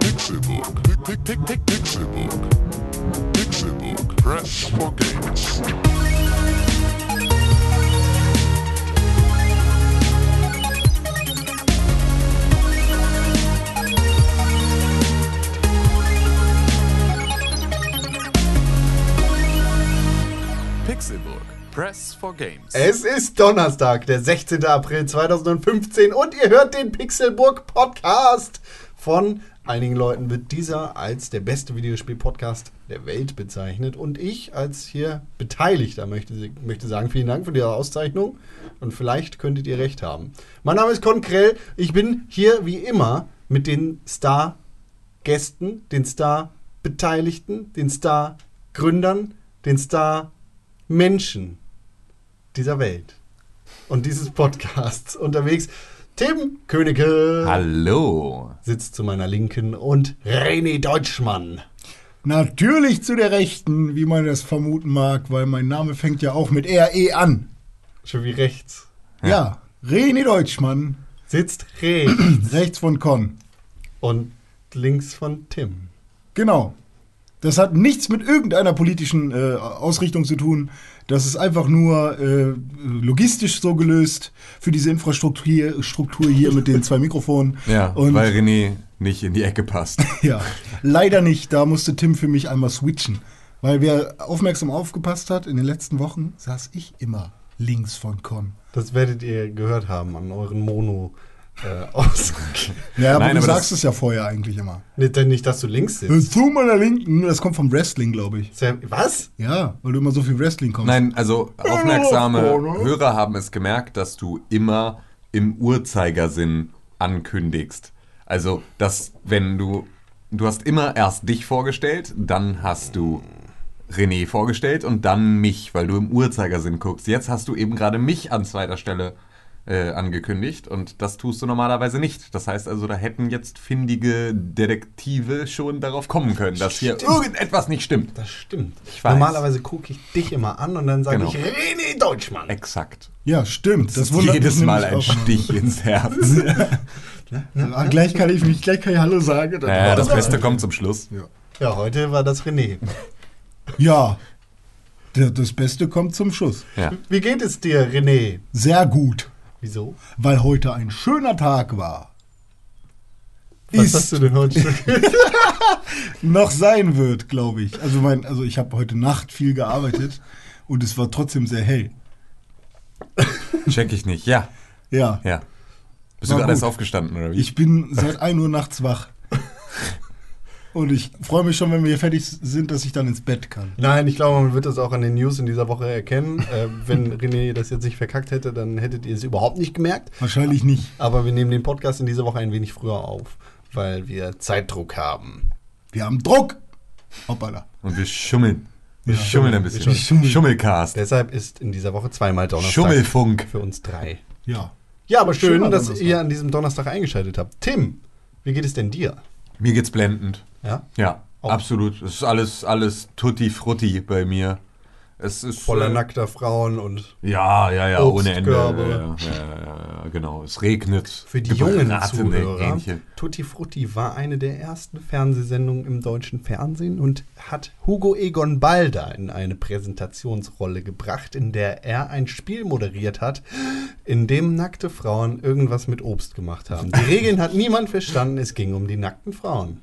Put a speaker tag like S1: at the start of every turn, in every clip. S1: Pixelburg. Pick, pick, pick, Pixelburg. Pixelburg. Press for games. Pixelburg. Press for games.
S2: Äh?
S3: Es ist Donnerstag, der 16. April 2015 und ihr hört den Pixelburg Podcast. Von einigen Leuten wird dieser als der beste Videospiel-Podcast der Welt bezeichnet und ich als hier Beteiligter möchte, möchte sagen, vielen Dank für diese Auszeichnung und vielleicht könntet ihr recht haben. Mein Name ist Con Krell, ich bin hier wie immer mit den Star-Gästen, den Star-Beteiligten, den Star-Gründern, den Star-Menschen dieser Welt und dieses Podcasts unterwegs. Tim Königke
S2: Hallo.
S3: sitzt zu meiner Linken und René Deutschmann.
S4: Natürlich zu der Rechten, wie man das vermuten mag, weil mein Name fängt ja auch mit RE an.
S3: Schon wie rechts.
S4: Ja, René Deutschmann,
S3: Sitzt rechts
S4: rechts von Con.
S3: und links von Tim.
S4: Genau. Das hat nichts mit irgendeiner politischen äh, Ausrichtung zu tun. Das ist einfach nur äh, logistisch so gelöst für diese Infrastruktur Struktur hier mit den zwei Mikrofonen.
S2: Ja,
S4: Und
S2: weil René nicht in die Ecke passt.
S4: ja, leider nicht. Da musste Tim für mich einmal switchen. Weil wer aufmerksam aufgepasst hat, in den letzten Wochen saß ich immer links von Con.
S3: Das werdet ihr gehört haben an euren Mono. Äh, aus.
S4: Ja, aber
S2: Nein,
S4: du
S2: aber das-
S4: sagst es ja vorher eigentlich immer.
S3: Nee, denn nicht, dass du links sitzt.
S4: Äh, Zu meiner Linken, das kommt vom Wrestling, glaube ich.
S3: Ist ja- Was?
S4: Ja, weil du immer so viel Wrestling kommst.
S2: Nein, also aufmerksame
S4: Ja, ne?
S2: Hörer haben es gemerkt, dass du immer im Uhrzeigersinn ankündigst. Also, dass wenn du du hast immer erst dich vorgestellt, dann hast du René vorgestellt und dann mich, weil du im Uhrzeigersinn guckst. Jetzt hast du eben gerade mich an zweiter Stelle äh, angekündigt und das tust du normalerweise nicht. Das heißt also, da hätten jetzt findige Detektive schon darauf kommen können, dass hier irgendetwas nicht stimmt.
S3: Das stimmt.
S2: Ich weiß.
S3: Normalerweise gucke ich dich immer an und dann sage
S2: Genau. Äh.
S3: ich René Deutschmann.
S2: Exakt.
S4: Ja, stimmt. Das wundert
S2: Jedes
S4: mich
S2: Mal ein
S4: nämlich auch.
S2: Stich ins Herz.
S4: Ah, gleich kann ich mich, gleich kann ich Hallo sagen. Dann-
S2: Naja, das Beste kommt zum Schluss.
S3: Ja, heute war das René.
S4: Ja. D- Das Beste kommt zum Schuss.
S2: Ja.
S3: Wie geht es dir, René?
S4: Sehr gut,
S3: Wieso?
S4: weil heute ein schöner Tag war.
S3: Was
S4: Ist.
S3: hast du denn heute? schon-
S4: Noch sein wird, glaube ich. Also, mein, also ich habe heute Nacht viel gearbeitet und es war trotzdem sehr hell.
S2: Check ich nicht. Ja,
S4: Ja,
S2: ja. Bist du
S4: Na
S2: gerade
S4: gut.
S2: erst aufgestanden oder wie?
S4: Ich bin seit 1 Uhr nachts wach. Und ich freue mich schon, wenn wir hier fertig sind, dass ich dann ins Bett kann.
S3: Nein, ich glaube, man wird das auch an den News in dieser Woche erkennen. äh, wenn René das jetzt nicht verkackt hätte, dann hättet ihr es überhaupt nicht gemerkt.
S4: Wahrscheinlich nicht.
S3: Aber wir nehmen den Podcast in dieser Woche ein wenig früher auf, weil wir Zeitdruck haben.
S4: Wir haben Druck. Hoppala.
S2: Und wir schummeln. Wir
S4: Ja.
S2: schummeln ein bisschen.
S4: Wir schummeln.
S2: Schummelcast.
S3: Deshalb ist in dieser Woche zweimal Donnerstag
S2: Schummelfunk.
S3: für uns drei.
S4: Ja.
S3: Ja, aber schön,
S4: Schöner
S3: dass
S4: Donnerstag.
S3: ihr an diesem Donnerstag eingeschaltet habt. Tim, wie geht es denn dir?
S2: Mir geht's blendend.
S3: Ja?
S2: Ja,
S3: Auch.
S2: absolut. Es ist alles, alles tutti frutti bei mir. Es ist
S3: Voller
S2: äh,
S3: nackter Frauen und
S2: Ja, ja, ja, ohne Ende.
S3: Obstkörbe.
S2: Ja, ja, ja, ja, genau. Es regnet.
S3: für die jungen
S2: gebratene
S3: Zuhörer.
S2: ne, Hähnchen.
S3: Tutti Frutti war eine der ersten Fernsehsendungen im deutschen Fernsehen und hat Hugo Egon Balder in eine Präsentationsrolle gebracht, in der er ein Spiel moderiert hat, in dem nackte Frauen irgendwas mit Obst gemacht haben. Die Regeln hat niemand verstanden, es ging um die nackten Frauen.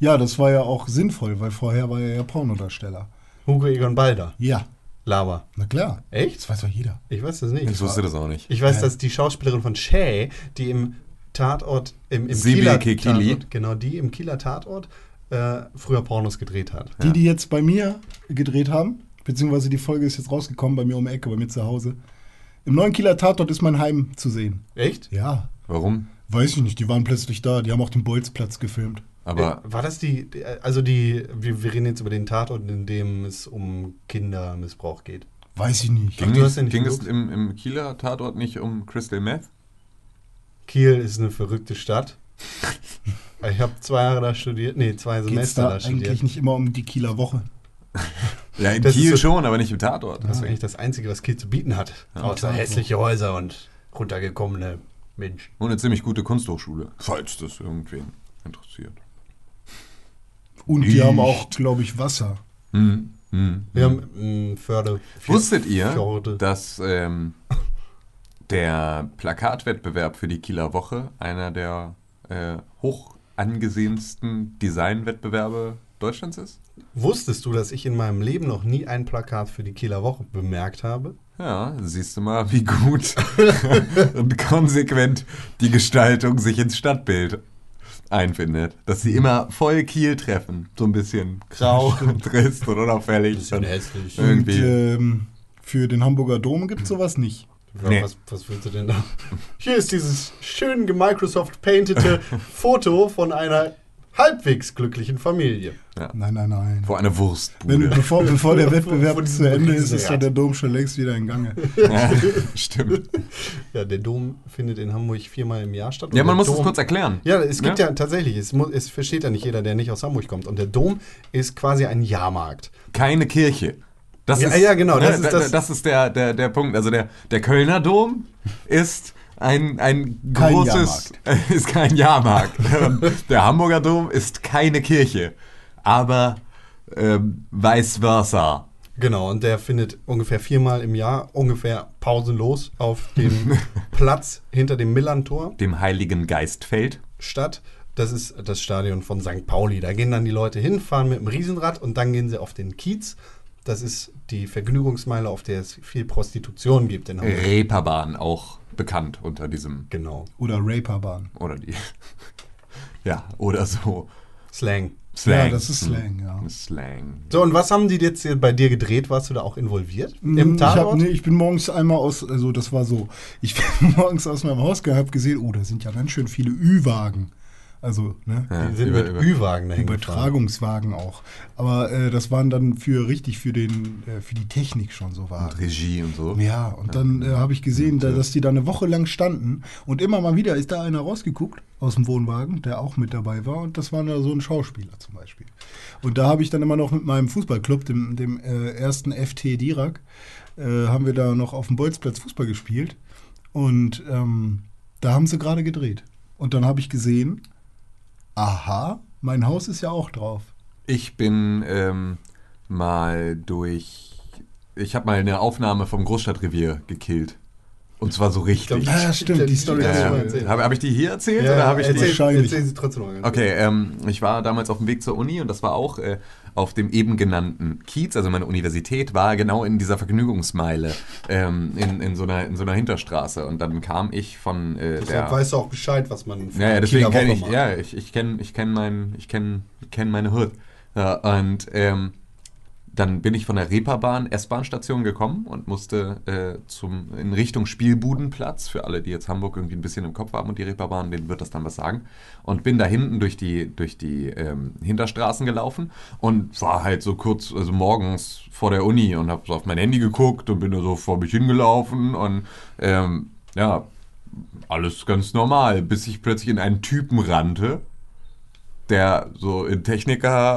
S4: Ja, das war ja auch sinnvoll, weil vorher war er ja Pornodarsteller.
S3: Hugo Egon Balder,
S4: Ja,
S3: Lava.
S4: na klar.
S3: Echt?
S4: Das weiß doch jeder.
S3: Ich weiß das nicht.
S2: Ich wusste das auch nicht.
S3: Ich weiß, dass die Schauspielerin von Shay, die im Tatort, im, im
S2: Sibylle
S3: Kieler
S2: Kekili.
S3: Tatort, genau die im Kieler Tatort äh, früher Pornos gedreht hat.
S4: Die, die jetzt bei mir gedreht haben, beziehungsweise die Folge ist jetzt rausgekommen, bei mir um die Ecke, bei mir zu Hause. Im neuen Kieler Tatort ist mein Heim zu sehen.
S3: Echt?
S4: Ja.
S2: Warum?
S4: Weiß ich nicht, die waren plötzlich da. Die haben auch den Bolzplatz gefilmt.
S2: Aber
S3: Äh, war das die, die- also die, wir, wir reden jetzt über den Tatort, in dem es um Kindermissbrauch geht.
S4: Weiß ich nicht.
S2: ging,
S3: du hast
S2: es,
S3: ja nicht
S2: ging es
S3: geguckt.
S2: im, im Kieler Tatort nicht um Crystal Meth?
S3: Kiel ist eine verrückte Stadt. Ich habe zwei Jahre da studiert, nee, zwei
S4: Geht's
S3: Semester
S4: da
S3: da studiert.
S4: eigentlich nicht immer um die Kieler Woche?
S2: Ja, in
S3: Das ist
S2: Kiel
S3: so-
S2: schon, aber nicht im Tatort.
S3: Das ist eigentlich das Einzige, was Kiel zu bieten hat. außer
S4: Tatort.
S3: hässliche Häuser und runtergekommene Menschen.
S2: Und eine ziemlich gute Kunsthochschule, falls das irgendwen interessiert.
S4: Und die
S2: Nicht.
S4: haben auch, glaube ich, Wasser.
S2: Hm, hm.
S3: Wir haben mh, Förde.
S2: Wusstet ihr,
S3: Fjorde.
S2: dass ähm, der Plakatwettbewerb für die Kieler Woche einer der äh, hoch angesehensten Designwettbewerbe Deutschlands ist?
S3: Wusstest du, dass ich in meinem Leben noch nie ein Plakat für die Kieler Woche bemerkt habe?
S2: Ja, siehst du mal, wie gut und konsequent die Gestaltung sich ins Stadtbild einfindet. Dass sie immer voll Kiel treffen. So ein bisschen grau und trist und unauffällig. Und
S3: hässlich.
S2: Irgendwie.
S4: Und ähm, für den Hamburger Dom gibt es sowas nicht.
S2: Nee.
S3: Was, was willst du denn da? Hier ist dieses schön gemicrosoft paintete Foto von einer halbwegs glücklichen Familie.
S4: Nein, nein, nein.
S2: Vor einer
S4: Wenn,
S2: Wurstbude.
S4: bevor, bevor der Wettbewerb
S3: Von-
S4: zu Ende ist, ist
S3: Ja.
S4: ja der Dom schon längst wieder in Gange.
S2: ja, stimmt.
S3: Ja, der Dom findet in Hamburg viermal im Jahr statt.
S2: Ja,
S3: Und
S2: man
S3: der
S2: muss es
S3: Dom-
S2: kurz erklären.
S3: Ja, es gibt ja, tatsächlich, es, mu- es versteht ja nicht jeder, der nicht aus Hamburg kommt. Und der Dom ist quasi ein Jahrmarkt.
S2: keine Kirche. Das
S3: Ja,
S2: ist,
S3: ja, genau, das
S2: ne,
S3: ist
S2: da-
S3: das-
S2: das ist der, der, der Punkt. Also der, der Kölner Dom ist ein, ein
S4: Kein
S2: großes, ist kein Jahrmarkt. Und der Hamburger Dom ist keine Kirche, aber ähm, vice versa.
S3: Genau, und der findet ungefähr viermal im Jahr, ungefähr pausenlos auf dem Platz hinter dem Millantor
S2: Dem Heiligen Geistfeld.
S3: statt. Das ist das Stadion von St. Pauli. Da gehen dann die Leute hin, fahren mit dem Riesenrad und dann gehen sie auf den Kiez. Das ist die Vergnügungsmeile, auf der es viel Prostitution gibt in Hamburg.
S2: Reeperbahn auch bekannt unter diesem
S3: Genau.
S4: Oder Raperbahn.
S2: oder die. Ja, oder so.
S3: Slang.
S2: Slang. Mhm.
S4: Ja, das ist Slang, ja.
S2: Slang.
S3: So, und was haben die jetzt hier bei dir gedreht? Warst du da auch involviert?
S4: Mm,
S3: Im
S4: ich, hab,
S3: Tatort?
S4: nee, ich bin morgens einmal aus, also das war so, ich bin morgens aus meinem Haus gehabt gesehen, oh, da sind ja ganz schön viele Ü-Wagen. Also, ne?
S2: Ja,
S3: die sind
S2: über-
S3: mit
S2: über-
S3: Ü-Wagen dahin gefahren.
S4: Übertragungswagen auch. Aber äh, das waren dann für richtig für den, äh, für die Technik schon so Wagen.
S2: Regie und so.
S4: Ja, und dann äh, habe ich gesehen, da, dass die da eine Woche lang standen und immer mal wieder ist da einer rausgeguckt aus dem Wohnwagen, der auch mit dabei war und das war da so ein Schauspieler zum Beispiel. Und da habe ich dann immer noch mit meinem Fußballclub, dem, dem äh, ersten FT Dirac, äh, haben wir da noch auf dem Bolzplatz Fußball gespielt und ähm, da haben sie gerade gedreht. Und dann habe ich gesehen, aha, mein Haus ist ja auch drauf.
S2: Ich bin ähm, mal durch. Ich habe mal eine Aufnahme vom Großstadtrevier gekillt. Und zwar so richtig.
S4: Ja, stimmt, die Story
S3: Ja,
S4: hast du mal
S3: ja.
S4: erzählt.
S2: Habe hab ich die hier erzählt
S3: Ja,
S2: oder habe ich
S3: erzähl,
S2: die?
S4: Wahrscheinlich.
S3: erzähl sie trotzdem noch.
S2: Okay, ähm, ich war damals auf dem Weg zur Uni und das war auch äh, auf dem eben genannten Kiez, also meine Universität war genau in dieser Vergnügungsmeile, ähm, in, in, so einer, in so einer Hinterstraße. Und dann kam ich von äh,
S3: Deshalb
S2: der.
S3: weißt du auch Bescheid, was man für
S2: Ja, ja
S3: die
S2: deswegen
S3: Kieler
S2: kenne
S3: Woche
S2: ich,
S3: macht.
S2: ja, ich, ich kenne ich kenn mein, ich kenn, ich kenn meine Hood. Ja, und ähm, dann bin ich von der Reeperbahn S-Bahn-Station gekommen und musste äh, zum, in Richtung Spielbudenplatz, für alle, die jetzt Hamburg irgendwie ein bisschen im Kopf haben und die Reeperbahn, denen wird das dann was sagen. Und bin da hinten durch die, durch die ähm, Hinterstraßen gelaufen und war halt so kurz, also morgens vor der Uni und habe so auf mein Handy geguckt und bin da so vor mich hingelaufen und ähm, ja, alles ganz normal, bis ich plötzlich in einen Typen rannte, der so in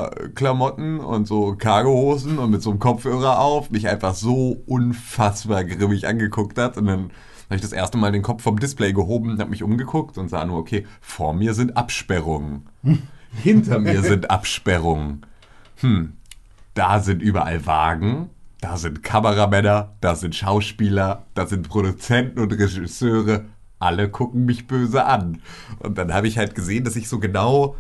S2: Technikerklamotten und so Cargohosen und mit so einem Kopfhörer auf mich einfach so unfassbar grimmig angeguckt hat. Und dann habe ich das erste Mal den Kopf vom Display gehoben und habe mich umgeguckt und sah nur, okay, vor mir sind Absperrungen. Hinter mir sind Absperrungen. Hm, da sind überall Wagen, da sind Kameramänner, da sind Schauspieler, da sind Produzenten und Regisseure. Alle gucken mich böse an. Und dann habe ich halt gesehen, dass ich so genau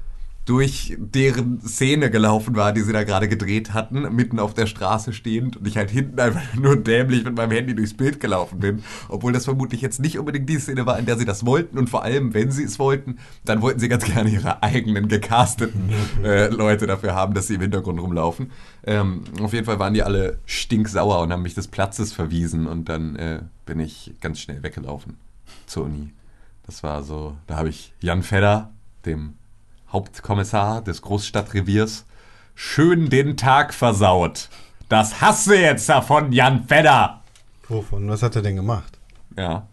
S2: durch deren Szene gelaufen war, die sie da gerade gedreht hatten, mitten auf der Straße stehend und ich halt hinten einfach nur dämlich mit meinem Handy durchs Bild gelaufen bin, obwohl das vermutlich jetzt nicht unbedingt die Szene war, in der sie das wollten und vor allem, wenn sie es wollten, dann wollten sie ganz gerne ihre eigenen gecasteten äh, Leute dafür haben, dass sie im Hintergrund rumlaufen. Ähm, auf jeden Fall waren die alle stinksauer und haben mich des Platzes verwiesen und dann äh, bin ich ganz schnell weggelaufen zur Uni. Das war so, da habe ich Jan Fedder, dem Hauptkommissar des Großstadtreviers, schön den Tag versaut. Das hast du jetzt davon, Jan Fedder.
S3: Wovon? Was hat er denn gemacht?
S2: Ja.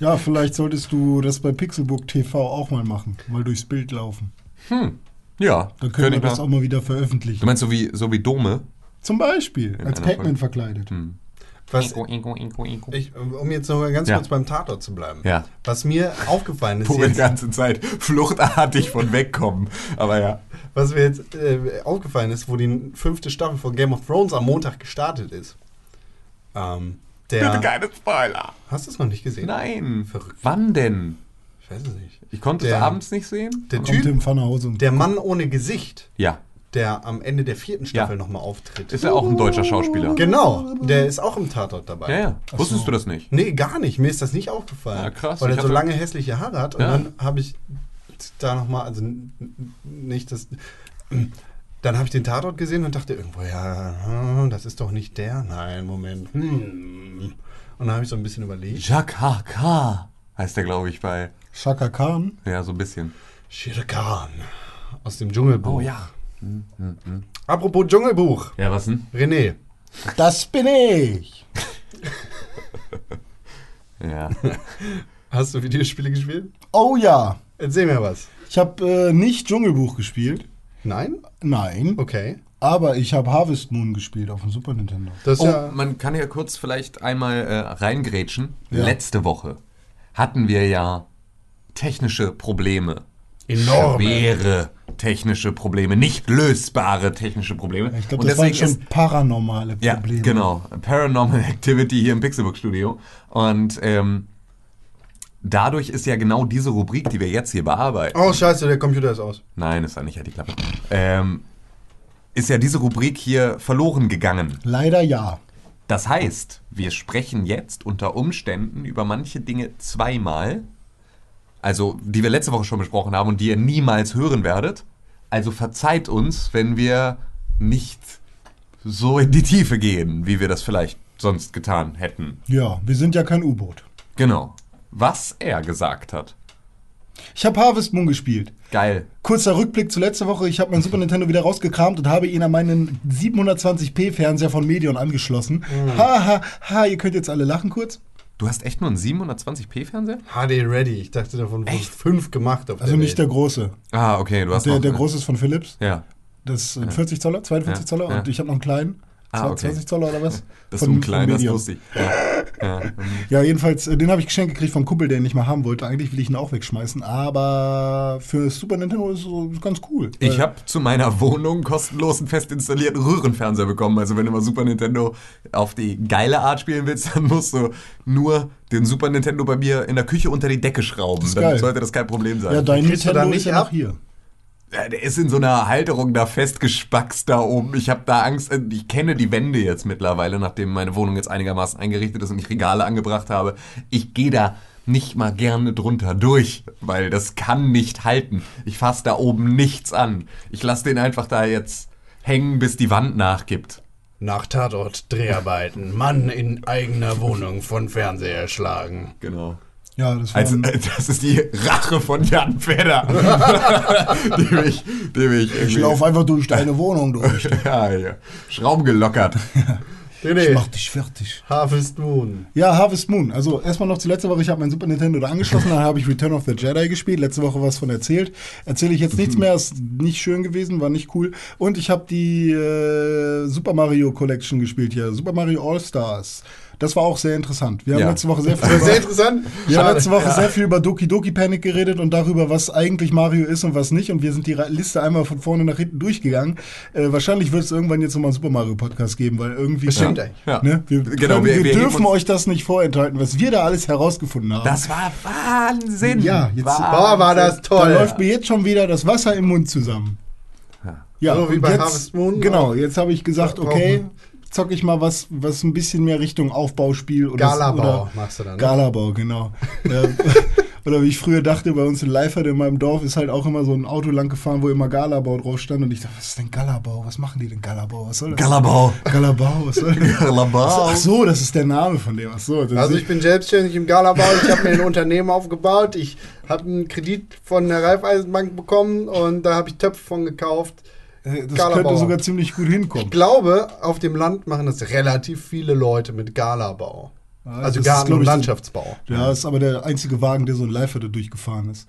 S4: Ja, vielleicht solltest du das bei Pixelbook TV auch mal machen, mal durchs Bild laufen.
S2: Ja,
S4: Dann können wir
S2: ich mal-
S4: das auch mal wieder
S2: Du
S4: veröffentlichen.
S2: meinst so wie, so wie Dome?
S4: Zum Beispiel als
S2: einer
S4: Pac-Man verkleidet.
S2: Mhm.
S3: Was,
S5: Ingo, Ingo, Ingo.
S3: ich, um jetzt noch mal ganz
S2: Ja.
S3: kurz beim Tatort zu bleiben.
S2: Ja.
S3: Was mir aufgefallen ist,
S2: Wo wir die
S3: jetzt,
S2: ganze Zeit fluchtartig von wegkommen. Aber ja.
S3: was mir jetzt äh, aufgefallen ist, wo die fünfte Staffel von Game of Thrones am Montag gestartet ist. Ähm,
S2: Bitte
S3: der,
S2: keine Spoiler.
S3: hast du es noch nicht gesehen?
S2: Nein.
S3: Verrückt.
S2: Wann denn?
S3: Ich weiß es nicht.
S2: Ich konnte
S3: Der-
S2: es abends nicht sehen?
S3: Der
S4: Kommt
S3: Typ,
S4: Tim Pfannerhaus und
S3: der Mann ohne Gesicht,
S2: Ja.
S3: der am Ende der vierten Staffel
S2: Ja.
S3: nochmal auftritt.
S2: Ist ja auch ein deutscher Schauspieler.
S3: genau, der ist auch im Tatort dabei.
S2: Ja, ja.
S4: Ach
S2: Wusstest
S4: so.
S2: du das nicht?
S3: Nee, gar nicht. Mir ist das nicht aufgefallen.
S2: Ja, krass.
S3: Weil
S2: Ich
S3: er so
S2: hatte-
S3: lange hässliche Haare hat. Und
S2: Ja.
S3: dann habe ich da nochmal, also n- n- nicht das. Dann habe ich den Tatort gesehen und dachte irgendwo, ja, hm, das ist doch nicht der. Nein, Moment. Hm. Und dann habe ich so ein bisschen überlegt.
S2: Jacques H.K. heißt der, glaube ich, bei.
S4: Shaka Khan.
S2: Ja, so ein bisschen.
S3: Shere Khan aus dem Dschungelbuch.
S2: Oh,
S4: Oh,
S2: ja.
S3: Apropos Dschungelbuch.
S2: Ja, was denn?
S3: René,
S4: Das bin ich.
S2: Ja.
S3: hast du Videospiele gespielt?
S4: Oh ja.
S3: Erzähl mir was.
S4: Ich habe äh, nicht Dschungelbuch gespielt.
S3: Nein?
S4: Nein.
S3: Okay.
S4: Aber ich habe Harvest Moon gespielt auf dem Super Nintendo.
S3: Das ist
S2: Oh,
S3: ja.
S2: man kann ja kurz vielleicht einmal äh, reingrätschen.
S4: Ja.
S2: Letzte Woche hatten wir ja technische Probleme.
S3: Enorme.
S2: Schwere technische Probleme, nicht lösbare technische Probleme.
S4: Ich glaube,
S2: Und
S4: das waren
S2: deswegen
S4: schon paranormale
S2: Ja,
S4: Probleme.
S2: genau. Paranormal Activity hier im Pixelbook Studio. Und ähm, dadurch ist ja genau diese Rubrik, die wir jetzt hier bearbeiten.
S3: Oh, scheiße, der Computer ist aus.
S2: Nein, ist eigentlich ja halt die Klappe. Ähm, ist ja diese Rubrik hier verloren gegangen.
S4: Leider ja.
S2: Das heißt, wir sprechen jetzt unter Umständen über manche Dinge zweimal, also die wir letzte Woche schon besprochen haben und die ihr niemals hören werdet. Also verzeiht uns, wenn wir nicht so in die Tiefe gehen, wie wir das vielleicht sonst getan hätten.
S4: Ja, wir sind ja kein U-Boot.
S2: Genau. Was er gesagt hat.
S4: Ich habe Harvest Moon gespielt.
S2: Geil.
S4: Kurzer Rückblick zu letzter Woche. Ich habe meinen Super Nintendo wieder rausgekramt und habe ihn an meinen 720p-Fernseher von Medion angeschlossen.
S3: Mhm.
S4: Ha, ha, ha, ihr könnt jetzt alle lachen kurz.
S2: Du hast echt nur einen 720p-Fernseher?
S3: HD Ready. Ich dachte, davon wurden fünf gemacht. Auf
S4: Also
S3: der
S4: nicht
S3: Welt.
S4: der große.
S2: Ah, okay, du hast
S4: Der,
S2: noch...
S4: der große ist von Philips.
S2: Ja.
S4: Das ist ein 40 Zoller, 42
S2: Ja,
S4: Zoller
S2: ja.
S4: und ich habe noch einen kleinen.
S2: Ah, okay.
S4: 20 Zoller oder was?
S2: Das ist so ein kleiner, das ist
S4: Medion.
S2: lustig. Ja. Ja.
S4: Ja, jedenfalls, äh, den habe ich geschenkt gekriegt vom Kumpel, der ihn nicht mal haben wollte. Eigentlich will ich ihn auch wegschmeißen, aber für Super Nintendo ist es ganz cool.
S2: Ich
S4: Weil-
S2: habe zu meiner Wohnung kostenlos einen fest installierten Röhrenfernseher bekommen. Also wenn du mal Super Nintendo auf die geile Art spielen willst, dann musst du nur den Super Nintendo bei mir in der Küche unter die Decke schrauben.
S4: ist
S2: Dann
S4: geil.
S2: sollte das kein Problem sein.
S4: Ja, dein
S3: Kriegst du da
S4: Nintendo
S3: nicht
S4: ist ja
S3: ab?
S4: noch hier.
S2: Ja, Der ist in so einer Halterung da festgespackst da oben. Ich habe da Angst. äh, Ich kenne die Wände jetzt mittlerweile, nachdem meine Wohnung jetzt einigermaßen eingerichtet ist und ich Regale angebracht habe. Ich gehe da nicht mal gerne drunter durch, weil das kann nicht halten. Ich fasse da oben nichts an. Ich lasse den einfach da jetzt hängen, bis die Wand nachgibt.
S3: Nach Tatort Dreharbeiten. Mann in eigener Wohnung von Fernseher erschlagen.
S2: Genau.
S4: Ja, das war
S2: Also,
S4: ein-
S2: äh, das ist die Rache von Jan Fedder. dem ich, dem ich,
S4: Ich
S2: irgendwie-
S4: laufe einfach durch deine Wohnung durch.
S2: Ja, ja. Schrauben gelockert.
S4: Ich
S3: René,
S4: mach dich fertig.
S3: Harvest Moon.
S4: Ja, Harvest Moon. Also erstmal noch zu letzter Woche. Ich habe meinen Super Nintendo da angeschlossen, dann habe ich Return of the Jedi gespielt. Letzte Woche was von erzählt. Erzähle ich jetzt nichts mehr. Ist nicht schön gewesen, war nicht cool. Und ich habe die äh, Super Mario Collection gespielt hier. Super Mario All Stars. Das war auch sehr interessant. Wir haben
S2: Ja.
S4: letzte Woche sehr viel
S3: Das ist sehr
S4: über,
S3: interessant.
S4: wir haben
S3: Schade.
S4: letzte Woche sehr viel über Doki Doki Panic geredet und darüber, was eigentlich Mario ist und was nicht. Und wir sind die Ra- Liste einmal von vorne nach hinten durchgegangen. Äh, wahrscheinlich wird es irgendwann jetzt nochmal einen Super Mario Podcast geben, weil irgendwie
S3: Bestimmt eigentlich.
S2: Ja.
S4: Ne? Wir,
S2: Genau,
S4: können,
S2: wir-
S4: wir,
S2: wir heben
S4: dürfen
S2: uns-
S4: euch das nicht vorenthalten, was wir da alles herausgefunden haben.
S2: Das war Wahnsinn.
S4: Ja, jetzt-
S3: Boah, war das
S4: da
S3: toll.
S4: läuft mir jetzt schon wieder das Wasser im Mund zusammen.
S2: Ja.
S3: So wie
S4: und
S3: bei
S4: jetzt,
S3: Harvest Moon.
S4: Genau, jetzt habe ich gesagt,
S3: Ja,
S4: okay,
S3: brauchen
S4: zocke ich mal was, was ein bisschen mehr Richtung Aufbauspiel oder
S3: Galabau
S4: oder
S3: machst du dann. ne?
S4: Galabau, genau. Äh, Oder wie ich früher dachte, bei uns in Leifert in meinem Dorf ist halt auch immer so ein Auto lang gefahren, wo immer Galabau drauf stand. Und ich dachte, was ist denn Galabau? Was machen die denn Galabau? Was soll das?
S2: Galabau.
S4: Galabau, was soll das?
S2: Galabau.
S4: Ach so, das ist der Name von dem. Ach so, das
S3: Also
S4: ist-
S3: ich bin selbstständig im Galabau, ich habe mir ein Unternehmen aufgebaut, ich habe einen Kredit von der Raiffeisenbank bekommen und da habe ich Töpfe von gekauft.
S4: Äh, Das
S3: Galabauer.
S4: könnte sogar ziemlich gut
S3: Ich
S4: hinkommen.
S3: glaube, auf dem Land machen das relativ viele Leute mit Galabau.
S4: Ja,
S3: Also
S4: Ah, das ist,
S3: Garten-
S4: glaub
S3: und
S4: ich, so-
S3: Landschaftsbau.
S4: Ja, ist aber der einzige Wagen, der so in Live da durchgefahren ist.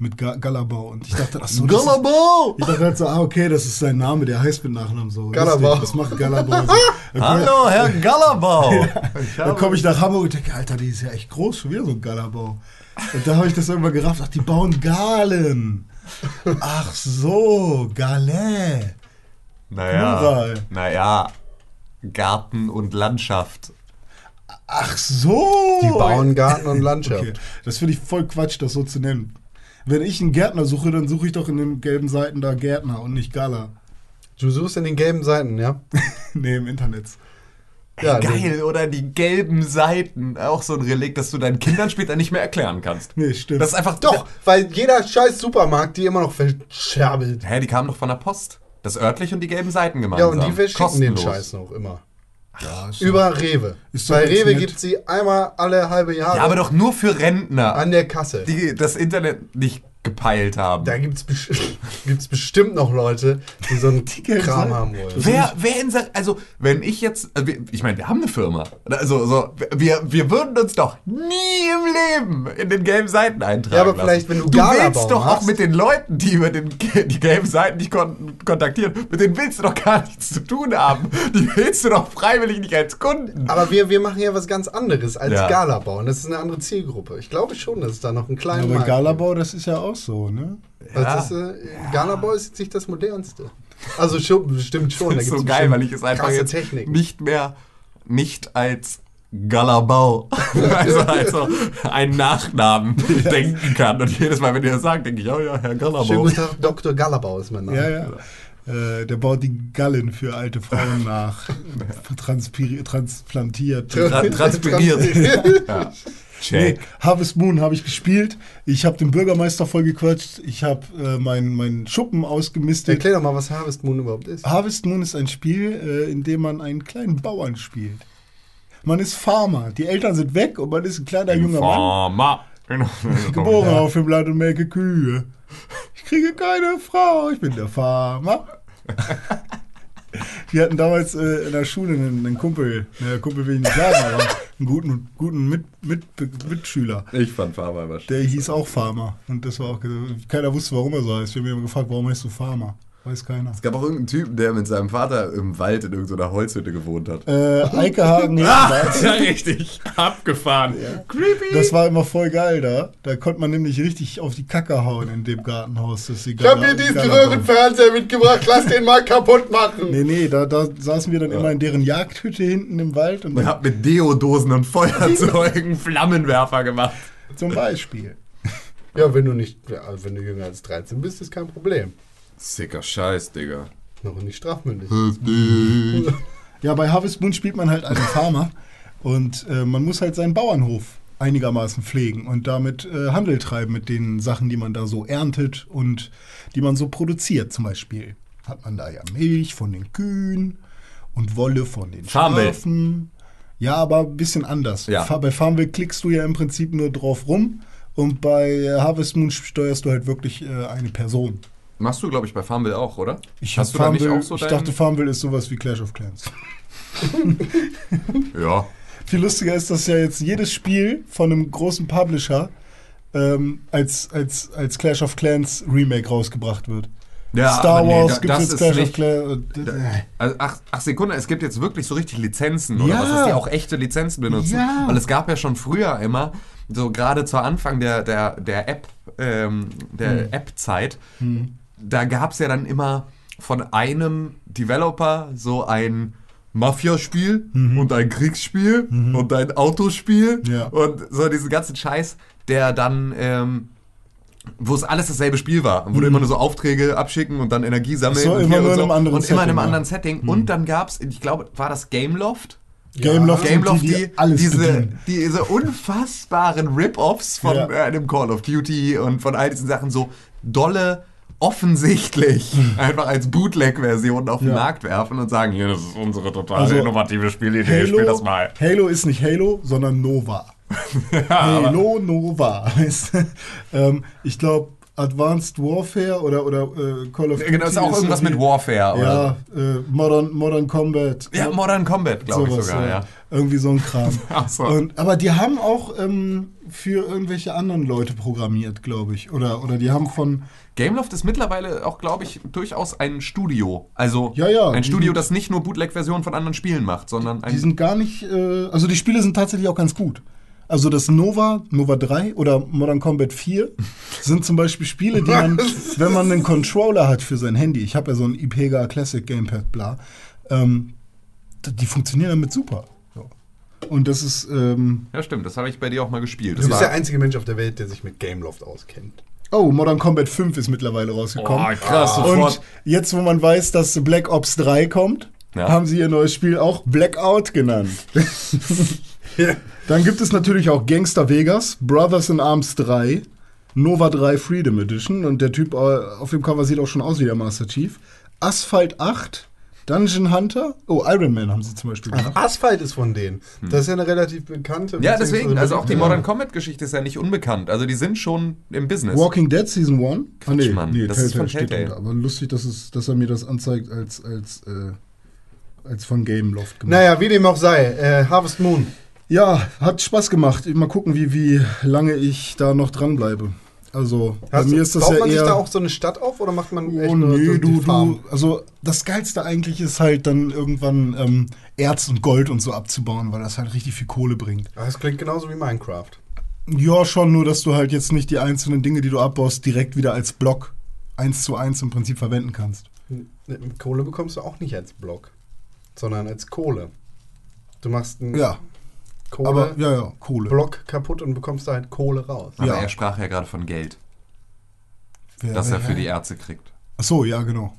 S4: Mit Ga Galabau. Und ich dachte, ach so, das ist,
S2: Galabau.
S4: ich dachte halt so, ah, okay, das ist sein Name, der heißt mit Nachnamen so.
S3: Galabau.
S4: Lustig, Das macht Galabau so.
S3: Ah,
S4: Dann komm-
S2: Hallo, Herr Galabau. Ich
S4: Dann komme ich nach Hamburg und denke, Alter, die ist ja echt groß, schon wieder so ein Galabau. Und da habe ich das irgendwann gerafft, ach, die bauen Galen. Ach so, Galais.
S2: Naja,
S4: Plural.
S2: naja, Garten und Landschaft.
S4: Ach so.
S3: Die bauen Garten und Landschaft.
S4: Okay. Das finde ich voll Quatsch, das so zu nennen. Wenn ich einen Gärtner suche, dann suche ich doch in den gelben Seiten da Gärtner und nicht Gala.
S3: Du suchst in den gelben Seiten, ja?
S4: nee, im Internet.
S3: Ja, also
S2: Geil, oder? Die gelben Seiten. Auch so ein Relikt, das du deinen Kindern später nicht mehr erklären kannst.
S4: Nee, stimmt.
S2: Das ist einfach.
S3: Doch, weil jeder scheiß Supermarkt die immer noch verscherbelt.
S2: Hä, die kamen doch von der Post. Das örtlich und die gelben Seiten
S3: Ja,
S2: gemeinsam.
S3: und die verschicken den
S2: Kostenlos.
S3: Scheiß noch immer.
S4: ja, ist
S3: Über Rewe.
S4: Ist doch
S3: Bei
S4: jetzt
S3: Rewe
S4: nett.
S3: gibt sie einmal alle halbe Jahre
S2: Ja, aber doch nur für Rentner,
S3: an der Kasse.
S2: die das Internet nicht gepeilt haben.
S3: Da gibt es gibt's bestimmt noch Leute, die so einen
S4: gelben
S3: Kram
S4: Seiten.
S3: haben wollen.
S2: Wer, wer in Sa- also wenn ich jetzt, also wir- ich meine, wir haben eine Firma, also so, wir, wir würden uns doch nie im Leben in den gelben Seiten eintragen.
S3: Ja, aber
S2: lassen.
S3: vielleicht, wenn du
S2: du
S3: Galabau
S2: willst doch auch
S3: machst.
S2: mit den Leuten, die über den, ge- die gelben Seiten dich kon kontaktieren, mit denen willst du doch gar nichts zu tun haben. Die willst du doch freiwillig nicht als Kunden.
S3: Aber wir, wir machen ja was ganz anderes als
S2: Ja.
S3: Gala bauen. Das ist eine andere Zielgruppe. Ich glaube schon, dass es da noch einen kleinen
S4: aber
S3: Markt
S4: Galabau, das ist ja auch so, ne?
S3: gibt.
S2: Ja.
S3: Das ist, äh, Galabau ist jetzt nicht das modernste. Also schon, stimmt schon.
S2: das ist
S3: da
S2: so
S3: gibt's
S2: geil,
S3: bestimmt
S2: weil ich es einfach
S3: krasse
S2: jetzt
S3: Techniken.
S2: nicht mehr, nicht als Galabau, also als so einen Nachnamen denken kann. Und jedes Mal, wenn ihr das sagt, denke ich, oh ja, Herr
S3: Schönen
S2: Galabau.
S3: guten Tag, Dr. Galabau ist mein Name.
S4: Ja, ja. Äh, der baut die Gallen für alte Frauen nach. Transpiri- Transplantiert.
S2: Tra transpiriert.
S3: Transpiriert.
S2: ja.
S4: Nee,
S2: Check.
S4: Harvest Moon habe ich gespielt. Ich habe den Bürgermeister vollgequatscht. Ich habe äh, meinen meinen Schuppen ausgemistet.
S3: Erklär doch mal, was Harvest Moon überhaupt ist.
S4: Harvest Moon ist ein Spiel, äh, in dem man einen kleinen Bauern spielt. Man ist Farmer. Die Eltern sind weg und man ist ein kleiner junger Mann.
S2: Informer. Genau.
S4: Geboren auf dem Land und melke Kühe. Ich kriege keine Frau, ich bin der Farmer. Wir hatten damals äh, in der Schule einen, einen Kumpel, naja, Kumpel will ich nicht sagen, aber einen guten, guten Mit, Mit, Mitschüler.
S2: Ich fand Farmer immer schön.
S4: Der hieß auch Farmer. Und das war auch, keiner wusste, warum er so heißt. Wir haben ihn immer gefragt, warum heißt du Farmer? Weiß keiner.
S2: Es gab auch irgendeinen Typen, der mit seinem Vater im Wald in irgendeiner Holzhütte gewohnt hat.
S4: Äh, Eikehagen,
S3: Ah,
S2: ja, richtig. Abgefahren. Creepy.
S4: das war immer voll geil da. Da konnte man nämlich richtig auf die Kacke hauen in dem Gartenhaus. Das
S3: Ich habe mir diesen Röhrenfernseher mitgebracht, lass den mal kaputt machen.
S4: Nee, nee, da, da saßen wir dann immer in deren Jagdhütte hinten im Wald. Und
S2: Und hab mit Deodosen und Feuerzeugen Flammenwerfer gemacht.
S4: zum Beispiel.
S3: Ja, wenn du nicht, ja, wenn du jünger als 13 bist, ist kein Problem.
S2: Sicker Scheiß, Digga.
S3: Noch nicht strafmündig.
S2: Hm,
S4: Ja, bei Harvest Moon spielt man halt einen Farmer. und äh, man muss halt seinen Bauernhof einigermaßen pflegen und damit äh, Handel treiben mit den Sachen, die man da so erntet und die man so produziert. Zum Beispiel hat man da ja Milch von den Kühen und Wolle von den
S2: Farmville.
S4: Schafen. Ja, aber ein bisschen anders.
S2: Ja.
S4: Fa- Bei Farmville klickst du ja im Prinzip nur drauf rum und bei äh, Harvest Moon steuerst du halt wirklich äh, eine Person.
S2: Machst du, glaube ich, bei Farmville auch, oder?
S4: Ich,
S2: Hast
S4: hab
S2: du da nicht
S4: Farmville-
S2: auch so
S4: ich
S2: deinen-
S4: dachte, Farmville ist sowas wie Clash of Clans.
S2: Ja.
S4: Viel lustiger ist, dass ja jetzt jedes Spiel von einem großen Publisher ähm, als, als, als Clash of Clans Remake rausgebracht wird.
S2: ja
S4: Star
S2: aber nee,
S4: Wars
S2: da-
S4: gibt
S2: das
S4: es jetzt
S2: ist
S4: Clash of
S2: nicht-
S4: Clans. äh,
S2: Also, ach, ach Sekunde, es gibt jetzt wirklich so richtig Lizenzen oder
S4: Ja.
S2: was, dass die auch echte Lizenzen benutzen.
S4: Ja.
S2: Weil es gab ja schon früher immer, so gerade zu Anfang der, der, der App, ähm, der
S4: Hm.
S2: App-Zeit, da gab es ja dann immer von einem Developer so ein Mafia-Spiel und ein Kriegsspiel und ein Autospiel
S4: Mhm. Ja.
S2: und so diesen ganzen Scheiß, der dann ähm, wo es alles dasselbe Spiel war, wo du immer nur so Aufträge abschicken und dann Energie sammeln
S4: Mhm. Ach so,
S2: und,
S4: immer
S2: hier
S4: nur
S2: und,
S4: in
S2: so.
S4: einem anderen
S2: und immer in einem
S4: Setting, ja. Mhm.
S2: anderen Setting. Und dann gab es, ich glaube, war das Gameloft?
S4: Gameloft,
S2: Gameloft, die,
S4: alles
S2: diese,
S4: bedienen.
S2: diese unfassbaren Rip-Offs von
S4: Ja.
S2: äh, einem Call of Duty und von all diesen Sachen so dolle offensichtlich einfach als Bootleg-Version auf den
S4: Mhm. Ja.
S2: Markt werfen und sagen, hier, das ist unsere total
S4: Also,
S2: innovative Spielidee, spiel das
S4: Halo,
S2: mal.
S4: Halo ist nicht Halo, sondern Nova. Halo Nova. heißt. ähm, ich glaube, Advanced Warfare oder, oder äh, Call of Duty.
S2: Genau, ist auch irgendwas mit
S4: irgendwie-
S2: Warfare oder
S4: Ja, äh, Modern, Modern Combat. ne?
S2: so. Ja, Modern Combat, glaube ich
S4: Sowas,
S2: sogar,
S4: äh,
S2: ja.
S4: Irgendwie so ein Kram.
S2: Ach so.
S4: Und, aber die haben auch ähm, für irgendwelche anderen Leute programmiert, glaube ich. Oder, oder die haben von.
S2: Gameloft ist mittlerweile auch, glaube ich, durchaus ein Studio. Also
S4: Ja, ja.
S2: ein
S4: Die
S2: Studio,
S4: sind-
S2: das nicht nur Bootleg-Versionen von anderen Spielen macht, sondern
S4: Die
S2: ein.
S4: sind gar nicht. Äh, also die Spiele sind tatsächlich auch ganz gut. Also das Nova, Nova 3 oder Modern Combat 4 sind zum Beispiel Spiele, die man, wenn man einen Controller hat für sein Handy, ich habe ja so ein Ipega Classic Gamepad, bla, ähm, d- die funktionieren damit super. So. Und das ist, ähm,
S2: Ja, stimmt, das habe ich bei dir auch mal gespielt.
S3: Du
S2: Das
S3: bist der
S2: war, Hm.
S3: einzige Mensch auf der Welt, der sich mit Gameloft auskennt.
S4: oh, Modern Combat 5 ist mittlerweile rausgekommen.
S2: oh, krass,
S4: Und
S2: sofort.
S4: jetzt, wo man weiß, dass Black Ops 3 kommt,
S2: Ja.
S4: haben sie ihr neues Spiel auch Blackout genannt. Dann gibt es natürlich auch Gangster Vegas, Brothers in Arms 3, Nova 3 Freedom Edition und der Typ äh, auf dem Cover sieht auch schon aus wie der Master Chief. Asphalt 8, Dungeon Hunter, oh, Iron Man haben sie zum Beispiel gemacht.
S3: Asphalt ist von denen. Das ist ja eine relativ bekannte.
S2: Hm. Ja, deswegen, also auch die
S3: Ja.
S2: Modern Combat Geschichte ist ja nicht unbekannt. Also die sind schon im Business.
S4: Walking Dead Season 1? Ah, nee,
S2: Mann,
S4: nee
S2: das
S4: Telltale
S2: ist von
S4: steht
S2: Telltale.
S4: drunter. Aber lustig, dass, es, dass er mir das anzeigt als, als, äh, als von Gameloft gemacht.
S3: Naja, wie dem auch sei. Äh, Harvest Moon.
S4: Ja, hat Spaß gemacht. Mal gucken, wie, wie lange ich da noch dranbleibe. Also, bei
S3: Hast du-
S4: mir ist das
S3: baut
S4: ja
S3: man
S4: eher.
S3: sich da auch so eine Stadt auf oder macht man echt
S4: oh,
S3: nur
S4: nee,
S3: die
S4: du,
S3: Farm?
S4: du. Also, das Geilste eigentlich ist halt dann irgendwann ähm, Erz und Gold und so abzubauen, weil das halt richtig viel Kohle bringt.
S3: Ah, Das klingt genauso wie Minecraft.
S4: Ja, schon, nur dass du halt jetzt nicht die einzelnen Dinge, die du abbaust, direkt wieder als Block eins zu eins im Prinzip verwenden kannst.
S3: Ne, Kohle bekommst du auch nicht als Block, sondern als Kohle. Du machst einen
S4: Ja, aber ja, ja, Kohle.
S3: Kohle-Block kaputt und bekommst da halt Kohle raus.
S2: Aber
S4: Ja.
S2: er sprach ja gerade von Geld,
S4: Wer-
S2: das
S4: wer-
S2: er für die Ärzte kriegt.
S4: Ach so, ja, genau.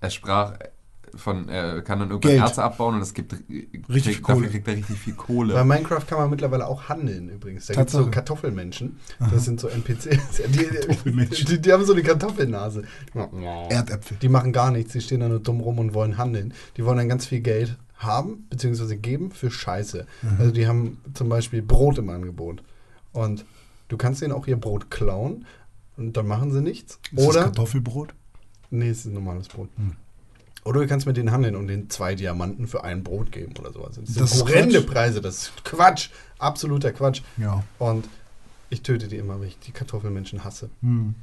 S2: Er sprach äh, von, er kann dann irgendwann
S4: Geld.
S2: Ärzte abbauen und es gibt äh,
S4: Richtig
S2: kriegt,
S4: Kohle.
S2: dafür kriegt er richtig viel
S3: Bei
S2: Kohle.
S3: Minecraft kann man mittlerweile auch handeln übrigens. Da gibt es so
S4: Tatsache.
S3: Kartoffelmenschen. Das sind so NPCs. Die,
S4: Kartoffelmenschen.
S3: die, die haben so eine Kartoffelnase.
S4: Erdäpfel.
S3: Die machen gar nichts. Die stehen da nur dumm rum und wollen handeln. Die wollen dann ganz viel Geld haben, beziehungsweise geben für Scheiße.
S4: Mhm.
S3: Also die haben zum Beispiel Brot im Angebot. Und du kannst denen auch ihr Brot klauen und dann machen sie nichts.
S4: Ist Hm. das
S3: Oder
S4: Kartoffelbrot?
S3: Nee, es ist ein normales Brot. Oder du kannst mit denen handeln und denen zwei Diamanten für ein Brot geben oder sowas. Das sind
S4: Das ist
S3: horrende
S4: Quatsch.
S3: Preise, das ist Quatsch. Absoluter Quatsch.
S4: Ja.
S3: Und ich töte die immer, weil ich die Kartoffelmenschen hasse.
S4: Hm.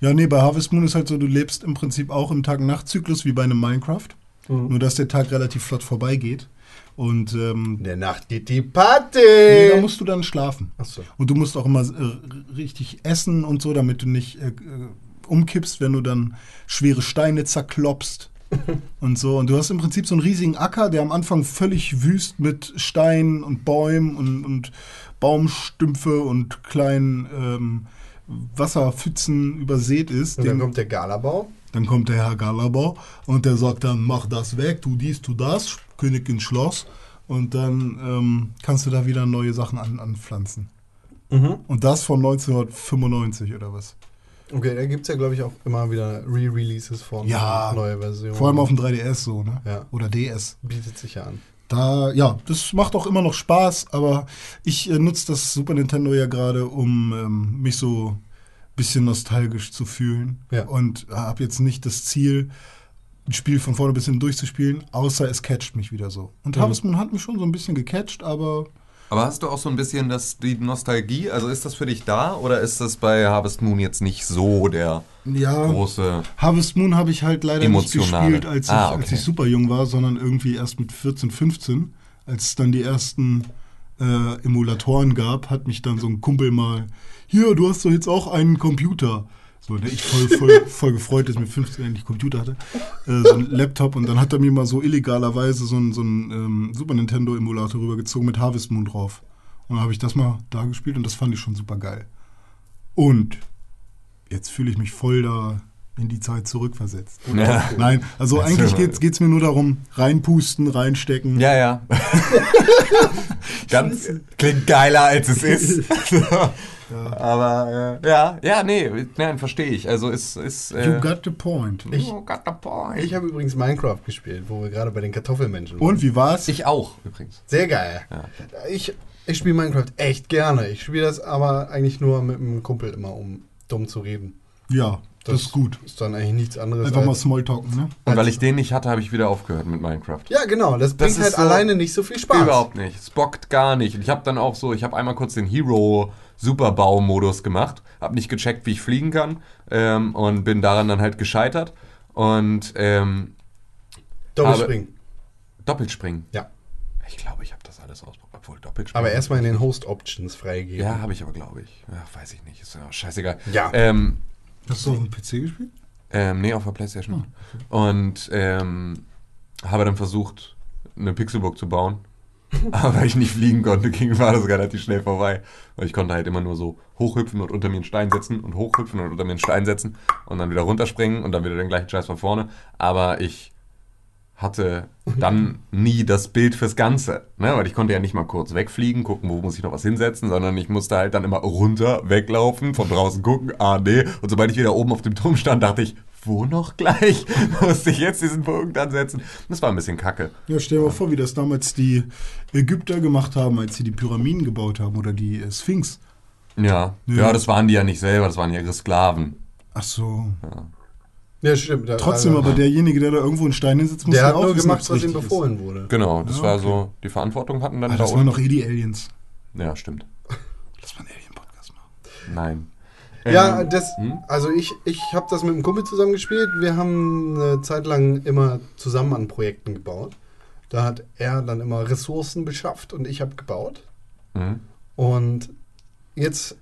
S4: Ja, nee, bei Harvest Moon ist halt so, du lebst im Prinzip auch im Tag-Nacht-Zyklus wie bei einem Minecraft. Nur, dass der Tag relativ flott vorbeigeht. Und ähm,
S3: In der Nacht geht die Party!
S4: nee, da musst du dann schlafen.
S3: Achso.
S4: Und du musst auch immer äh, richtig essen und so, damit du nicht äh, äh, umkippst, wenn du dann schwere Steine zerklopst und so. Und du hast im Prinzip so einen riesigen Acker, der am Anfang völlig wüst mit Steinen und Bäumen und, und Baumstümpfe und kleinen ähm, Wasserpfützen übersät ist.
S3: Und dann
S4: Den-
S3: kommt der Galabau.
S4: dann kommt der Herr Galabau und der sagt dann, mach das weg, tu dies, tu das, König ins Schloss. Und dann ähm, kannst du da wieder neue Sachen an, anpflanzen. Und das von 1995 oder was?
S3: Okay, da gibt es ja, glaube ich, auch immer wieder Re-Releases von
S4: Ja.
S3: neue Versionen.
S4: Vor allem auf dem 3DS so, ne?
S3: Ja.
S4: Oder DS.
S3: Bietet sich ja an.
S4: Da, ja, das macht auch immer noch Spaß, aber ich äh, nutze das Super Nintendo ja gerade, um ähm, mich so ein bisschen nostalgisch zu fühlen.
S3: Ja.
S4: Und habe jetzt nicht das Ziel, ein Spiel von vorne bis hin durchzuspielen, außer es catcht mich wieder so. Und
S3: Mhm.
S4: Harvest Moon hat mich schon so ein bisschen gecatcht, aber
S2: Aber hast du auch so ein bisschen das, die Nostalgie? Also ist das für dich da oder ist das bei Harvest Moon jetzt nicht so der
S4: ja.
S2: große.
S4: Harvest Moon habe ich halt leider
S2: Emotionale.
S4: nicht gespielt, als ich,
S2: Ah,
S4: als
S2: okay.
S4: ich super jung war, sondern irgendwie erst mit 14, 15, als es dann die ersten äh, Emulatoren gab, hat mich dann so ein Kumpel mal, hier, du hast doch jetzt auch einen Computer. So, ne, ich voll, voll, voll gefreut, dass ich mit 15 endlich Computer hatte, äh, so ein Laptop. Und dann hat er mir mal so illegalerweise so einen, so einen ähm, Super Nintendo-Emulator rübergezogen mit Harvest Moon drauf. Und dann habe ich das mal da gespielt und das fand ich schon super geil. Und jetzt fühle ich mich voll da in die Zeit zurückversetzt.
S2: Ja.
S4: Nein, also
S2: Erzähl
S4: eigentlich
S2: mal.
S4: geht es mir nur darum, reinpusten, reinstecken.
S2: Ja, ja. Ganz klingt geiler als es ist. Aber äh, ja, ja, nee, nein, verstehe ich. Also ist ist
S4: You
S2: äh,
S4: got the point.
S3: Ich-
S2: you got the point.
S3: Ich habe übrigens Minecraft gespielt, wo wir gerade bei den Kartoffelmenschen
S4: Und wie war's?
S2: Ich auch übrigens.
S3: Sehr geil.
S2: Ja.
S3: Ich, ich spiele Minecraft echt gerne. Ich spiele das aber eigentlich nur mit einem Kumpel immer, um dumm zu reden.
S4: ja, das,
S3: Das-
S4: ist gut.
S3: Ist dann eigentlich nichts anderes.
S4: Einfach mal
S3: als,
S4: Smalltalken, ne?
S2: Und weil ich den nicht hatte, habe ich wieder aufgehört mit Minecraft.
S3: ja, genau.
S2: Das
S3: Das bringt
S2: ist
S3: halt
S2: so-
S3: alleine nicht so viel Spaß.
S2: Überhaupt nicht. Es bockt gar nicht. Und ich habe dann auch so, ich habe einmal kurz den Hero Superbau-Modus gemacht, habe nicht gecheckt, wie ich fliegen kann ähm, und bin daran dann halt gescheitert. Und ähm,
S3: Doppel
S2: Aber-
S3: springen.
S2: Doppelspringen.
S3: Ja.
S2: Ich glaube, ich habe das alles ausprobiert. Obwohl Doppelspiel.
S3: Aber erstmal in den Host Options freigeben.
S2: Ja, habe ich aber, glaube ich. Ach, weiß ich nicht. Ist ja auch scheißegal.
S3: Ja.
S2: Ähm,
S4: Hast du auf dem PC gespielt?
S2: ähm, nee, auf der Playstation. Und ähm, habe dann versucht, eine Pixelburg zu bauen. aber weil ich nicht fliegen konnte, ging, war das relativ schnell vorbei. Weil ich konnte halt immer nur so hochhüpfen und unter mir einen Stein setzen und hochhüpfen und unter mir einen Stein setzen und dann wieder runterspringen und dann wieder den gleichen Scheiß von vorne. Aber ich hatte dann nie das Bild fürs Ganze. Ne? Weil ich konnte ja nicht mal kurz wegfliegen, gucken, wo muss ich noch was hinsetzen, sondern ich musste halt dann immer runter, weglaufen, von draußen gucken, ah nee. Und sobald ich wieder oben auf dem Turm stand, dachte ich, wo noch gleich? musste ich jetzt diesen Punkt ansetzen? Das war ein bisschen kacke.
S4: Ja, stell dir mal vor, wie das damals die Ägypter gemacht haben, als sie die Pyramiden gebaut haben oder die äh, Sphinx.
S2: Ja. ja,
S4: Ja.
S2: das waren die ja nicht selber, das waren ja ihre Sklaven.
S4: Ach so.
S3: ja stimmt. Da-
S4: Trotzdem aber derjenige, der da irgendwo einen Stein hinsetzt, muss
S3: Der
S4: ja
S3: hat
S4: auch
S3: nur
S4: wissen,
S3: gemacht,
S4: ob's
S3: was ihm
S4: richtig ist.
S3: befohlen wurde.
S2: Genau, das
S4: Ah,
S2: war
S4: okay.
S2: so, die Verantwortung hatten dann
S4: Ah,
S2: da
S4: das waren
S2: unten.
S4: noch eh die Aliens.
S2: Ja, stimmt.
S4: Lass mal einen Alien-Podcast machen.
S2: Nein.
S3: Ja,
S2: Ähm,
S3: das,
S2: hm?
S3: also ich, ich habe das mit einem Kumpel zusammen gespielt. Wir haben eine Zeit lang immer zusammen an Projekten gebaut. Da hat er dann immer Ressourcen beschafft und ich habe gebaut.
S2: Mhm.
S3: Und jetzt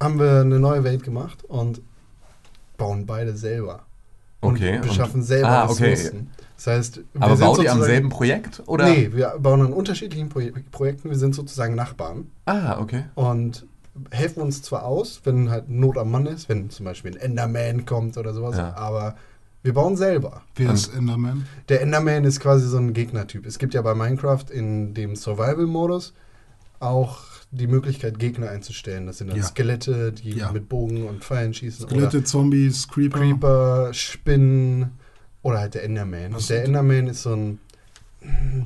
S3: haben wir eine neue Welt gemacht und bauen beide selber.
S2: Okay,
S3: Und
S2: und-
S3: beschaffen selber
S2: Ah, okay.
S3: Ressourcen. Das heißt, wir
S2: Aber
S3: sind
S2: baut ihr am
S3: sozusagen-
S2: selben Projekt? Oder?
S3: Nee, wir bauen an unterschiedlichen Proje Projekten. Wir sind sozusagen Nachbarn
S2: Ah, okay.
S3: und helfen uns zwar aus, wenn halt Not am Mann ist, wenn zum Beispiel ein Enderman kommt oder sowas,
S2: Ja.
S3: aber wir bauen selber.
S4: Wer ist Enderman?
S3: Der Enderman ist quasi so ein Gegnertyp. Es gibt ja bei Minecraft in dem Survival-Modus auch die Möglichkeit, Gegner einzustellen. Das sind dann
S4: Ja.
S3: Skelette, die
S4: Ja.
S3: mit Bogen und Pfeilen schießen.
S4: Skelette, Zombies, Creeper.
S3: oder Creeper, Spinnen oder halt der Enderman.
S4: Was
S3: Der
S4: sind-
S3: Enderman ist so ein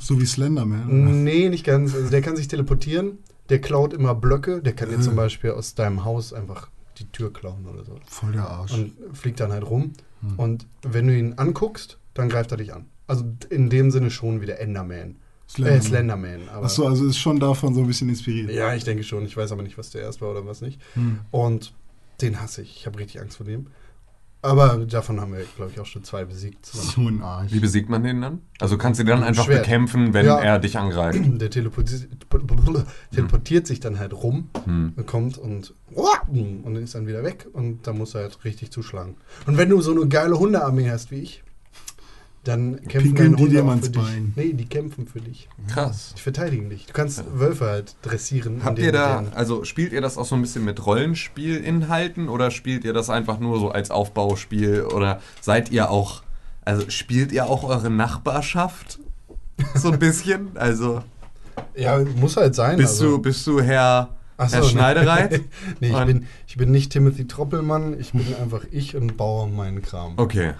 S4: So wie Slenderman.
S3: Nee, nicht ganz. Also der kann sich teleportieren, der klaut immer Blöcke, der kann dir
S4: Mhm.
S3: zum Beispiel aus deinem Haus einfach die Tür klauen oder so.
S4: Voll der Arsch.
S3: Und fliegt dann halt rum.
S4: Mhm.
S3: Und wenn du ihn anguckst, dann greift er dich an. Also in dem Sinne schon wieder Enderman. Äh, Slenderman. Aber
S4: Achso, also ist schon davon so ein bisschen inspiriert.
S3: Ja, ich denke schon. Ich weiß aber nicht, was der erst war oder was nicht.
S4: Hm.
S3: Und den hasse ich. Ich habe richtig Angst vor dem. Aber davon haben wir, glaube ich, auch schon zwei besiegt. zusammen.
S4: So ein Arsch.
S2: Wie besiegt man den dann? Also kannst du den dann einfach
S3: Schwert.
S2: bekämpfen, wenn
S3: Ja.
S2: er dich angreift.
S3: Der teleportiert, teleportiert sich dann halt rum
S2: Hm.
S3: kommt und und ist dann wieder weg und da muss er halt richtig zuschlagen. Und wenn du so eine geile Hundearmee hast wie ich, dann kämpfen
S4: Pinkeln
S3: deine
S4: die
S3: Hunde
S4: dir
S3: auch
S4: mal
S3: für
S4: ins
S3: dich.
S4: Bein.
S3: Nee, die kämpfen für dich.
S2: Krass.
S3: Die verteidigen dich. Du kannst Wölfe halt dressieren.
S2: Habt
S3: indem
S2: ihr
S3: du
S2: da,
S3: denen-
S2: also spielt ihr das auch so ein bisschen mit Rollenspielinhalten oder spielt ihr das einfach nur so als Aufbauspiel oder seid ihr auch, also spielt ihr auch eure Nachbarschaft so ein bisschen? Also
S3: Ja, muss halt sein.
S2: bist
S3: also.
S2: du, bist du Herr,
S3: Ach so,
S2: Herr
S3: ne.
S2: Schneidereit?
S3: nee, ich
S2: Und-
S3: bin, ich bin nicht Timothy Troppelmann, ich bin einfach ich und baue meinen Kram.
S2: Okay,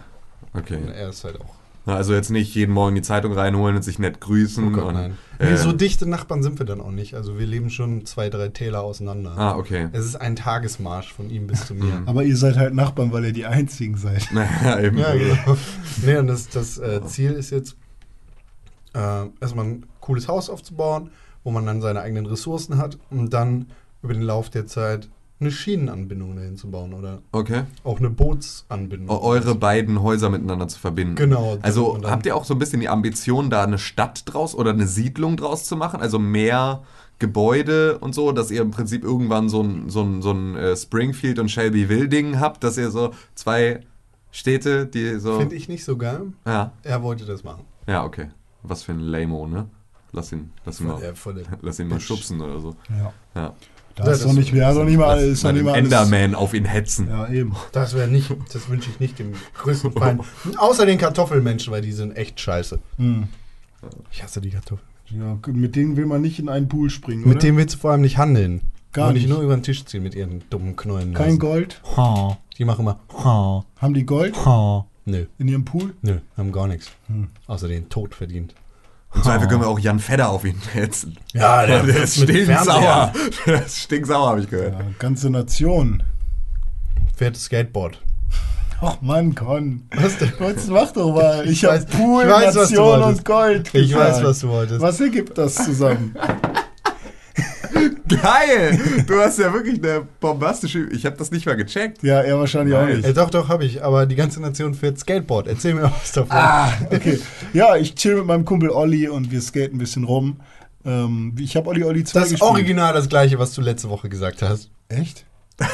S3: Und
S2: okay.
S3: er ist halt auch.
S2: Na, Also jetzt nicht jeden Morgen die Zeitung reinholen und sich nett grüßen.
S3: Oh Gott,
S2: und,
S3: nein.
S2: Äh,
S3: nee, so dichte Nachbarn sind wir dann auch nicht. Also wir leben schon zwei, drei Täler auseinander.
S2: ah, Hm. okay.
S3: Es ist ein Tagesmarsch von ihm bis zu mir.
S4: Aber ihr seid halt Nachbarn, weil ihr die Einzigen seid.
S2: Naja, eben.
S3: Ja, genau. Nee, und das, das äh, Ziel ist jetzt, äh, erstmal ein cooles Haus aufzubauen, wo man dann seine eigenen Ressourcen hat und dann über den Lauf der Zeit eine Schienenanbindung dahin zu bauen oder
S2: Okay.
S3: auch eine Bootsanbindung.
S2: Eu- Oh, Eure beiden Häuser miteinander zu verbinden.
S3: Genau.
S2: Also
S3: Und dann-
S2: habt ihr auch so ein bisschen die Ambition, da eine Stadt draus oder eine Siedlung draus zu machen? Also mehr Gebäude und so, dass ihr im Prinzip irgendwann so ein, so ein, so ein äh, Springfield und Shelby-Will-Ding habt, dass ihr so zwei Städte, die so.
S3: Finde ich nicht so geil.
S2: Ja,
S3: Er wollte das machen.
S2: ja, okay. Was für ein Lamo, ne? Lass ihn, lass ihn mal,
S3: Er volle.
S2: lass ihn mal schubsen oder so.
S4: Ja.
S2: Ja.
S4: Da
S3: Ja,
S4: ist
S3: das-
S4: doch nicht mehr, ist doch nicht mal, ist
S2: lass
S4: doch
S2: mal
S4: nicht
S2: den
S4: mal alles.
S2: Enderman auf ihn hetzen.
S4: Ja, eben.
S3: Das wäre nicht, das wünsche ich nicht dem größten Feind. Außer den Kartoffelmenschen, weil die sind echt scheiße.
S4: Hm.
S3: Ich hasse die Kartoffeln.
S4: Ja, mit denen will man nicht in einen Pool springen,
S3: Mit
S4: oder?
S3: dem willst du vor allem nicht handeln.
S4: Gar
S3: Wollte ich
S4: nicht.
S3: nur über den Tisch ziehen mit ihren dummen Knollen.
S4: Kein Gold?
S3: Ha. Die machen immer Ha.
S4: Haben die Gold
S3: Ha. Nö,
S4: in ihrem Pool?
S3: nö, haben gar nichts. Außer den Tod verdient.
S2: Im Zweifel können wir auch Jan Fedder auf ihn hetzen.
S3: Ja,
S2: Der, ist stinksauer. Der ist stinksauer, habe ich gehört.
S4: Ja, ganze Nation.
S3: Fährt Skateboard.
S4: Ach Mann, Con.
S3: Was denn?
S4: Jetzt mach doch mal. Ich,
S3: Ich
S4: hab
S3: weiß-
S4: Pool,
S3: ich weiß, was du
S4: Nation
S3: wolltest.
S4: und Gold.
S3: Ich
S4: gesagt.
S3: weiß, was du wolltest.
S4: Was ergibt das zusammen?
S2: Geil! Du hast ja wirklich eine bombastische. Üb- Ich habe das nicht mal gecheckt.
S4: Ja, er wahrscheinlich auch
S2: Nein.
S4: nicht.
S3: Äh, doch, doch, habe ich. Aber die ganze Nation fährt Skateboard. Erzähl mir was davon.
S4: Ah, okay. Ja, ich chill mit meinem Kumpel Olli und wir skaten ein bisschen rum. Ähm, ich habe Olli Olli 2
S3: Das ist
S4: gespielt.
S3: original das gleiche, was du letzte Woche gesagt hast.
S4: Echt?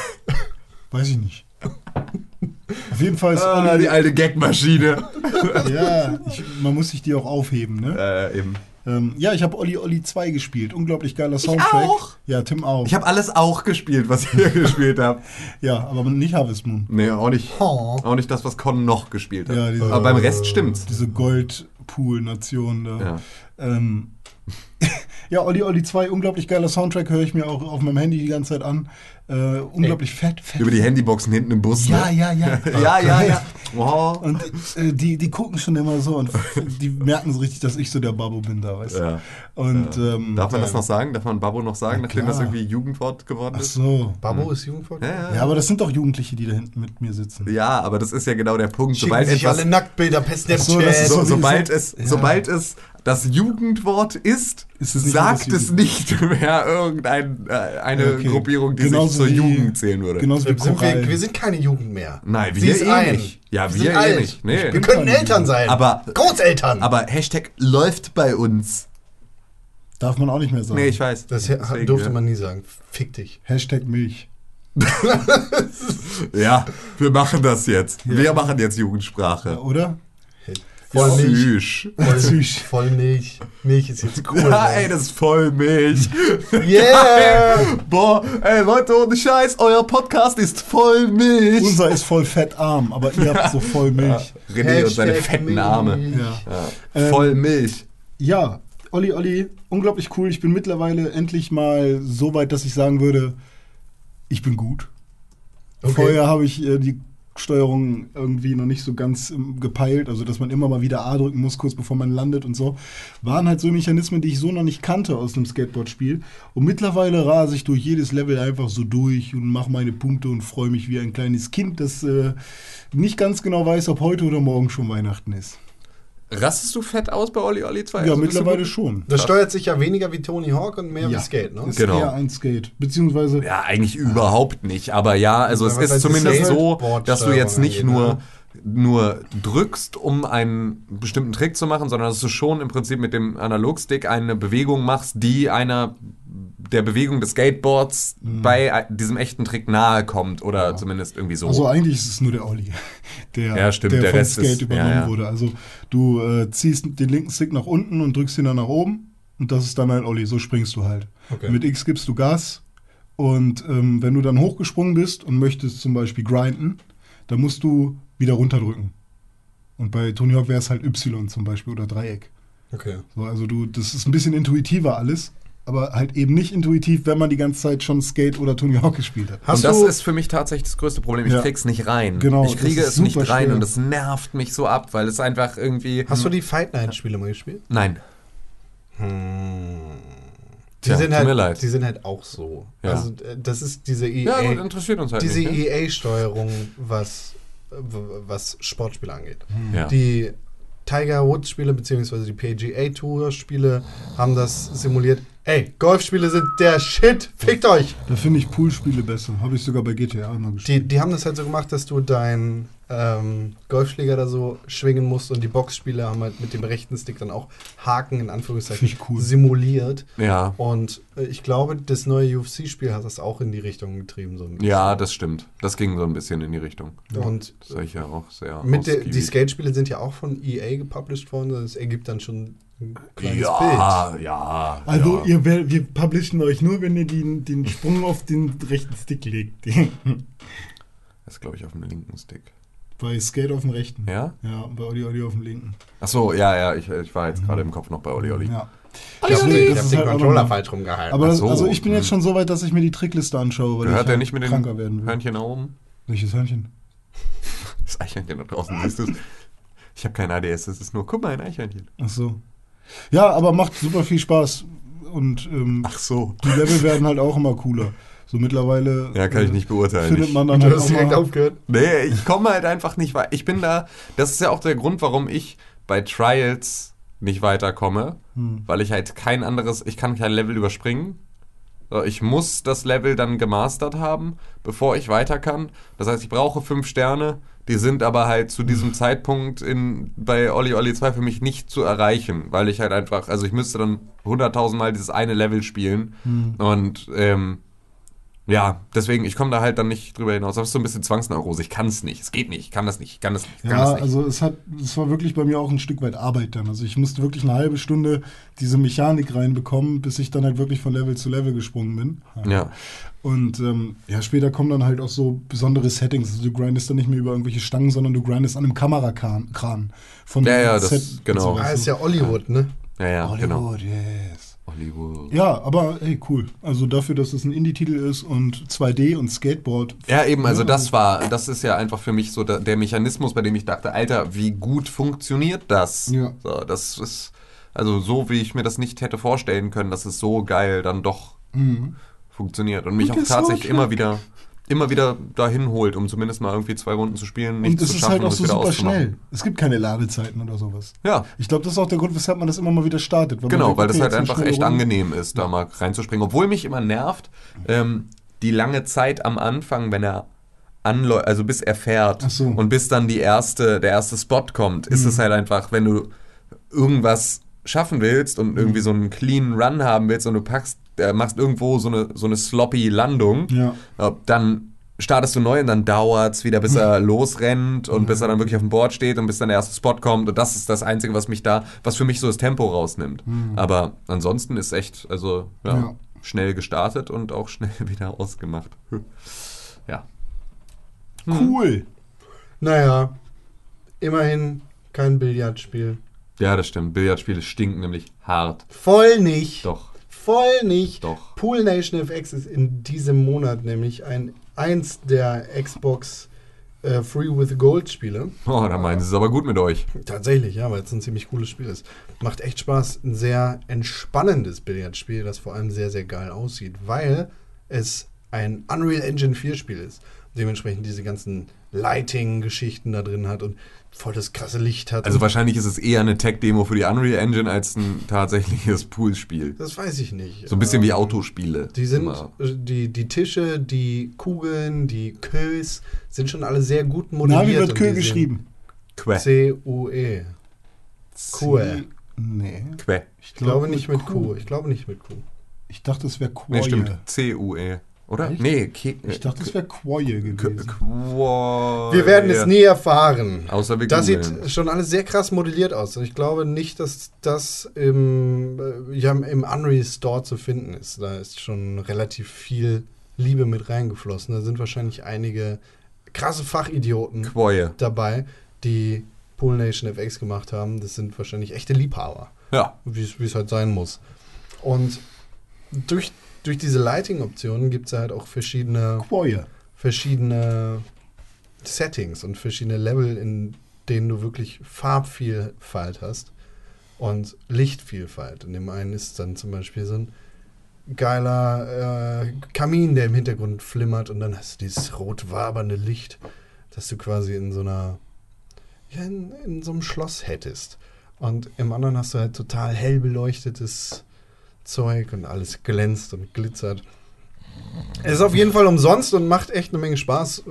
S4: Weiß ich nicht. Auf jeden Fall ist
S2: Ah,
S4: Olli,
S2: die alte Gagmaschine.
S4: ja, ich, man muss sich die auch aufheben, ne?
S2: äh, eben.
S4: Ähm, ja, ich habe Olli Olli 2 gespielt. Unglaublich geiler Soundtrack.
S2: auch.
S4: Ja, Tim auch.
S2: Ich habe alles auch gespielt, was ihr gespielt habt.
S4: ja, aber nicht Harvest Moon.
S2: Nee, auch nicht.
S3: Oh.
S2: Auch nicht das, was Con noch gespielt hat.
S4: Ja, diese-
S2: Aber beim Rest stimmt's.
S4: Diese Goldpool-Nation da.
S2: Ja.
S4: Ähm, ja, Olli Olli 2, unglaublich geiler Soundtrack, höre ich mir auch auf meinem Handy die ganze Zeit an. Äh, unglaublich fett, fett.
S2: Über die Handyboxen hinten im Bus.
S4: ja,
S2: ne?
S4: ja, ja.
S2: ja, ja, ja. Wow.
S4: Und äh, die, die gucken schon immer so und die merken so richtig, dass ich so der Babo bin da, weißt du?
S2: Ja.
S4: Und, ähm,
S2: Darf man
S4: ja.
S2: das noch sagen? Darf man Babbo noch sagen, nachdem das
S4: klar.
S2: irgendwie Jugendwort geworden
S4: Ach
S2: ist?
S4: so.
S3: Babbo ist Jugendwort?
S2: Ja,
S4: Ja,
S2: ja.
S4: aber das sind doch Jugendliche, die da hinten mit mir sitzen.
S2: ja, aber das ist ja genau der Punkt.
S3: Schicken
S2: Sobald
S3: sich
S2: etwas
S3: alle Nacktbilder per Snapchat.
S4: so, das ist
S2: so,
S4: wie-
S2: sobald,
S4: so-
S2: es,
S4: ja.
S2: sobald es das Jugendwort ist,
S4: Ist es nicht mehr das
S2: sagt es nicht mehr irgendeine äh, eine
S4: Okay.
S2: Gruppierung, die sich
S4: Genauso
S2: zur
S4: wie- genau
S2: Jugend zählen würde.
S4: Genauso wie
S3: wir, sind wir,
S4: Korallen.
S3: wir sind keine Jugend mehr.
S2: Nein,
S3: Sieh
S2: wir
S3: es
S2: eh
S3: ein.
S2: nicht. Ja,
S3: sind
S2: wir eh
S3: alt.
S2: nicht. Nee.
S3: Wir können Eltern sein.
S2: Aber-
S3: Großeltern.
S2: Aber Hashtag läuft bei uns.
S4: Darf man auch nicht mehr sagen.
S2: Nee, ich weiß.
S3: das
S2: Deswegen,
S3: durfte
S2: ja.
S3: man nie sagen. Fick dich.
S4: Hashtag Milch.
S2: Ja, wir machen das jetzt. Wir machen jetzt
S4: Ja,
S2: Jugendsprache.
S4: oder?
S3: Voll Milch.
S2: Süß.
S3: Voll,
S4: Süß.
S3: voll Milch. Milch ist jetzt cool.
S2: Ja,
S3: Mann.
S2: ey, das ist voll Milch.
S3: yeah!
S2: Boah, ey, Leute, ohne Scheiß, euer Podcast ist voll Milch.
S4: Unser ist voll fettarm, aber ihr habt so voll Milch.
S2: René und seine
S3: Hashtag
S2: fetten
S3: Milch.
S2: Arme.
S4: Ja.
S2: Ja.
S4: Ähm,
S2: voll Milch.
S4: Ja, Olli, Olli, unglaublich cool. Ich bin mittlerweile endlich mal so weit, dass ich sagen würde, ich bin gut.
S3: Okay.
S4: Vorher habe ich äh, die Steuerung irgendwie noch nicht so ganz ähm, gepeilt, also dass man immer mal wieder A drücken muss, kurz bevor man landet und so. Waren halt so Mechanismen, die ich so noch nicht kannte aus einem Skateboard-Spiel. Und mittlerweile rase ich durch jedes Level einfach so durch und mache meine Punkte und freue mich wie ein kleines Kind, das äh, nicht ganz genau weiß, ob heute oder morgen schon Weihnachten ist.
S2: Rastest du fett aus bei Olli Also Olli 2?
S4: Ja, mittlerweile schon.
S3: Das steuert sich ja weniger wie Tony Hawk und mehr
S4: Ja.
S3: wie Skate, ne?
S4: Ist
S2: Genau.
S4: eher ein Skate. Beziehungsweise,
S2: Ja, eigentlich überhaupt nicht. Aber ja, also es
S3: Aber das
S2: ist
S3: ist
S2: zumindest so,
S3: Skateboard-Steuerung
S2: dass du jetzt nicht
S3: angeht,
S2: nur,
S3: ne?
S2: nur drückst, um einen bestimmten Trick zu machen, sondern dass du schon im Prinzip mit dem Analogstick eine Bewegung machst, die einer der Bewegung des Skateboards
S4: Mhm.
S2: bei äh, diesem echten Trick nahe kommt oder zumindest irgendwie so.
S4: also eigentlich ist es nur der Olli, der,
S2: Ja, stimmt, der
S4: vom
S2: Rest
S4: Skate
S2: ist-
S4: übernommen
S2: ja, ja.
S4: wurde. Also du äh, ziehst den linken Stick nach unten und drückst ihn dann nach oben und das ist dann halt Olli, so springst du halt.
S3: Okay.
S4: Mit X gibst du Gas und ähm, wenn du dann hochgesprungen bist und möchtest zum Beispiel grinden, dann musst du wieder runterdrücken. Und bei Tony Hawk wäre es halt Y zum Beispiel oder Dreieck.
S3: Okay.
S4: So, also du, das ist ein bisschen intuitiver alles, aber halt eben nicht intuitiv, wenn man die ganze Zeit schon Skate oder Tony Hawk gespielt hat.
S3: Hast
S2: und das
S3: du-
S2: ist für mich tatsächlich das größte Problem. Ich
S4: Ja.
S2: krieg's nicht rein.
S4: Genau,
S2: ich kriege
S4: das
S2: es
S4: ist
S2: nicht
S4: super
S2: rein
S4: schwer.
S2: und es nervt mich so ab, weil es einfach irgendwie.
S3: Hast du die Fight Night Spiele mal gespielt?
S2: Nein.
S3: Die
S2: Hm. Tja,
S3: sind
S2: tut
S3: halt,
S2: mir leid.
S3: Die sind halt auch so.
S2: Ja.
S3: Also äh, das ist diese
S2: Ja,
S3: EA,
S2: gut, interessiert uns halt
S3: E diese
S2: nicht. ne?
S3: EA-Steuerung, was, w- was Sportspiele angeht.
S2: Mhm. Ja.
S3: E Die Tiger Woods Spiele beziehungsweise die PGA Tour Spiele haben das simuliert. Ey, Golfspiele sind der Shit. Fickt euch.
S4: Da finde ich Poolspiele besser. Habe ich sogar bei GTA immer gespielt.
S3: Die, die haben das halt so gemacht, dass du deinen ähm, Golfschläger da so schwingen musst und die Boxspiele haben halt mit dem rechten Stick dann auch Haken in Anführungszeichen
S4: Finde ich cool.
S3: simuliert.
S2: ja.
S3: Und äh, ich glaube, das neue UFC-Spiel hat das auch in die Richtung getrieben. So ein bisschen.
S2: Ja, das stimmt. Das ging so ein bisschen in die Richtung.
S3: Und
S2: Das sage ich ja auch sehr.
S3: mit der, die
S2: ausgiebig.
S3: Skate-Spiele sind ja auch von EA gepublished worden. Das ergibt dann schon ein kleines
S2: Ja, ja.
S4: Also
S2: ja.
S4: ihr wer- wir publishen euch nur, wenn ihr den, den Sprung auf den rechten Stick legt.
S2: Das ist, glaube ich, auf dem linken Stick.
S4: bei Skate auf dem rechten.
S2: Ja?
S4: Ja, und bei Olli Olli auf dem linken.
S2: Achso, ja, ja. Ich, ich war jetzt gerade im Kopf noch bei Oli Oli.
S4: Mhm. Ja.
S3: Bild.
S4: Das-
S3: ich
S4: das
S3: habe
S4: ist
S3: den
S4: halt auch
S3: Controller
S4: noch-
S3: falsch rumgehalten.
S4: Aber das,
S2: so.
S4: also ich bin jetzt
S2: Hm.
S4: schon so weit, dass ich mir die Trickliste anschaue, weil
S2: Gehört
S4: ich
S2: er
S4: halt
S2: nicht mit den
S4: kranker werden will.
S2: Hörnchen nach oben?
S4: Welches Hörnchen?
S2: Das Eichhörnchen da draußen, siehst du Ich habe kein ADS, das ist nur, guck mal, ein Eichhörnchen.
S4: Ach so. Ja, aber macht super viel Spaß und ähm,
S2: Ach so.
S4: die Level werden halt auch immer cooler. So mittlerweile
S2: Ja, kann ich
S4: äh,
S2: nicht beurteilen.
S4: findet
S2: Ich-
S4: man dann
S3: du
S4: halt
S3: hast
S4: auch
S3: direkt
S4: mal,
S3: aufgehört.
S2: Nee, ich komme halt einfach nicht weiter. Ich bin da. Das ist ja auch der Grund, warum ich bei Trials nicht weiterkomme,
S4: Hm,
S2: weil ich halt kein anderes. Ich kann kein Level überspringen. So, Ich muss das Level dann gemastert haben, bevor ich weiter kann. Das heißt, ich brauche fünf Sterne. Die sind aber halt zu
S4: Mhm.
S2: diesem Zeitpunkt in, bei Olli Olli 2 für mich nicht zu erreichen, weil ich halt einfach, also ich müsste dann 100.000 Mal dieses eine Level spielen
S4: Mhm. hm.
S2: und ähm, ja, deswegen, ich komme da halt dann nicht drüber hinaus. Das ist so ein bisschen Zwangsneurose. Ich kann es nicht. Es geht nicht. Ich kann das nicht. Ich kann das nicht. Ich kann
S4: Ja,
S2: das nicht.
S4: also es hat, es war wirklich bei mir auch ein Stück weit Arbeit dann. Also ich musste wirklich eine halbe Stunde diese Mechanik reinbekommen, bis ich dann halt wirklich von Level zu Level gesprungen bin.
S2: ja.
S4: Und ähm, ja, später kommen dann halt auch so besondere Settings. Also du grindest dann nicht mehr über irgendwelche Stangen, sondern du grindest an einem Kamerakran Kran von
S2: Ja, ja,
S4: dem
S2: das-
S4: Set-
S2: genau.
S3: Ah, ist ja Hollywood, ne?
S2: Ja, ja, genau.
S4: Hollywood, yes.
S2: Hollywood.
S4: Ja, aber hey, cool. Also dafür, dass es ein Indie-Titel ist und 2D und Skateboard.
S2: Ja, eben, also
S4: Ja.
S2: das war, das ist ja einfach für mich so da, der Mechanismus, bei dem ich dachte, Alter, wie gut funktioniert das?
S4: Ja.
S2: So, das ist, also so, wie ich mir das nicht hätte vorstellen können, dass es so geil dann doch
S4: Mhm.
S2: funktioniert und mich
S4: Und
S2: auch
S4: der
S2: tatsächlich
S4: Soundtrack.
S2: immer wieder, immer wieder dahin holt, um zumindest mal irgendwie zwei Runden zu spielen,
S4: Und
S2: nichts
S4: es
S2: zu
S4: ist
S2: schaffen
S4: halt
S2: und
S4: auch
S2: es
S4: so
S2: wieder
S4: super
S2: auszumachen.
S4: schnell. Es gibt keine Ladezeiten oder sowas.
S2: Ja.
S4: Ich glaube, das ist auch der Grund, weshalb man das immer mal wieder startet. man
S2: Genau,
S4: denkt,
S2: weil das
S4: okay,
S2: halt
S4: jetzt eine
S2: einfach
S4: schnelle
S2: echt
S4: Runde.
S2: angenehm ist, da mal reinzuspringen. Obwohl mich immer nervt, ähm, die lange Zeit am Anfang, wenn er anläuft, also bis er fährt
S4: Ach so. Mhm.
S2: und bis dann die erste, der erste Spot kommt, ist es halt einfach, wenn du irgendwas schaffen willst und
S4: Mhm.
S2: irgendwie so einen clean Run haben willst und du packst, äh, machst irgendwo so eine, so eine sloppy Landung,
S4: Ja.
S2: äh, dann startest du neu und dann dauert es wieder, bis er losrennt und bis er dann wirklich auf dem Board steht und bis dann der erste Spot kommt. Und das ist das Einzige, was mich da, was für mich so das Tempo rausnimmt.
S3: Hm.
S2: Aber ansonsten ist echt, also ja,
S4: Ja.
S2: schnell gestartet und auch schnell wieder ausgemacht. Ja.
S3: Hm.
S4: Cool.
S3: Naja, immerhin kein Billardspiel.
S2: Ja, das stimmt. Billardspiele stinken nämlich hart.
S3: Voll nicht.
S2: Doch.
S3: Voll nicht.
S2: Doch.
S3: Pool Nation FX ist in diesem Monat nämlich ein, eins der Xbox äh, Free with Gold Spiele.
S2: Oh, da meinen sie es aber gut mit euch.
S3: Tatsächlich, ja, weil es ein ziemlich cooles Spiel ist. Macht echt Spaß. Ein sehr entspannendes Billardspiel, das vor allem sehr, sehr geil aussieht, weil es ein Unreal Engine 4 Spiel ist. Dementsprechend diese ganzen Lighting-Geschichten da drin hat und voll das krasse Licht hat.
S2: Also
S3: Und
S2: wahrscheinlich ist es eher eine Tech-Demo für die Unreal Engine als ein tatsächliches Poolspiel.
S3: das weiß ich nicht.
S2: So ein bisschen wie
S3: Ähm,
S2: Autospiele.
S3: Die sind,
S2: Immer.
S3: äh, die, die Tische, die Kugeln, die Kös sind schon alle sehr gut modelliert.
S4: Na, wie wird
S3: und
S4: Kö
S3: die
S4: geschrieben?
S2: Quä.
S3: sind C-U-E. Cool.
S4: Nee.
S2: Quä.
S4: Ich
S3: Ich glaube nicht mit Q. Ich glaube nicht mit Q.
S4: Ich dachte, es wäre Quoie.
S2: Nee,
S3: Oh
S2: stimmt. C-U-E. Oder?
S4: Echt?
S2: Nee, Ke
S4: Ich dachte, es wäre Quoie gewesen.
S2: Oh,
S3: Wir werden es nie erfahren.
S2: Außer wir
S3: Das
S2: googeln.
S3: sieht schon alles sehr krass modelliert aus. Und ich glaube nicht, dass das im, äh, ja, im Unreal Store zu finden ist. Da ist schon relativ viel Liebe mit reingeflossen. Da sind wahrscheinlich einige krasse Fachidioten
S2: Quoie.
S3: dabei, die Pool Nation FX gemacht haben. Das sind wahrscheinlich echte Liebhaber,
S2: Ja.
S3: wie es wie es halt sein muss. Und durch, durch diese Lighting-Optionen gibt es halt auch verschiedene
S4: Quoie.
S3: verschiedene Settings und verschiedene Level, in denen du wirklich Farbvielfalt hast und Lichtvielfalt. In dem einen ist dann zum Beispiel so ein geiler äh, Kamin, der im Hintergrund flimmert und dann hast du dieses rot wabernde Licht, das du quasi in so einer ja, in, in so einem Schloss hättest. Und im anderen hast du halt total hell beleuchtetes Zeug und alles glänzt und glitzert. Es ist auf jeden Fall umsonst und macht echt eine Menge Spaß.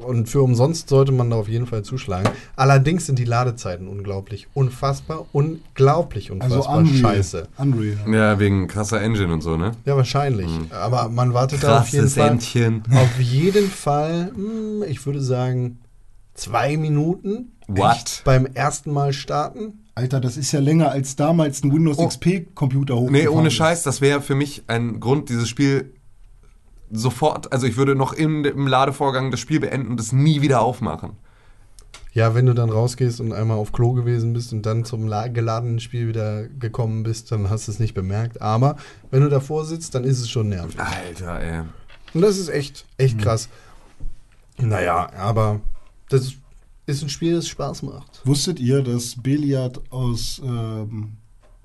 S3: Und für umsonst sollte man da auf jeden Fall zuschlagen. Allerdings sind die Ladezeiten unglaublich unfassbar, unglaublich
S4: Also
S3: unfassbar
S4: Unreal.
S3: scheiße.
S4: Unreal.
S2: Ja, wegen krasser Engine und so, ne?
S3: Ja, wahrscheinlich. Aber man wartet da auf jeden
S2: Krasses
S3: Fall.
S2: Entchen.
S3: Auf jeden Fall, hm, ich würde sagen, zwei Minuten.
S2: What?
S3: Echt Beim ersten Mal starten.
S4: Alter, das ist ja länger als damals ein Windows
S2: Oh.
S4: XP-Computer hoch.
S2: Nee, ohne Scheiß, das wäre für mich ein Grund, dieses Spiel sofort, also ich würde noch in, im Ladevorgang das Spiel beenden und es nie wieder aufmachen.
S3: Ja, wenn du dann rausgehst und einmal auf Klo gewesen bist und dann zum la- geladenen Spiel wieder gekommen bist, dann hast du es nicht bemerkt. Aber wenn du davor sitzt, dann ist es schon nervig.
S2: Alter, ey.
S3: Und das ist echt,
S2: Mhm.
S3: echt krass. Naja, aber das ist ein Spiel, das Spaß macht.
S4: Wusstet ihr, dass Billiard aus ähm,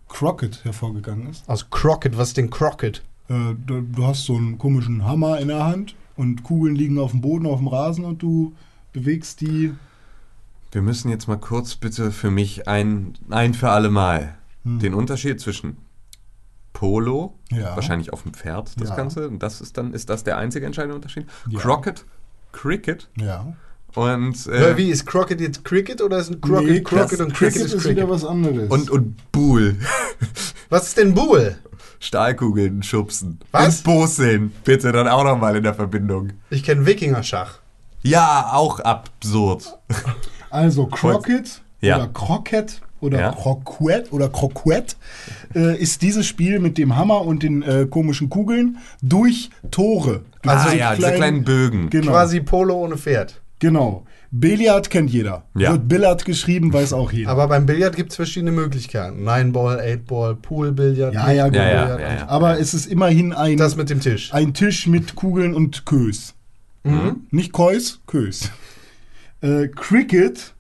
S4: Crockett hervorgegangen ist?
S3: Aus Crockett, was ist denn Crockett?
S4: Äh, du, du hast so einen komischen Hammer in der Hand und Kugeln liegen auf dem Boden, auf dem Rasen und du bewegst die.
S2: Wir müssen jetzt mal kurz bitte für mich ein, ein für alle Mal den Unterschied zwischen Polo,
S4: Hm. Ja.
S2: wahrscheinlich auf dem Pferd, das
S4: Ja.
S2: Ganze, und das ist dann, ist das der einzige entscheidende Unterschied?
S4: Ja.
S2: Crockett, Cricket
S4: Ja.
S2: Und,
S3: Weil
S2: äh,
S3: Wie ist Crockett jetzt Cricket oder ist ein Crockett
S4: Nee,
S3: Crockett
S2: das-
S3: und
S4: Cricket
S3: Cricket
S4: ist,
S3: ist Cricket?
S4: wieder was anderes.
S2: und, und Buhl.
S3: Was ist denn Buhl?
S2: Stahlkugeln schubsen.
S3: Was?
S2: Und Boseln. Bitte dann auch nochmal in der Verbindung.
S3: Ich kenne Wikinger-Schach.
S2: Ja, auch absurd.
S4: also Crockett
S2: Ja.
S4: oder Crockett oder
S2: Ja.
S4: Croquet oder Croquet äh, ist dieses Spiel mit dem Hammer und den äh, komischen Kugeln durch Tore. Durch
S2: Also ah,
S4: diese
S2: ja, diese kleinen Bögen.
S4: Genau.
S3: Quasi Polo ohne Pferd.
S4: Genau. Billard kennt jeder.
S2: Ja.
S4: Wird Billard geschrieben, weiß auch jeder.
S3: Aber beim Billard gibt es verschiedene Möglichkeiten. Nine-Ball, Eight-Ball, Pool-Billard.
S4: ja, ja, gut.
S2: Ja, ja,
S3: Billard
S2: ja,
S3: und-
S2: ja.
S4: Aber es ist immerhin ein,
S3: Das mit dem Tisch.
S4: ein Tisch mit Kugeln und Kös. Nicht Kois, Kös. Äh, Cricket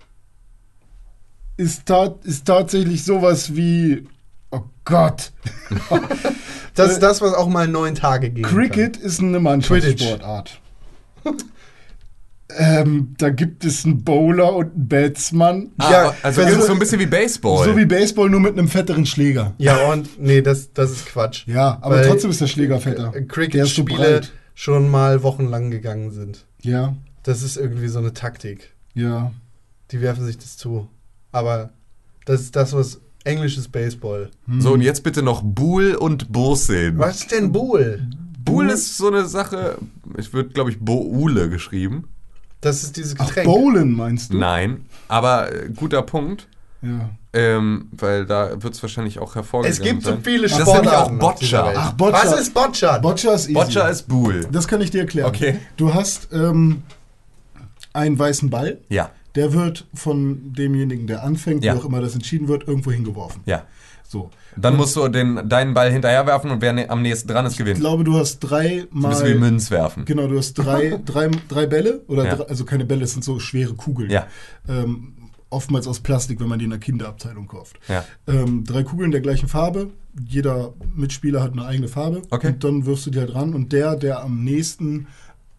S4: ist, ta ist tatsächlich sowas wie. Oh Gott.
S3: Das ist das, was auch mal neun Tage ging.
S4: Also, Cricket ist eine Mannschaftssportart. ähm, da gibt es einen Bowler und einen Batsman.
S2: Ah,
S3: Ja,
S2: also
S3: versuch-
S2: so ein bisschen wie Baseball.
S4: So wie Baseball, nur mit einem fetteren Schläger.
S3: Ja, und nee, das, das ist Quatsch.
S4: Ja, aber
S3: Weil äh,
S4: trotzdem ist der Schläger fetter. der ist so
S3: Cricket-Spiele
S4: breit.
S3: schon mal wochenlang gegangen sind.
S4: Ja,
S3: Das ist irgendwie so eine Taktik.
S4: ja.
S3: Die werfen sich das zu. Aber das ist das, was englisches Baseball.
S2: so,
S4: Hm.
S2: und jetzt bitte noch Buhl und Boseln.
S3: Was ist denn Buhl?
S2: Buhl ist so eine Sache, ich würde, glaube ich, Boule geschrieben.
S3: Das ist dieses
S4: Ach,
S3: Getränk.
S4: Bowlen meinst du?
S2: Nein, aber äh, guter Punkt,
S4: Ja.
S2: ähm, weil da wird es wahrscheinlich auch hervorgegangen
S3: es gibt so
S2: sein.
S3: viele
S2: Das ist nämlich auch
S3: Sportarten. auf dieser Welt.
S2: Boccia. Ah,
S4: Ach, Boccia.
S3: Was ist Boccia?
S4: Boccia ist easy.
S2: Boccia ist Buhl.
S4: Das kann ich dir erklären.
S2: Okay.
S4: Du hast ähm, einen weißen Ball,
S2: Ja,
S4: der wird von demjenigen, der anfängt,
S2: Ja.
S4: wie auch immer das entschieden wird, irgendwo hingeworfen.
S2: ja.
S4: So.
S2: Dann musst du den, deinen Ball hinterherwerfen und wer ne, am nächsten dran ist,
S4: Ich
S2: gewinnt.
S4: glaube, du hast drei
S2: Ein
S4: mal.
S2: bisschen wie Münz werfen.
S4: Genau, du hast drei, drei, drei Bälle, oder
S2: Ja.
S4: drei, also keine Bälle, das sind so schwere Kugeln.
S2: Ja.
S4: Ähm, oftmals aus Plastik, wenn man die in der Kinderabteilung kauft.
S2: Ja.
S4: Ähm, drei Kugeln der gleichen Farbe, jeder Mitspieler hat eine eigene Farbe
S2: Okay.
S4: und dann wirfst du die halt ran und der, der am nächsten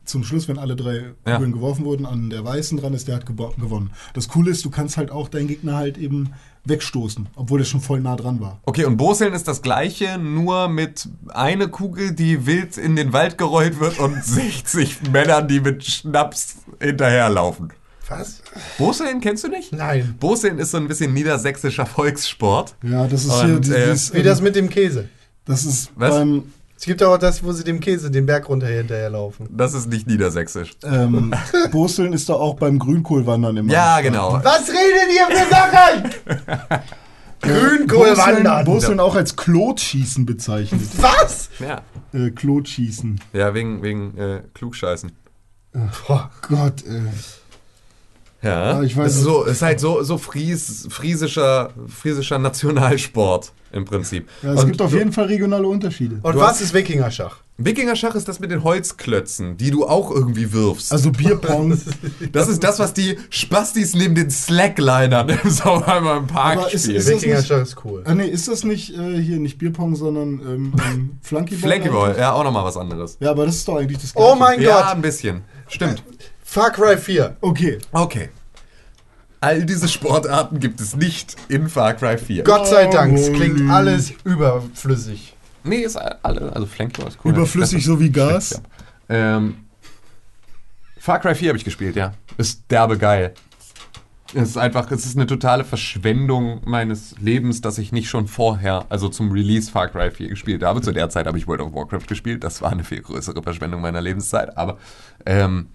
S4: zum Schluss, wenn alle drei
S2: Ja.
S4: Kugeln geworfen wurden, an der weißen dran ist, der hat gebo- gewonnen. Das Coole ist, du kannst halt auch deinen Gegner halt eben wegstoßen, obwohl er schon voll nah dran war.
S2: Okay, und Boseln ist das gleiche, nur mit einer Kugel, die wild in den Wald gerollt wird und 60 Männern, die mit Schnaps hinterherlaufen.
S3: Was?
S2: Boseln kennst du nicht?
S3: Nein.
S2: Boseln ist so ein bisschen niedersächsischer Volkssport.
S4: Ja, das ist
S2: Und,
S4: hier
S2: äh,
S4: dieses,
S3: Wie das mit dem Käse.
S4: das ist
S2: Was?
S4: beim
S3: Es gibt auch das, wo sie dem Käse den Berg runter hinterherlaufen.
S2: Das ist nicht niedersächsisch.
S4: Ähm, Boseln ist da auch beim Grünkohlwandern immer.
S2: Ja, genau.
S3: Was redet ihr für Sachen?
S4: Grünkohlwandern.
S3: Grünkohlwandern.
S4: Boseln auch als Klotschießen bezeichnet.
S3: Was?
S2: Ja,
S4: äh, Klotschießen.
S2: ja wegen, wegen äh, Klugscheißen.
S4: Oh Gott, ey.
S2: Ja,
S4: Ah, ich weiß
S2: das ist,
S4: nicht.
S2: so, ist halt so, so Fries, friesischer, friesischer Nationalsport im Prinzip.
S4: Ja, es
S2: Und
S4: gibt auf jeden Fall regionale Unterschiede.
S3: Und
S2: Du
S3: was
S2: hast-
S3: ist Wikingerschach?
S2: Wikingerschach ist das mit den Holzklötzen, die du auch irgendwie wirfst.
S4: Also Bierpong.
S2: Das ist das, was die Spastis neben den Slacklinern im Sommer immer im Park
S4: Aber es-
S2: spielen.
S4: es- das
S3: Wikingerschach ist cool.
S4: ah, nee, ist das nicht äh, hier nicht Bierpong, sondern ähm, ähm, Flankyball?
S2: Flankyball, ja, auch nochmal was anderes.
S4: Ja, aber das ist doch eigentlich das
S3: Oh mein
S2: ja,
S3: Gott.
S2: ein bisschen. Stimmt.
S3: Far Cry 4.
S4: Okay.
S2: Okay. All diese Sportarten gibt es nicht in Far Cry 4.
S3: Gott sei Dank, es
S4: Oh,
S3: klingt
S4: Mann.
S3: alles überflüssig.
S2: Nee, ist alle, also Flankyball ist cool.
S4: Überflüssig so wie Gas.
S2: Ähm, Far Cry 4 habe ich gespielt, ja. Ist derbe geil. Es ist einfach, es ist eine totale Verschwendung meines Lebens, dass ich nicht schon vorher, also zum Release Far Cry 4 gespielt habe. Zu der Zeit habe ich World of Warcraft gespielt. Das war eine viel größere Verschwendung meiner Lebenszeit. Aber ähm,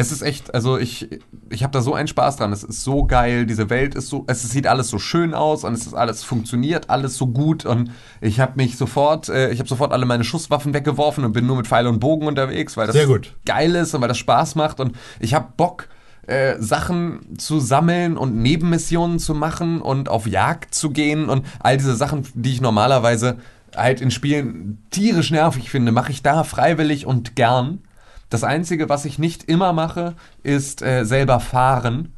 S2: es ist echt, also ich, ich habe da so einen Spaß dran. Es ist so geil, diese Welt ist so, es sieht alles so schön aus und es ist alles funktioniert, alles so gut und ich habe mich sofort, äh, ich habe sofort alle meine Schusswaffen weggeworfen und bin nur mit Pfeil und Bogen unterwegs, weil das
S3: Sehr gut.
S2: geil ist und weil das Spaß macht und ich habe Bock. äh, Sachen zu sammeln und Nebenmissionen zu machen und auf Jagd zu gehen und all diese Sachen, die ich normalerweise halt in Spielen tierisch nervig finde, mache ich da freiwillig und gern. Das Einzige, was ich nicht immer mache, ist äh, selber fahren,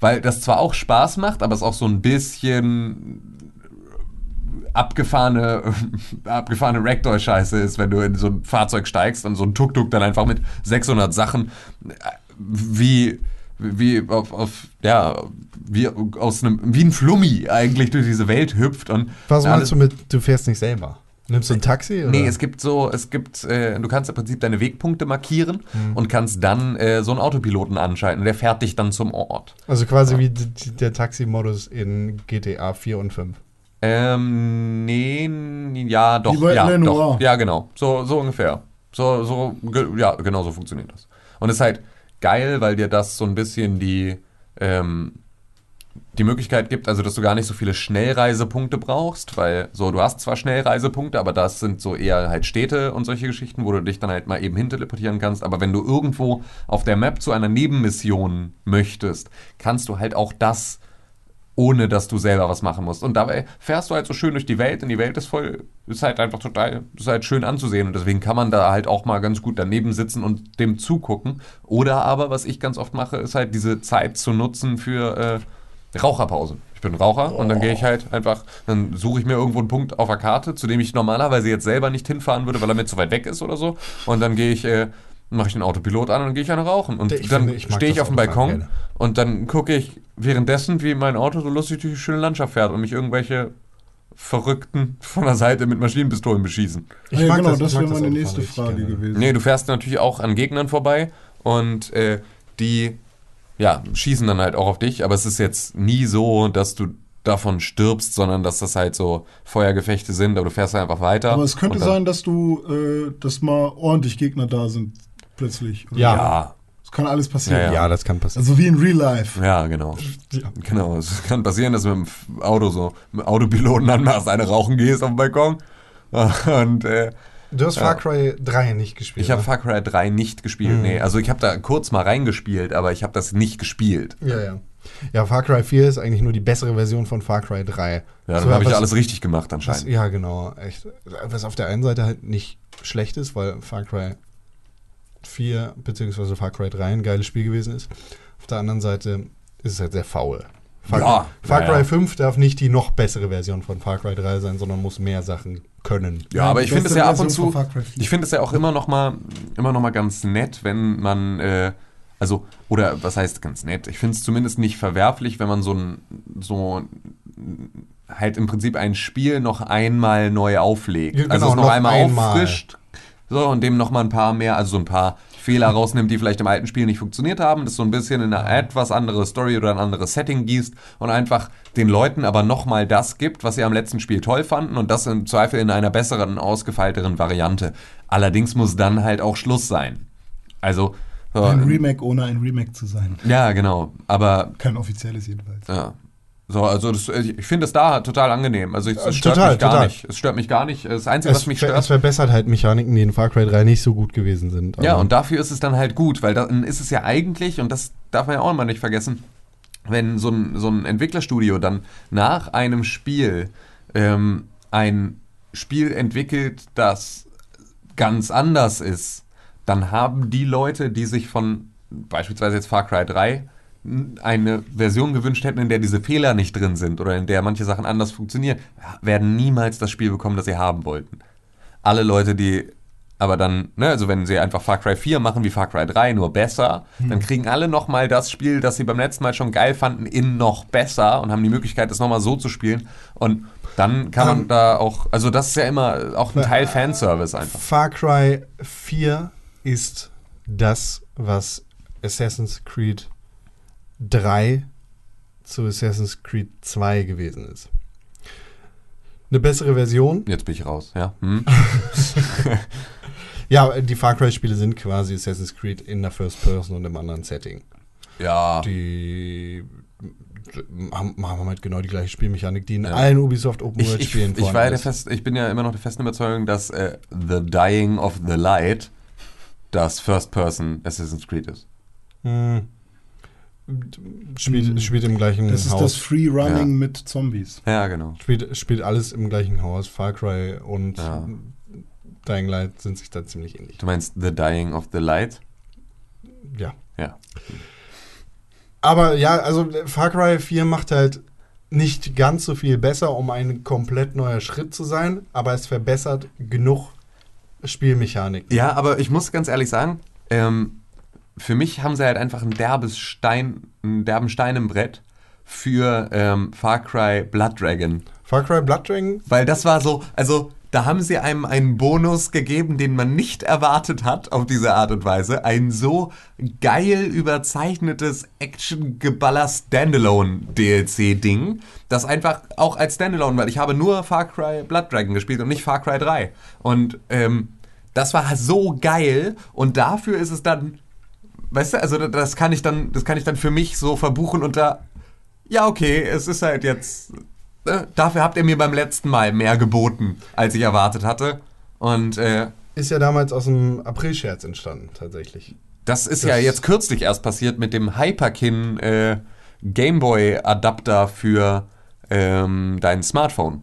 S2: weil das zwar auch Spaß macht, aber es auch so ein bisschen abgefahrene, abgefahrene Ragdoll-Scheiße ist, wenn du in so ein Fahrzeug steigst und so ein Tuk-Tuk dann einfach mit 600 Sachen äh, wie wie auf, auf ja wie aus einem wie ein Flummi eigentlich durch diese Welt hüpft und
S3: Was
S2: alles-
S3: meinst du mit, du fährst nicht selber? Nimmst du ein Taxi? Oder?
S2: Nee, es gibt so, es gibt, äh, du kannst im Prinzip deine Wegpunkte markieren und kannst dann äh, so einen Autopiloten anschalten. Der fährt dich dann zum Ort.
S3: also quasi wie d- d- der Taxi-Modus in GTA 4 und 5.
S2: Ähm, nee, n- ja, doch,
S4: Wie bei
S2: ja,
S4: L.A. Noire.
S2: doch. Ja, genau. So, so ungefähr. So, so, ge ja, genau so funktioniert das. Und ist halt geil, weil dir das so ein bisschen die, ähm, die Möglichkeit gibt, also dass du gar nicht so viele Schnellreisepunkte brauchst, weil so, du hast zwar Schnellreisepunkte, aber das sind so eher halt Städte und solche Geschichten, wo du dich dann halt mal eben hin teleportieren kannst. Aber wenn du irgendwo auf der Map zu einer Nebenmission möchtest, kannst du halt auch das ohne dass du selber was machen musst. Und dabei fährst du halt so schön durch die Welt und die Welt ist voll, ist halt einfach total, ist halt schön anzusehen und deswegen kann man da halt auch mal ganz gut daneben sitzen und dem zugucken. Oder aber, was ich ganz oft mache, ist halt diese Zeit zu nutzen für äh, Raucherpausen. Ich bin Raucher und dann gehe ich halt einfach, dann suche ich mir irgendwo einen Punkt auf der Karte, zu dem ich normalerweise jetzt selber nicht hinfahren würde, weil er mir zu weit weg ist oder so. Und dann gehe ich, äh, mache ich den Autopilot an und gehe ich eine rauchen. Und
S3: Ich
S2: dann
S3: finde, ich mag
S2: stehe ich
S3: das
S2: auf dem
S3: Autofahren
S2: Balkon
S3: gerne.
S2: und dann gucke ich währenddessen, wie mein Auto so lustig durch die schöne Landschaft fährt und mich irgendwelche Verrückten von der Seite mit Maschinenpistolen beschießen.
S3: Ich
S4: ja,
S3: mag
S4: genau,
S3: das- ich
S4: das
S3: mag
S4: wäre
S3: das
S4: meine
S3: Autofahren
S4: nächste
S3: richtig
S4: Frage
S3: gerne.
S4: gewesen.
S2: Nee, du fährst natürlich auch an Gegnern vorbei und äh, die ja, schießen dann halt auch auf dich, aber es ist jetzt nie so, dass du davon stirbst, sondern dass das halt so Feuergefechte sind, aber du fährst halt einfach weiter.
S4: Aber es könnte
S2: und dann-
S4: sein, dass du, äh, dass mal ordentlich Gegner da sind, plötzlich. Oder?
S3: Ja.
S2: Ja,
S4: Es kann alles passieren.
S2: Ja.
S3: das kann passieren.
S4: Also wie in Real Life.
S2: ja, genau.
S3: Ja.
S2: Genau, es kann passieren, dass du mit dem Auto so, mit dem Autopiloten anmachst, eine rauchen gehst auf dem Balkon. Und äh,
S3: Du hast Far Cry 3 nicht gespielt.
S2: ich habe
S3: ne?
S2: Far Cry 3 nicht gespielt. Nee, also ich habe da kurz mal reingespielt, aber ich habe das nicht gespielt.
S3: Ja, ja. Ja, Far Cry 4 ist eigentlich nur die bessere Version von Far Cry 3.
S2: Ja, dann
S3: So,
S2: habe ich
S3: was-
S2: alles richtig gemacht
S3: was,
S2: anscheinend.
S3: Ja, genau. Echt. Was auf der einen Seite halt nicht schlecht ist, weil Far Cry 4 bzw. Far Cry 3 ein geiles Spiel gewesen ist. Auf der anderen Seite ist es halt sehr faul. Far,
S2: Ja,
S3: Far
S2: ja,
S3: Cry
S2: ja.
S3: 5 darf nicht die noch bessere Version von Far Cry 3 sein, sondern muss mehr Sachen können.
S2: Ja, aber ich
S4: die
S2: finde es
S4: beste
S2: ja ab und
S4: Version
S2: zu,
S4: von Far Cry 4.
S2: ich finde es ja auch immer noch mal, immer noch mal ganz nett, wenn man, äh, also oder was heißt ganz nett? Ich finde es zumindest nicht verwerflich, wenn man so ein, so halt im Prinzip ein Spiel noch einmal neu auflegt,
S3: Ja, genau,
S2: also es noch,
S3: noch
S2: einmal,
S3: einmal.
S2: auffrischt. So, und dem noch mal ein paar mehr, also so ein paar Fehler rausnimmt, die vielleicht im alten Spiel nicht funktioniert haben, das so ein bisschen in eine etwas andere Story oder ein anderes Setting gießt und einfach den Leuten aber nochmal das gibt, was sie am letzten Spiel toll fanden und das im Zweifel in einer besseren, ausgefeilteren Variante. Allerdings muss dann halt auch Schluss sein. Also, so,
S4: Ein Remake ohne ein Remake zu sein.
S2: ja, genau. Aber,
S4: Kein offizielles jedenfalls.
S2: ja. So, also das, ich finde es da total angenehm. Also es, es stört
S3: total,
S2: mich gar
S3: total.
S2: nicht. Es stört mich gar nicht. Das Einzige,
S3: Es,
S2: was mich
S3: ver-
S2: stört,
S3: es verbessert halt Mechaniken, die in Far Cry 3 nicht so gut gewesen sind.
S2: Ja,
S3: Aber-
S2: und dafür ist es dann halt gut, weil dann ist es ja eigentlich, und das darf man ja auch immer nicht vergessen, wenn so ein, so ein Entwicklerstudio dann nach einem Spiel ähm, ein Spiel entwickelt, das ganz anders ist, dann haben die Leute, die sich von beispielsweise jetzt Far Cry 3 eine Version gewünscht hätten, in der diese Fehler nicht drin sind oder in der manche Sachen anders funktionieren, werden niemals das Spiel bekommen, das sie haben wollten. Alle Leute, die aber dann, ne, also wenn sie einfach Far Cry 4 machen wie Far Cry 3, nur besser,
S3: Hm.
S2: dann kriegen alle nochmal das Spiel, das sie beim letzten Mal schon geil fanden, in noch besser und haben die Möglichkeit, das nochmal so zu spielen. Und dann kann
S3: Ähm.
S2: man da auch, also das ist ja immer auch ein Teil Fanservice einfach.
S3: Far Cry 4 ist das, was Assassin's Creed 3 zu Assassin's Creed 2 gewesen ist. Eine bessere Version.
S2: Jetzt bin ich raus, ja. Hm?
S3: Ja, die Far Cry-Spiele sind quasi Assassin's Creed in der First Person und im anderen Setting.
S2: Ja.
S3: Die haben, haben halt genau die gleiche Spielmechanik, die in
S2: Ja.
S3: allen Ubisoft Open
S2: Ich,
S3: World
S2: ich,
S3: Spielen
S2: ich, war ja der fest, ich bin ja immer noch der festen Überzeugung, dass äh, The Dying of the Light das First Person Assassin's Creed ist.
S3: Hm. Spielt, spielt im gleichen
S4: Hm. Das ist
S3: Haus.
S4: das Free Running
S2: Ja.
S4: mit Zombies.
S2: Ja, genau.
S3: Spielt, spielt alles im gleichen Haus. Far Cry und
S2: Ja.
S3: Dying Light sind sich da ziemlich ähnlich.
S2: Du meinst The Dying of the Light?
S3: Ja.
S2: Ja.
S3: Aber ja, also Far Cry 4 macht halt nicht ganz so viel besser, um ein komplett neuer Schritt zu sein, aber es verbessert genug Spielmechanik.
S2: Ja, aber ich muss ganz ehrlich sagen, ähm, für mich haben sie halt einfach einen, derbes Stein, einen derben Stein im Brett für ähm, Far Cry Blood Dragon.
S3: Far Cry Blood Dragon
S2: Weil das war so, also Da haben sie einem einen Bonus gegeben, den man nicht erwartet hat auf diese Art und Weise. Ein so geil überzeichnetes Action-Geballer Standalone-DLC-Ding. Das einfach auch als Standalone, weil ich habe nur Far Cry Blood Dragon gespielt und nicht Far Cry 3. Und ähm, das war so geil und dafür ist es dann, weißt du, also das kann ich dann, das kann ich dann für mich so verbuchen unter, ja okay, es ist halt jetzt, äh, dafür habt ihr mir beim letzten Mal mehr geboten, als ich erwartet hatte und äh,
S3: Ist ja damals aus einem April-Scherz entstanden, tatsächlich.
S2: das ist ja
S3: Das-
S2: jetzt kürzlich erst passiert mit dem Hyperkin äh, Gameboy Adapter für ähm, dein Smartphone.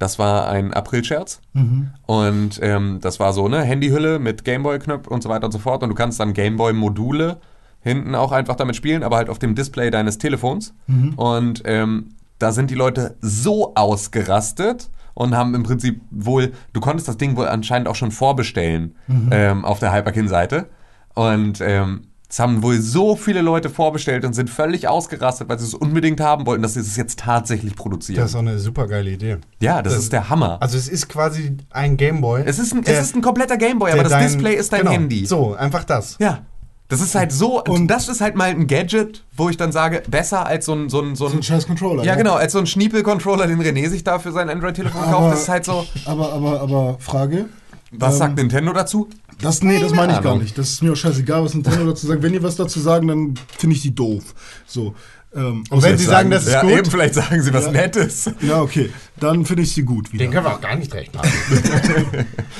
S2: Das war ein April-Scherz.
S3: Mhm.
S2: Und ähm, das war so eine Handyhülle mit Gameboy-Knopf und so weiter und so fort. Und du kannst dann Gameboy-Module hinten auch einfach damit spielen, aber halt auf dem Display deines Telefons.
S3: Mhm.
S2: Und ähm, da sind die Leute so ausgerastet und haben im Prinzip wohl, du konntest das Ding wohl anscheinend auch schon vorbestellen
S3: Mhm.
S2: ähm, auf der Hyperkin-Seite. Und ähm, es haben wohl so viele Leute vorbestellt und sind völlig ausgerastet, weil sie es unbedingt haben wollten, dass sie es jetzt tatsächlich produzieren.
S3: Das ist auch eine super geile Idee.
S2: ja, das,
S3: das-
S2: ist der Hammer.
S3: Also es ist quasi ein Gameboy.
S2: Es ist ein,
S3: der-
S2: es ist ein kompletter Gameboy,
S3: der
S2: aber das
S3: dein-
S2: Display ist dein
S3: genau,
S2: Handy.
S3: So, einfach das.
S2: Ja. Das ist halt so, und
S4: Und-
S2: das ist halt mal ein Gadget, wo ich dann sage, besser als so ein. So ein, so ein,
S4: So ein scheiß Controller. ne?
S3: ne?
S2: ja, genau, als so ein Schniepel-Controller, den René sich da für sein Android-Telefon kauft.
S4: Aber-
S2: Das ist halt so.
S4: Aber, aber, aber Frage.
S2: Was
S4: ähm,
S2: sagt Nintendo dazu?
S4: Das, nee, das meine ich gar
S2: Ahnung.
S4: nicht. Das ist mir auch scheißegal, was Nintendo dazu sagt. Wenn die was dazu sagen, dann finde ich die doof. So. Ähm,
S3: Und wenn
S4: außer-
S3: sie sagen, das ist
S2: ja,
S3: gut,
S2: Eben, vielleicht sagen sie was
S4: Ja.
S2: Nettes.
S4: Ja, okay. Dann finde ich sie gut wieder.
S3: den können wir auch gar nicht recht machen.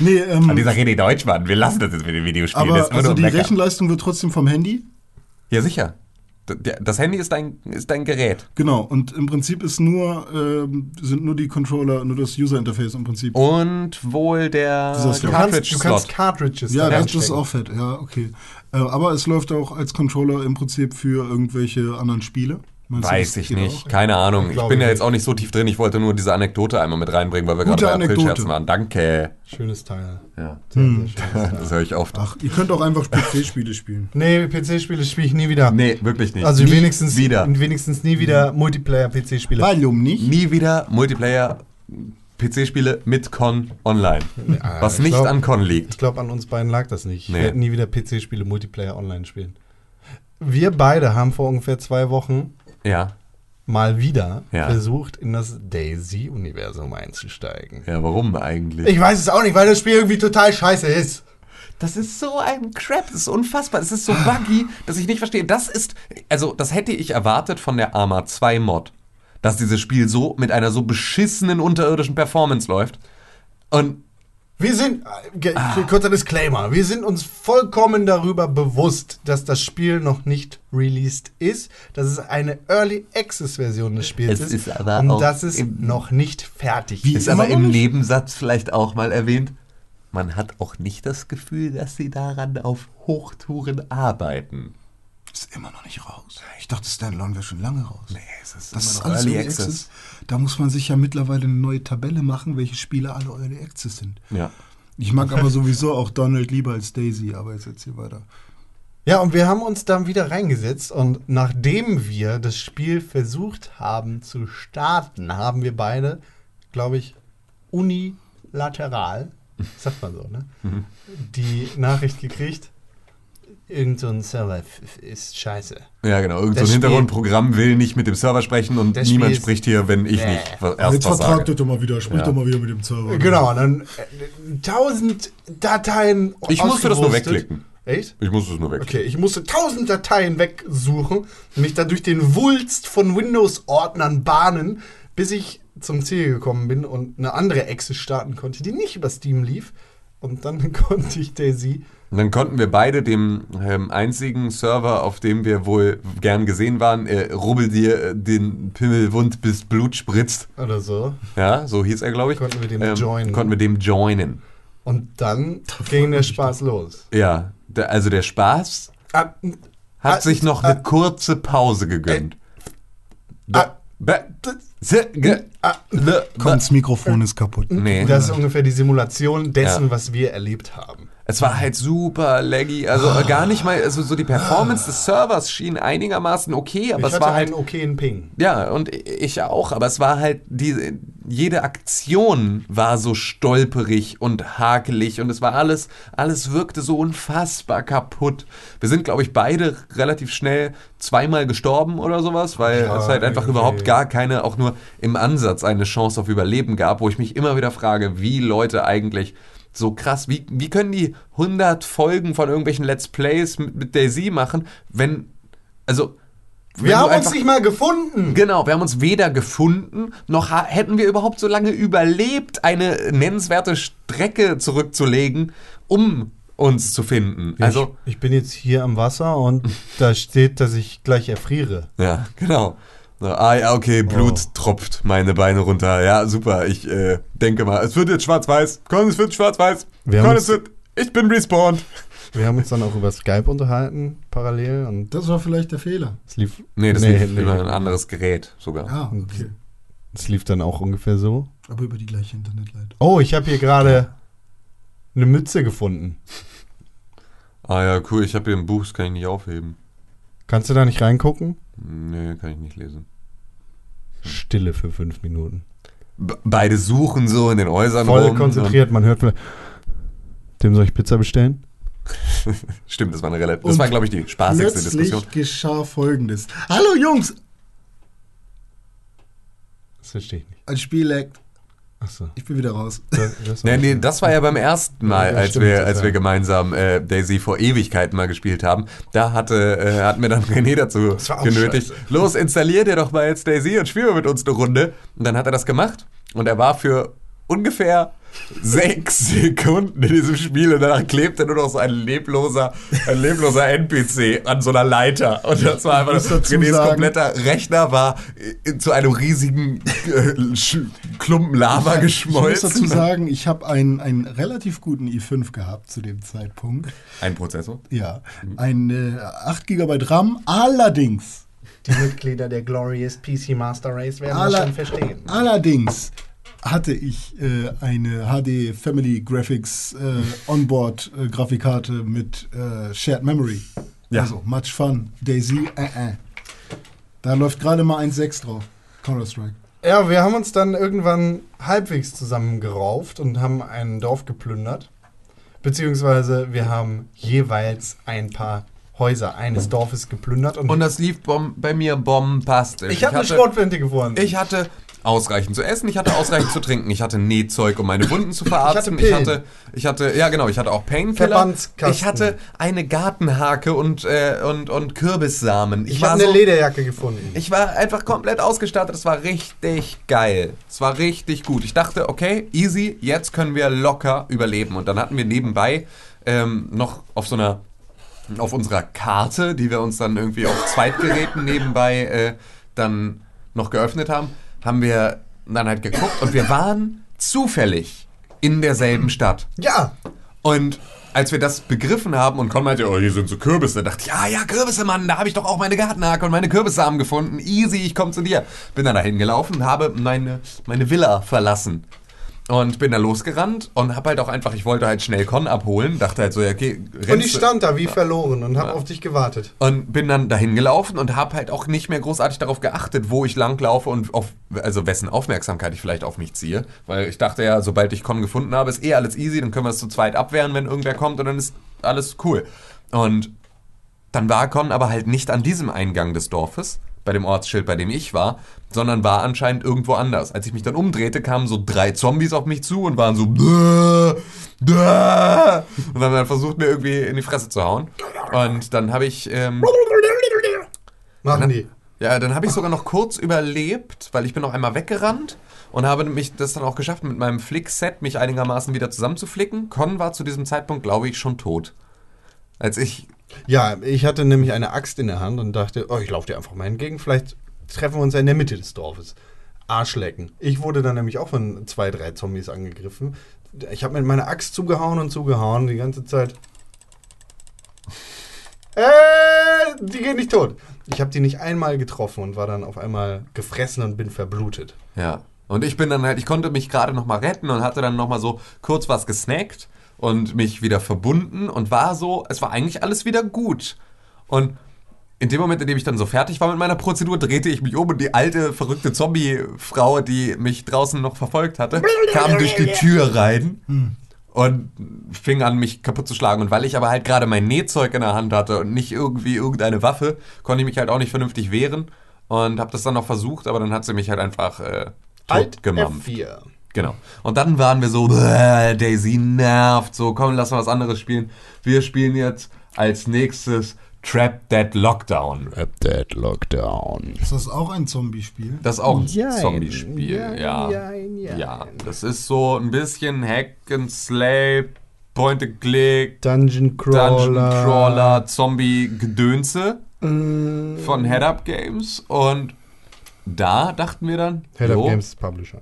S4: Nee, ähm,
S2: Dieser René Deutschmann, wir lassen das jetzt mit dem Videospiel. das
S4: aber
S2: ist immer nur
S4: also
S2: ein
S4: die
S2: Meckern.
S4: Rechenleistung wird trotzdem vom Handy.
S2: Ja, sicher. D- der- Das Handy ist dein, ist dein Gerät.
S4: Genau. Und im Prinzip ist nur, ähm, sind nur die Controller, nur das User-Interface im Prinzip.
S2: Oh, Und wohl der
S4: Dieser Slot.
S3: Du kannst, du
S2: Cartridge-Slot.
S3: kannst Cartridges
S4: Ja,
S3: da
S4: das ist
S3: reinstecken.
S4: auch fett, ja, okay. Äh, aber es läuft auch als Controller im Prinzip für irgendwelche anderen Spiele. Meinst du, das
S2: Weiß ich
S4: geht
S2: nicht,
S4: auch?
S2: keine Ahnung. Ich
S3: Glaub
S2: bin
S3: ich
S2: ja
S3: nicht.
S2: jetzt auch nicht so tief drin. Ich wollte nur diese Anekdote einmal mit reinbringen, weil wir
S4: Gute
S2: gerade bei
S4: Anekdote.
S2: Aprilscherzen waren. Danke.
S3: Schönes Teil.
S2: Ja. Hm.
S3: Sehr, sehr schönes Teil.
S2: Das höre ich oft.
S4: Ach, ihr könnt auch einfach PC-Spiele spielen.
S3: Nee, PC-Spiele spiele ich nie wieder.
S2: Nee, wirklich nicht.
S3: Also
S2: nie
S3: wenigstens,
S2: wieder. Hm.
S3: wenigstens nie wieder Multiplayer-PC-Spiele.
S4: Valium nicht.
S2: Nie wieder Multiplayer PC-Spiele mit Con online.
S3: ah,
S2: was
S3: ich
S2: nicht
S3: glaub-
S2: an Con liegt.
S3: Ich glaube, an uns beiden lag das nicht.
S2: Nee.
S3: Wir hätten nie wieder PC-Spiele Multiplayer online spielen. Wir beide haben vor ungefähr zwei Wochen
S2: Ja.
S3: mal wieder
S2: Ja.
S3: versucht, in das Daisy-Universum einzusteigen.
S2: Ja, warum eigentlich?
S3: Ich weiß es auch nicht, weil das Spiel irgendwie total scheiße ist.
S2: Das ist so ein Crap, das ist unfassbar. Es ist so buggy, dass ich nicht verstehe. Das ist, also das hätte ich erwartet von der Arma 2 Mod, dass dieses Spiel so mit einer so beschissenen unterirdischen Performance läuft. Und
S3: Wir sind, äh, ge- kurzer Disclaimer, wir sind uns vollkommen darüber bewusst, dass das Spiel noch nicht released ist, dass es eine Early Access Version des Spiels
S2: Es
S3: ist,
S2: ist aber
S3: und
S2: auch
S3: dass es
S2: im-
S3: noch nicht fertig
S4: Wie?
S2: ist
S3: ist.
S2: aber
S4: Immer noch
S2: im
S4: nicht?
S2: Nebensatz vielleicht auch mal erwähnt, man hat auch nicht das Gefühl, dass sie daran auf Hochtouren arbeiten.
S4: Ist immer noch nicht raus. Ich dachte, Standalone wäre schon lange raus. Nee,
S2: es ist
S4: das
S2: immer
S4: ist
S2: noch
S4: alles
S2: Early
S4: Early Access.
S2: Access.
S4: Da muss man sich ja mittlerweile eine neue Tabelle machen, welche Spiele alle Early Access sind.
S2: Ja.
S4: Ich mag aber sowieso auch Donald lieber als Daisy, aber jetzt erzähl weiter.
S3: Ja, und wir haben uns dann wieder reingesetzt und nachdem wir das Spiel versucht haben zu starten, haben wir beide, glaube ich, unilateral, sagt man so, ne?
S2: Mhm.
S3: die Nachricht gekriegt, irgend so ein Server f- f- ist scheiße.
S2: Ja, genau. Irgend so
S3: Das
S2: ein
S3: Spiel-
S2: Hintergrundprogramm will nicht mit dem Server sprechen und
S3: Das Spiel
S2: niemand
S3: ist-
S2: spricht hier, wenn ich
S3: Bäh.
S2: nicht wa- erst
S4: jetzt
S2: was
S4: vertragt
S2: sage.
S4: euch doch mal wieder, spricht
S2: Ja.
S4: doch mal wieder mit dem Server.
S3: Genau, und dann äh, tausend Dateien.
S2: Ich musste das nur
S3: ausgewurstet.
S2: wegklicken.
S3: Echt?
S2: Ich muss es nur weg.
S3: Okay, ich musste tausend Dateien wegsuchen, mich da durch den Wulst von Windows-Ordnern bahnen, bis ich zum Ziel gekommen bin und eine andere Exe starten konnte, die nicht über Steam lief. Und dann konnte ich Daisy.
S2: Und dann konnten wir beide dem ähm, einzigen Server, auf dem wir wohl gern gesehen waren, äh, Rubbel dir äh, den Pimmel wund bis Blut spritzt.
S3: Oder so.
S2: Ja, so hieß er, glaube ich. Ähm,
S3: Konnten wir dem joinen.
S2: Konnten wir dem joinen.
S3: Und dann ging der Spaß los.
S2: Ja, da, also der Spaß
S3: Ah,
S2: hat
S3: Ah,
S2: sich noch
S3: ah,
S2: eine kurze Pause gegönnt. Da, ba- se- ge-
S3: ah,
S2: le-
S4: Komm, das Mikrofon ist kaputt.
S2: Nee.
S3: das ist ungefähr die Simulation dessen,
S2: Ja.
S3: was wir erlebt haben.
S2: Es war halt super laggy. Also äh, gar nicht mal, also so die Performance des Servers schien einigermaßen okay, aber
S3: ich
S2: es
S3: hatte
S2: war halt.
S3: einen okayen Ping.
S2: Ja, und ich auch, aber es war halt, die, jede Aktion war so stolperig und hakelig und es war alles, alles wirkte so unfassbar kaputt. Wir sind, glaube ich, beide relativ schnell zweimal gestorben oder sowas, weil
S3: Ja,
S2: es halt einfach
S3: okay.
S2: überhaupt gar keine, auch nur im Ansatz eine Chance auf Überleben gab, wo ich mich immer wieder frage, wie Leute eigentlich so krass, wie, wie können die 100 Folgen von irgendwelchen Let's Plays mit, mit Daisy machen, wenn, also, wenn
S3: Wir
S2: du
S3: haben uns
S2: einfach-
S3: nicht mal gefunden.
S2: Genau, wir haben uns weder gefunden, noch ha- hätten wir überhaupt so lange überlebt, eine nennenswerte Strecke zurückzulegen, um uns zu finden. Also,
S3: ich, ich bin jetzt hier am Wasser und da steht, dass ich gleich erfriere.
S2: ja, genau. So, Ah ja, okay, Blut
S3: Oh.
S2: tropft meine Beine runter. Ja, super. Ich äh, denke mal, es wird jetzt schwarz-weiß. Komm, es wird schwarz-weiß.
S3: Wir haben
S2: Komm,
S3: uns-
S2: es wird... Ich bin respawned.
S3: Wir haben uns dann auch über Skype unterhalten, parallel, und
S4: Das war vielleicht der Fehler.
S3: es lief,
S2: Nee, das
S3: Nee,
S2: ist
S3: nee.
S2: über ein anderes Gerät sogar.
S4: Ah, okay.
S3: es lief dann auch ungefähr so.
S4: Aber über die gleiche Internetleitung.
S3: Oh, ich habe hier gerade eine Mütze gefunden.
S2: Ah ja, cool. Ich habe hier ein Buch, das kann ich nicht aufheben.
S3: Kannst du da nicht reingucken?
S2: Nee, kann ich nicht lesen.
S3: Stille für fünf Minuten.
S2: B beide suchen so in den Häusern
S3: Voll
S2: rum.
S3: konzentriert, man hört vielleicht. Dem soll ich Pizza bestellen?
S2: Stimmt, das war eine relativ. Das
S4: Und
S2: war, glaube ich, die spaßigste Ah, Diskussion.
S4: Plötzlich geschah folgendes. Hallo Jungs!
S3: Das verstehe ich nicht.
S4: Ein Spiel laggt.
S3: Achso.
S4: Ich bin wieder raus.
S2: Nee, nee, das war ja beim ersten Mal,
S3: Ja,
S2: als,
S3: stimmt,
S2: wir,
S3: das
S2: als
S3: war-
S2: wir gemeinsam äh, Daisy vor Ewigkeiten mal gespielt haben. Da hatte, äh, hat mir dann René dazu
S3: war auch
S2: genötigt, los, installier dir doch mal jetzt Daisy und spiel mal mit uns eine Runde. Und dann hat er das gemacht und er war für ungefähr sechs Sekunden in diesem Spiel und danach klebte nur noch so ein lebloser, ein lebloser NPC an so einer Leiter. Und das war einfach,
S4: muss dazu
S2: Renés
S4: sagen-
S2: kompletter Rechner war äh, zu einem riesigen äh, Sch- Klumpen Lava
S4: Ich muss dazu
S2: geschmolzen.
S4: sagen, ich habe einen, einen relativ guten i5 gehabt zu dem Zeitpunkt.
S2: Ein Prozessor?
S4: Ja,
S2: Mhm.
S4: ein äh, 8 GB RAM. Allerdings,
S3: Die Mitglieder der Glorious PC Master Race werden
S4: Aller-
S3: verstehen.
S4: allerdings hatte ich äh, eine HD Family Graphics äh, Onboard äh, Grafikkarte mit äh, Shared Memory.
S2: Ja.
S4: Also, much fun. Daisy, äh, äh. Da läuft gerade mal 1.6 drauf. Counter-Strike.
S3: Ja, wir haben uns dann irgendwann halbwegs zusammengerauft und haben ein Dorf geplündert. Beziehungsweise wir haben jeweils ein paar Häuser eines Dorfes geplündert und,
S2: Und das lief bom bei mir bombastisch.
S3: ich habe eine Schrotflinte gefunden.
S2: Ich hatte ausreichend zu essen, ich hatte ausreichend zu trinken, ich hatte Nähzeug, um meine Wunden zu verarzten.
S3: Ich hatte
S2: ich
S3: Pillen.
S2: hatte, ich hatte ja genau, ich hatte auch Painkiller.
S3: Verbandskasten.
S2: Ich hatte eine Gartenhake und, äh, und, und Kürbissamen.
S3: ich
S2: war
S3: habe eine
S2: so,
S3: Lederjacke gefunden.
S2: Ich war einfach komplett ausgestattet. Es war richtig geil. Es war richtig gut. Ich dachte, okay, easy, jetzt können wir locker überleben. Und dann hatten wir nebenbei ähm, noch auf so einer, auf unserer Karte, die wir uns dann irgendwie auf Zweitgeräten nebenbei äh, dann noch geöffnet haben, haben wir dann halt geguckt und wir waren zufällig in derselben Stadt.
S3: ja,
S2: Und als wir das begriffen haben und Con meinte, oh, hier sind so Kürbisse, dachte ich, ja, ja, Kürbisse, Mann, da habe ich doch auch meine Gartenhake und meine Kürbissamen gefunden. Easy, ich komme zu dir. Bin dann dahin gelaufen und habe meine, meine Villa verlassen. Und bin da losgerannt und hab halt auch einfach, ich wollte halt schnell Con abholen, dachte halt so, ja, okay,
S3: und
S2: rennst
S3: ich
S2: du-
S3: stand da wie verloren und habe auf dich gewartet.
S2: und bin dann dahin gelaufen und habe halt auch nicht mehr großartig darauf geachtet, wo ich langlaufe und auf, also wessen Aufmerksamkeit ich vielleicht auf mich ziehe. Weil ich dachte ja, sobald ich Con gefunden habe, ist eh alles easy, dann können wir es zu zweit abwehren, wenn irgendwer kommt und dann ist alles cool. Und dann war Con aber halt nicht an diesem Eingang des Dorfes, bei dem Ortsschild, bei dem ich war, sondern war anscheinend irgendwo anders. Als ich mich dann umdrehte, kamen so drei Zombies auf mich zu und waren so "Bäh, bäh", und haben dann versucht, mir irgendwie in die Fresse zu hauen. Und dann habe ich ähm,
S3: Machen die.
S2: ja, dann habe ich sogar noch kurz überlebt, weil ich bin noch einmal weggerannt und habe mich das dann auch geschafft, mit meinem Flick-Set mich einigermaßen wieder zusammenzuflicken. Con war zu diesem Zeitpunkt, glaube ich, schon tot. Als ich
S3: Ja, ich hatte nämlich eine Axt in der Hand und dachte, oh, ich laufe dir einfach mal entgegen. Vielleicht treffen wir uns ja in der Mitte des Dorfes. Arschlecken. Ich wurde dann nämlich auch von zwei, drei Zombies angegriffen. Ich habe mit meiner Axt zugehauen und zugehauen die ganze Zeit. Äh, die gehen nicht tot. Ich habe die nicht einmal getroffen und war dann auf einmal gefressen und bin verblutet.
S2: Ja. Und ich bin dann halt, ich konnte mich gerade noch mal retten und hatte dann noch mal so kurz was gesnackt und mich wieder verbunden und war so, es war eigentlich alles wieder gut. Und in dem Moment, in dem ich dann so fertig war mit meiner Prozedur, drehte ich mich um und die alte, verrückte Zombie-Frau, die mich draußen noch verfolgt hatte, kam durch die Tür rein und fing an, mich kaputt zu schlagen. Und weil ich aber halt gerade mein Nähzeug in der Hand hatte und nicht irgendwie irgendeine Waffe, konnte ich mich halt auch nicht vernünftig wehren und habe das dann noch versucht, aber dann hat sie mich halt einfach äh,
S3: Alt
S2: tot gemampft.
S3: F4.
S2: Genau. Und dann waren wir so, "Bäh, Daisy nervt, so komm, lass mal was anderes spielen. Wir spielen jetzt als nächstes Trap Dead Lockdown.
S3: Rap Dead Lockdown.
S4: Ist das auch ein Zombie-Spiel?
S2: Das ist auch ein
S3: Jein,
S2: Zombie-Spiel,
S3: jein,
S2: ja.
S3: jein, jein.
S2: Ja, das ist so ein bisschen Hack and Slay, Point and Click,
S3: Dungeon Crawler.
S2: Dungeon Crawler, Zombie-Gedönse
S3: Äh,
S2: von Head Up Games und da dachten wir dann,
S3: Head Up
S2: jo,
S3: Games Publisher.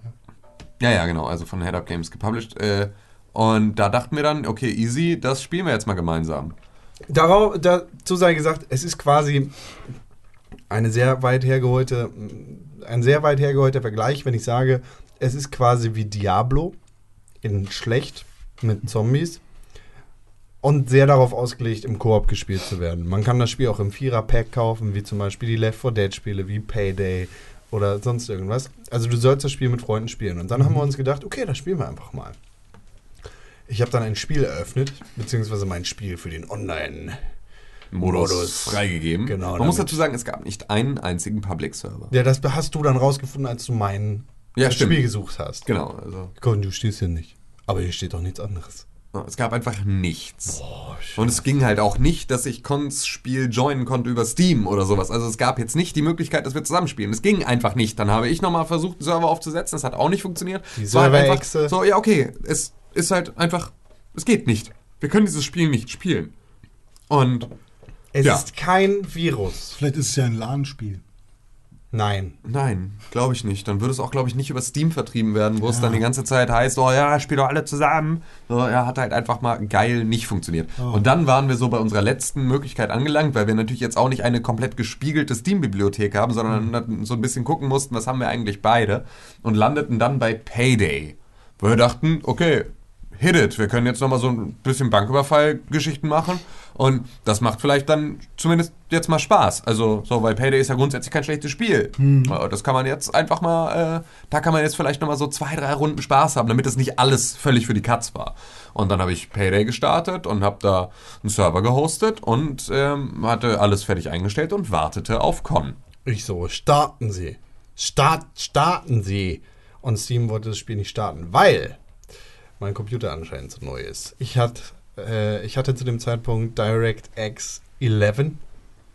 S3: ja.
S2: Ja, ja, genau, also von Head Up Games gepublished. Äh, und da dachten wir dann, okay, easy, das spielen wir jetzt mal gemeinsam.
S3: Darauf, dazu sei gesagt, es ist quasi eine sehr weit hergeholte, mm, ein sehr weit hergeholter Vergleich, wenn ich sage, es ist quasi wie Diablo in schlecht mit Zombies und sehr darauf ausgelegt, im Koop gespielt zu werden. Man kann das Spiel auch im Vierer-Pack kaufen, wie zum Beispiel die Left 4 Dead-Spiele, wie Payday oder sonst irgendwas. Also du sollst das Spiel mit Freunden spielen. Und dann haben wir uns gedacht, okay, das spielen wir einfach mal. Ich habe dann ein Spiel eröffnet, beziehungsweise mein Spiel für den Online.
S2: Modus,
S3: Modus.
S2: freigegeben.
S3: Genau,
S2: Man muss
S3: damit-
S2: dazu sagen, es gab nicht einen einzigen Public-Server.
S3: Ja, das hast du dann rausgefunden, als du mein
S2: Ja,
S3: das
S2: stimmt.
S3: Spiel gesucht hast.
S2: Genau, also
S3: Gott, du stehst hier nicht. Aber hier steht doch nichts anderes.
S2: ja, es gab einfach nichts. Und es ging halt auch nicht, dass ich Cons Spiel joinen konnte über Steam oder sowas. Also es gab jetzt nicht die Möglichkeit, dass wir zusammenspielen. Es ging einfach nicht. Dann habe ich nochmal versucht, einen Server aufzusetzen. Das hat auch nicht funktioniert.
S3: Die
S2: Es war halt einfach
S3: Server-Echse.
S2: So, ja, okay. Es ist halt einfach, es geht nicht. Wir können dieses Spiel nicht spielen. Und
S3: Es
S2: Ja.
S3: ist kein Virus.
S4: Vielleicht ist es ja ein LAN-Spiel.
S3: Nein.
S2: Nein, glaube ich nicht. Dann würde es auch, glaube ich, nicht über Steam vertrieben werden, wo es dann die ganze Zeit heißt, oh ja, spiel doch alle zusammen. So, ja, hat halt einfach mal geil nicht funktioniert. Und dann waren wir so bei unserer letzten Möglichkeit angelangt, weil wir natürlich jetzt auch nicht eine komplett gespiegelte Steam-Bibliothek haben, sondern dann so ein bisschen gucken mussten, was haben wir eigentlich beide. Und landeten dann bei Payday. Wo wir dachten, okay, hit it. Wir können jetzt nochmal so ein bisschen Banküberfall-Geschichten machen. Und das macht vielleicht dann zumindest jetzt mal Spaß. Also, so, weil Payday ist ja grundsätzlich kein schlechtes Spiel. Aber Das kann man jetzt einfach mal, äh, da kann man jetzt vielleicht nochmal so zwei, drei Runden Spaß haben, damit das nicht alles völlig für die Katz war. Und dann habe ich Payday gestartet und habe da einen Server gehostet und ähm, hatte alles fertig eingestellt und wartete auf Con.
S3: Ich so, starten Sie. Start, starten Sie. Und Steam wollte das Spiel nicht starten, weil mein Computer anscheinend so neu ist. Ich, hat, äh, ich hatte zu dem Zeitpunkt DirectX 11,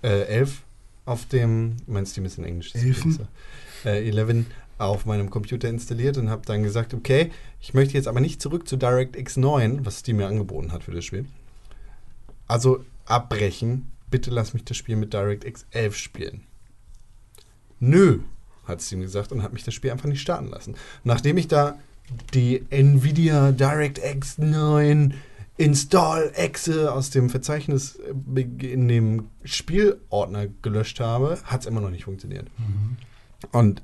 S3: äh, 11 auf dem, mein Steam ist in Englisch. das ist
S4: Elfen?
S3: besser. Äh, 11 auf meinem Computer installiert und habe dann gesagt, okay, ich möchte jetzt aber nicht zurück zu DirectX 9, was Steam mir angeboten hat für das Spiel. Also abbrechen, bitte lass mich das Spiel mit DirectX 11 spielen. Nö, hat Steam gesagt und hat mich das Spiel einfach nicht starten lassen. Nachdem ich da die Nvidia DirectX 9 Install-Exe aus dem Verzeichnis äh, in dem Spielordner gelöscht habe, hat es immer noch nicht funktioniert.
S2: Mhm.
S3: Und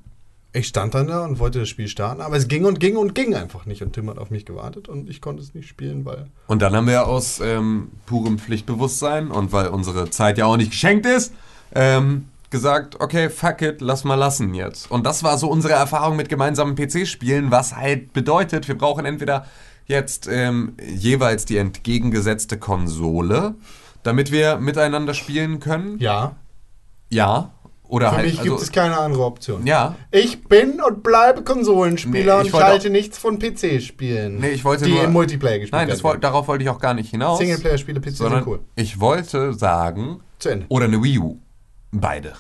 S3: ich stand dann da und wollte das Spiel starten, aber es ging und ging und ging einfach nicht. Und Tim hat auf mich gewartet und ich konnte es nicht spielen, weil
S2: Und dann haben wir aus ähm, purem Pflichtbewusstsein und weil unsere Zeit ja auch nicht geschenkt ist, ähm, gesagt, okay, fuck it, lass mal lassen jetzt. Und das war so unsere Erfahrung mit gemeinsamen PC-Spielen, was halt bedeutet, wir brauchen entweder jetzt ähm, jeweils die entgegengesetzte Konsole, damit wir miteinander spielen können.
S3: ja,
S2: Ja. Oder
S3: für
S2: halt,
S3: mich gibt
S2: also,
S3: es keine andere Option.
S2: ja,
S3: Ich bin und bleibe Konsolenspieler
S2: Nee, ich
S3: und ich
S2: wollte
S3: halte nichts von PC-Spielen.
S2: Nee, ich wollte
S3: die
S2: nur-
S3: im Multiplayer gespielt
S2: nein, das woll,
S3: werden.
S2: darauf wollte ich auch gar nicht hinaus.
S3: Singleplayer-Spiele, PC
S2: sondern
S3: sind cool.
S2: ich wollte sagen,
S3: Zu Ende.
S2: oder eine Wii U. Beide.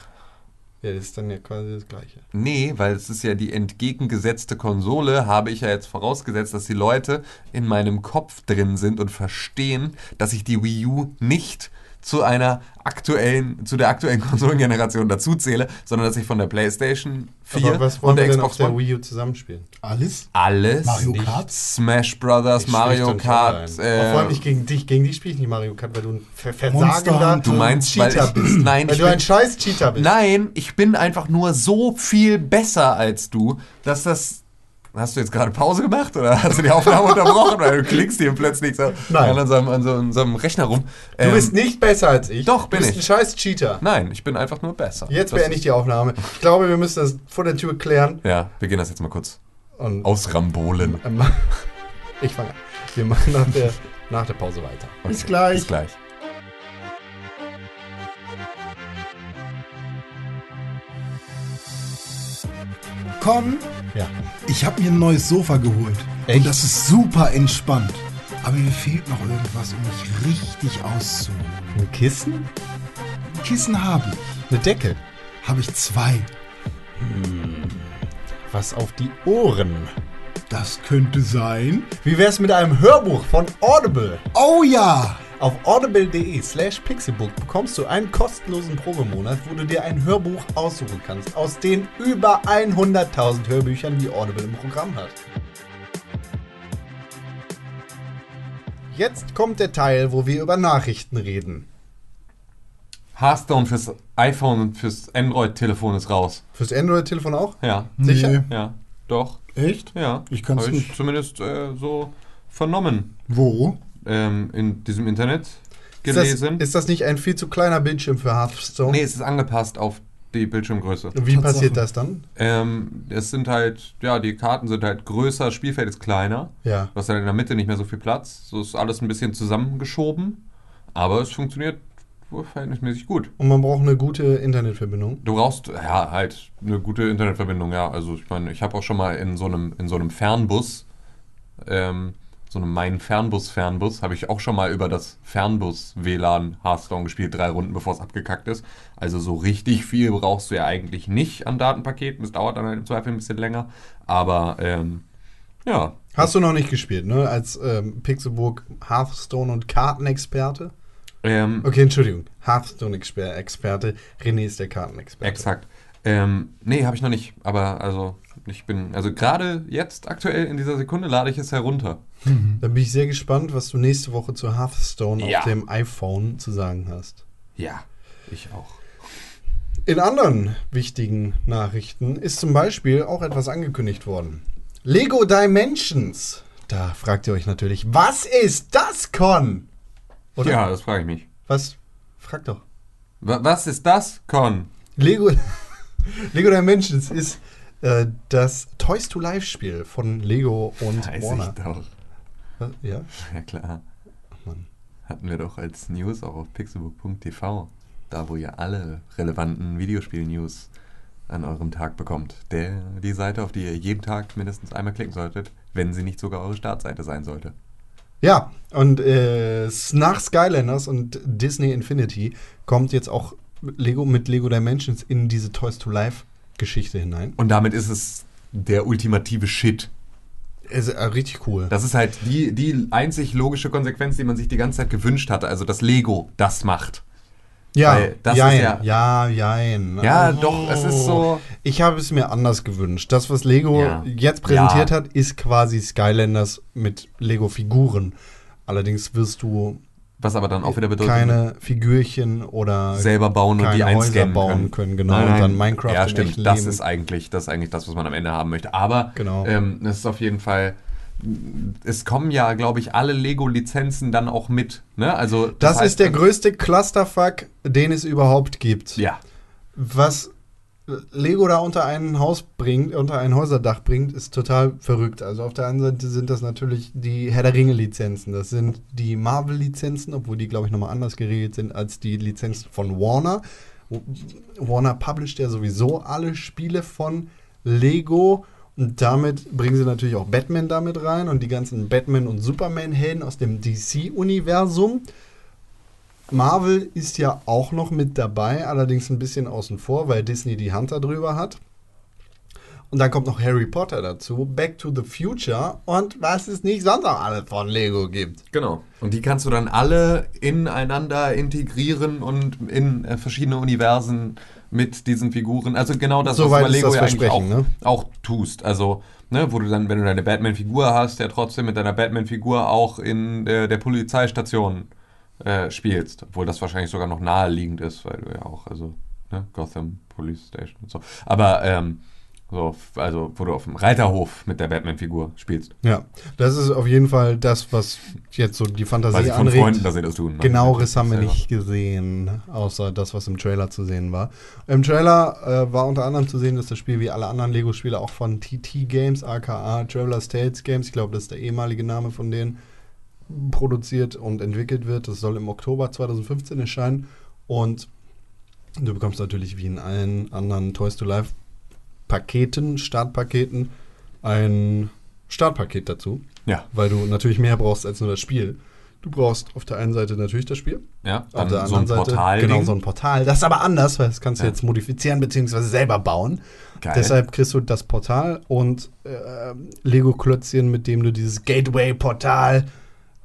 S3: Ja, das ist dann ja quasi das Gleiche.
S2: Nee, weil es ist ja die entgegengesetzte Konsole, habe ich ja jetzt vorausgesetzt, dass die Leute in meinem Kopf drin sind und verstehen, dass ich die Wii U nicht zu einer aktuellen, zu der aktuellen Konsolengeneration dazuzähle, sondern dass ich von der PlayStation 4
S3: Aber was wollen
S2: und der
S3: wir denn auf
S2: Xbox
S3: der
S2: One
S3: Wii U zusammenspielen?
S4: Alles?
S2: alles
S4: Mario
S2: nicht.
S4: Kart?
S2: Smash Brothers,
S3: Ich
S2: Mario
S3: schlicht und vorne
S2: Kart,
S3: ein. Aber Vor allem
S2: äh,
S3: nicht gegen dich. Gegen dich spiele ich nicht Mario Kart, weil du ein ver
S4: Monster
S3: versagender
S4: Hunter.
S2: du meinst, weil
S3: Cheater
S2: ich,
S3: bist.
S2: nein,
S3: weil
S2: ich
S3: du ein scheiß Cheater bist.
S2: Nein, ich bin einfach nur so viel besser als du, dass das Hast du jetzt gerade Pause gemacht oder hast du die Aufnahme unterbrochen, weil du klickst hier plötzlich so
S3: Nein.
S2: an so einem, an so, an so einem Rechner rum?
S3: Du
S2: Ähm,
S3: bist nicht besser als ich.
S2: doch, bin
S3: Du bist
S2: ich.
S3: ein scheiß Cheater.
S2: Nein, ich bin einfach nur besser.
S3: Jetzt
S2: Das
S3: beende ich die Aufnahme. Ich glaube, wir müssen das vor der Tür klären.
S2: ist- Ja, wir gehen das jetzt mal kurz
S3: Und
S2: ausrambolen.
S3: ähm, ich fange an. Wir machen nach der, nach der Pause weiter.
S4: Bis gleich.
S2: Bis gleich.
S4: Con,
S3: Ja.
S4: ich habe mir ein neues Sofa geholt.
S3: Echt?
S4: Und das ist super entspannt. Aber mir fehlt noch irgendwas, um mich richtig auszuruhen.
S3: Ein Kissen?
S4: Ein Kissen habe ich.
S3: Eine Decke.
S4: Habe ich zwei.
S3: Was auf die Ohren.
S4: Das könnte sein.
S3: Wie wär's mit einem Hörbuch von Audible?
S4: Oh ja!
S3: Auf audible.de slash pixelbook bekommst du einen kostenlosen Probemonat, wo du dir ein Hörbuch aussuchen kannst, aus den über 100.000 Hörbüchern, die Audible im Programm hat. Jetzt kommt der Teil, wo wir über Nachrichten reden.
S2: Hearthstone fürs iPhone und fürs Android-Telefon ist raus.
S3: Fürs Android-Telefon auch?
S2: Ja.
S3: Sicher?
S2: Ja. Doch.
S4: Echt?
S2: Ja.
S4: Ich kann's
S2: Hab
S4: nicht.
S2: Zumindest äh, so vernommen
S4: Wo?
S2: ähm, in diesem Internet
S3: Ist das,
S2: gelesen.
S3: ist das nicht ein viel zu kleiner Bildschirm für Hearthstone?
S2: nee, es ist angepasst auf die Bildschirmgröße.
S3: Wie
S4: Tatsache.
S3: passiert das dann?
S2: Ähm, es sind halt, ja, die Karten sind halt größer, das Spielfeld ist kleiner.
S3: Ja.
S2: Du hast halt in der Mitte nicht mehr so viel Platz. So ist alles ein bisschen zusammengeschoben. Aber es funktioniert wohl verhältnismäßig gut.
S3: Und man braucht eine gute Internetverbindung.
S2: Du brauchst ja halt eine gute Internetverbindung, ja. Also ich meine, ich habe auch schon mal in so einem, in so einem Fernbus, ähm, so einem Mein Fernbus-Fernbus, habe ich auch schon mal über das Fernbus-WLAN Hearthstone gespielt, drei Runden, bevor es abgekackt ist. Also so richtig viel brauchst du ja eigentlich nicht an Datenpaketen. Das dauert dann halt im Zweifel ein bisschen länger. Aber ähm, ja,
S3: Hast du noch nicht gespielt, ne? Als ähm, Pixelburg Hearthstone und Kartenexperte?
S2: ähm,
S3: Okay, Entschuldigung. Hearthstone-Experte. René ist der Kartenexperte.
S2: Exakt. Ähm, nee, habe ich noch nicht. Aber also, ich bin, also gerade jetzt aktuell in dieser Sekunde lade ich es herunter.
S3: Dann bin ich sehr gespannt, was du nächste Woche zu Hearthstone
S2: Ja.
S3: auf dem iPhone zu sagen hast.
S2: Ja, ich auch.
S3: In anderen wichtigen Nachrichten ist zum Beispiel auch etwas angekündigt worden. Lego Dimensions. Da fragt ihr euch natürlich, was ist das, Con? Oder?
S2: Ja, das frage ich mich.
S3: Was? Fragt doch.
S2: Wa- was ist das, Con?
S3: Lego, Lego Dimensions ist äh, das Toys to Life Spiel von Lego und Warner.
S2: doch.
S3: Was? Ja?
S2: Ja, klar.
S3: Mann.
S2: Hatten wir doch als News auch auf pixelbook.tv. Da, wo ihr alle relevanten Videospiel-News an eurem Tag bekommt. Der, die Seite, auf die ihr jeden Tag mindestens einmal klicken solltet, wenn sie nicht sogar eure Startseite sein sollte.
S3: ja, und äh, nach Skylanders und Disney Infinity kommt jetzt auch Lego mit Lego Dimensions in diese Toys to Life Geschichte hinein.
S2: Und damit ist es der ultimative Shit.
S3: Ist äh, richtig cool.
S2: Das ist halt die, die einzig logische Konsequenz, die man sich die ganze Zeit gewünscht hatte. Also, dass Lego das macht.
S3: ja,
S2: weil das ist
S3: jein,
S2: ja-
S3: ja, jein.
S2: Ja,
S3: Oh.
S2: doch, es ist so.
S3: Ich habe es mir anders gewünscht. Das, was Lego
S2: Ja.
S3: jetzt präsentiert
S2: Ja.
S3: hat, ist quasi Skylanders mit Lego-Figuren. Allerdings wirst du
S2: Was aber dann auch wieder bedeutet,
S3: Äh, keine Figürchen oder
S2: selber bauen und
S3: keine
S2: die einscannen
S3: Häuser bauen können. genau. Und dann Minecraft
S2: Ja,
S3: im
S2: stimmt.
S3: echten
S2: Das
S3: Leben.
S2: ist, eigentlich, das ist eigentlich das, was man am Ende haben möchte. Aber
S3: Genau.
S2: ähm, es ist auf jeden Fall. Es kommen ja, glaube ich, alle Lego-Lizenzen dann auch mit. Ne? Also,
S3: das
S2: heißt,
S3: ist der größte Clusterfuck, den es überhaupt gibt.
S2: Ja.
S3: Was Lego da unter ein Haus bringt, unter ein Häuserdach bringt, ist total verrückt. Also auf der einen Seite sind das natürlich die Herr der Ringe Lizenzen, das sind die Marvel Lizenzen, obwohl die glaube ich nochmal anders geregelt sind als die Lizenzen von Warner. W- Warner publisht ja sowieso alle Spiele von Lego und damit bringen sie natürlich auch Batman damit rein und die ganzen Batman und Superman Helden aus dem DC Universum. Marvel ist ja auch noch mit dabei, allerdings ein bisschen außen vor, weil Disney die Hand darüber hat. Und dann kommt noch Harry Potter dazu, Back to the Future und was es nicht sonst noch alles von Lego gibt.
S2: Genau. Und die kannst du dann alle ineinander integrieren und in äh, verschiedene Universen mit diesen Figuren. Also genau das,
S3: Soweit
S2: bei
S3: ist das
S2: eigentlich auch,
S3: Versprechen, ne?
S2: auch tust. Also, ne, wo du dann, wenn du deine Batman-Figur hast, der trotzdem mit deiner Batman-Figur auch in äh, der Polizeistation äh, spielst. Obwohl das wahrscheinlich sogar noch naheliegend ist, weil du ja auch, also, ne, Gotham Police Station und so. Aber ähm, So, f- also, wo du auf dem Reiterhof mit der Batman-Figur spielst.
S3: Ja, das ist auf jeden Fall das, was jetzt so die
S2: Weil
S3: Fantasie
S2: sie von
S3: anregt.
S2: Freunden, dass sie das tun. ne?
S3: Genaueres Genau haben wir
S2: Selber.
S3: nicht gesehen, außer das, was im Trailer zu sehen war. Im Trailer äh, war unter anderem zu sehen, dass das Spiel wie alle anderen Lego-Spiele auch von TT Games, aka Traveler's Tales Games, ich glaube, das ist der ehemalige Name von denen, produziert und entwickelt wird. Das soll im Oktober 2015 erscheinen und du bekommst natürlich wie in allen anderen Toys to Life Paketen, Startpaketen, ein Startpaket dazu,
S2: Ja,
S3: weil du natürlich mehr brauchst als nur das Spiel. Du brauchst auf der einen Seite natürlich das Spiel,
S2: ja.
S3: auf der
S2: Dann so
S3: anderen
S2: ein
S3: Seite
S2: Portal.
S3: genau so ein Portal. Das ist aber anders, weil das kannst du
S2: Ja.
S3: jetzt modifizieren bzw. selber bauen.
S2: Geil.
S3: Deshalb kriegst du das Portal und äh, Lego-Klötzchen, mit dem du dieses Gateway-Portal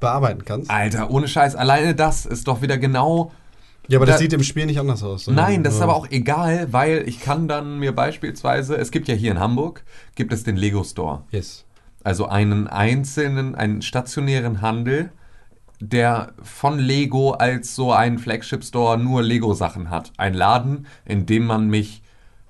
S3: bearbeiten kannst.
S2: Alter, ohne Scheiß, alleine das ist doch wieder genau
S3: Ja, aber das
S2: da-
S3: sieht im Spiel nicht anders aus. sondern
S2: Nein, das ist
S3: nur-
S2: aber auch egal, weil ich kann dann mir beispielsweise, es gibt ja hier in Hamburg, gibt es den Lego Store.
S3: Yes.
S2: Also einen einzelnen, einen stationären Handel, der von Lego als so einen Flagship Store nur Lego Sachen hat. Ein Laden, in dem man mich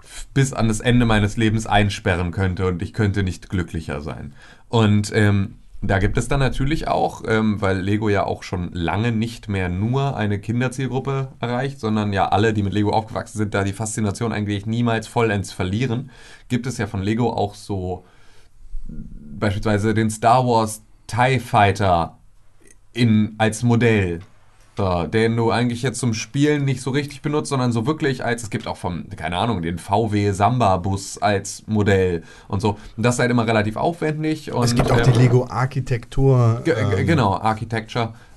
S2: f- bis an das Ende meines Lebens einsperren könnte und ich könnte nicht glücklicher sein. Und ähm, da gibt es dann natürlich auch, ähm, weil Lego ja auch schon lange nicht mehr nur eine Kinderzielgruppe erreicht, sondern ja alle, die mit Lego aufgewachsen sind, da die Faszination eigentlich niemals vollends verlieren, gibt es ja von Lego auch so beispielsweise den Star Wars TIE Fighter in, als Modell. So, den du eigentlich jetzt zum Spielen nicht so richtig benutzt, sondern so wirklich als, es gibt auch vom, keine Ahnung, den VW Samba-Bus als Modell und so. Und das ist halt immer relativ aufwendig. Und,
S3: Es gibt auch die
S2: ähm,
S3: Lego-Architektur.
S2: Ge- ge-
S3: ähm,
S2: genau,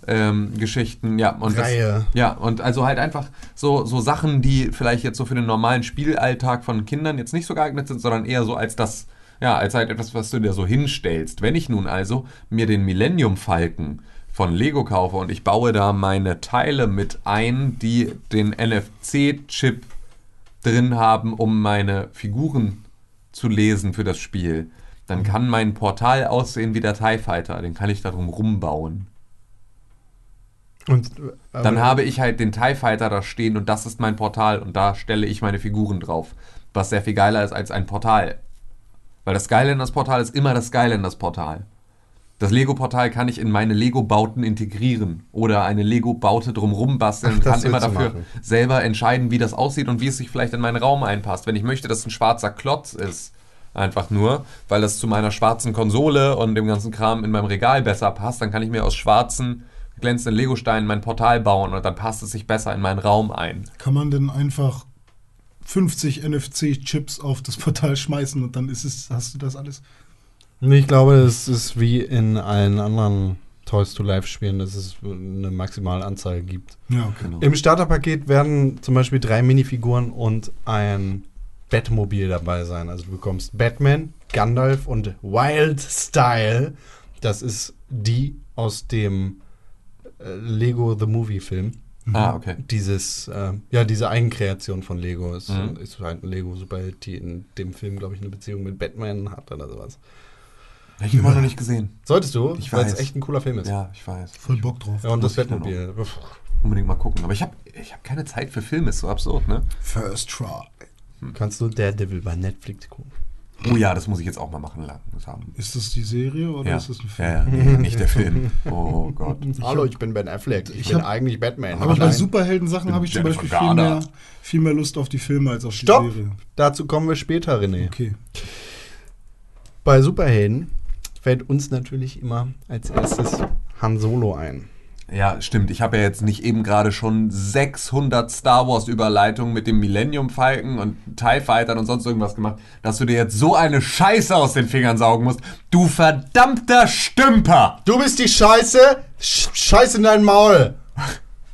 S2: Architecture-Geschichten, ja. Und Das,
S3: Reihe.
S2: ja, und also halt einfach so, so Sachen, die vielleicht jetzt so für den normalen Spielalltag von Kindern jetzt nicht so geeignet sind, sondern eher so als das, ja, als halt etwas, was du dir so hinstellst. Wenn ich nun also mir den Millennium Falken von Lego kaufe und ich baue da meine Teile mit ein, die den NFC-Chip drin haben, um meine Figuren zu lesen für das Spiel, dann kann mein Portal aussehen wie der TIE Fighter. Den kann ich darum rumbauen.
S3: Und, äh,
S2: Dann habe ich halt den TIE Fighter da stehen und das ist mein Portal und da stelle ich meine Figuren drauf. Was sehr viel geiler ist als ein Portal. Weil das Skylanders Portal ist immer das Skylanders Portal. Das Lego-Portal kann ich in meine Lego-Bauten integrieren oder eine Lego-Baute drumrum basteln
S3: Ach,
S2: und
S3: das
S2: kann immer
S3: willst du
S2: dafür
S3: machen.
S2: selber entscheiden, wie das aussieht und wie es sich vielleicht in meinen Raum einpasst. Wenn ich möchte, dass ein schwarzer Klotz ist, einfach nur, weil das zu meiner schwarzen Konsole und dem ganzen Kram in meinem Regal besser passt, dann kann ich mir aus schwarzen, glänzenden Legosteinen mein Portal bauen und dann passt es sich besser in meinen Raum ein.
S4: Kann man denn einfach 50 NFC-Chips auf das Portal schmeißen und dann ist es, hast du das alles?
S3: Nee, Ich glaube, es ist wie in allen anderen Toys to Life Spielen, dass es eine maximale Anzahl gibt.
S4: Ja, okay.
S3: Im Starterpaket werden zum Beispiel drei Minifiguren und ein Batmobil dabei sein. Also du bekommst Batman, Gandalf und Wild Style. Das ist die aus dem äh, Lego The Movie Film.
S2: Ah, okay.
S3: Dieses, äh, ja, diese Eigenkreation von Lego ist,
S2: Mhm.
S3: ist halt ein Lego, sobald die in dem Film, glaube ich, eine Beziehung mit Batman hat oder sowas.
S2: Hab
S3: Mhm.
S2: ich immer noch nicht gesehen.
S3: Solltest du,
S2: Ich
S3: weil es
S2: weiß.
S3: echt ein cooler Film ist.
S2: Ja, ich weiß.
S4: Voll Bock drauf.
S3: Ja, und das
S2: Muss ich
S3: Batmobil.
S2: Unbedingt mal gucken. Aber ich habe ich hab keine Zeit für Filme, ist so absurd, ne?
S4: First Try.
S3: Kannst du Daredevil bei Netflix gucken?
S2: Oh ja, das muss ich jetzt auch mal machen lang. Das haben.
S4: Ist das die Serie oder
S2: ja.
S4: ist das ein Film?
S2: ja, ja, nee, nicht der Film. Oh Gott.
S3: Hallo, ich bin Ben Affleck. Ich,
S4: Ich
S3: bin
S4: hab-
S3: eigentlich Batman.
S4: Aber bei
S3: Nein.
S4: Superhelden-Sachen
S2: Bin
S4: habe ich zum
S2: Jennifer
S4: Beispiel viel
S2: Garner.
S4: mehr, viel mehr Lust auf die Filme als auf
S3: Stopp!
S4: die Serie.
S3: Dazu kommen wir später, René.
S4: Okay.
S3: Bei Superhelden fällt uns natürlich immer als erstes Han Solo ein.
S2: Ja, stimmt. Ich habe ja jetzt nicht eben gerade schon 600 Star Wars Überleitungen mit dem Millennium Falcon und TIE Fightern und sonst irgendwas gemacht, dass du dir jetzt so eine Scheiße aus den Fingern saugen musst. Du verdammter Stümper!
S3: Du bist die Scheiße! Sch Scheiß in dein Maul!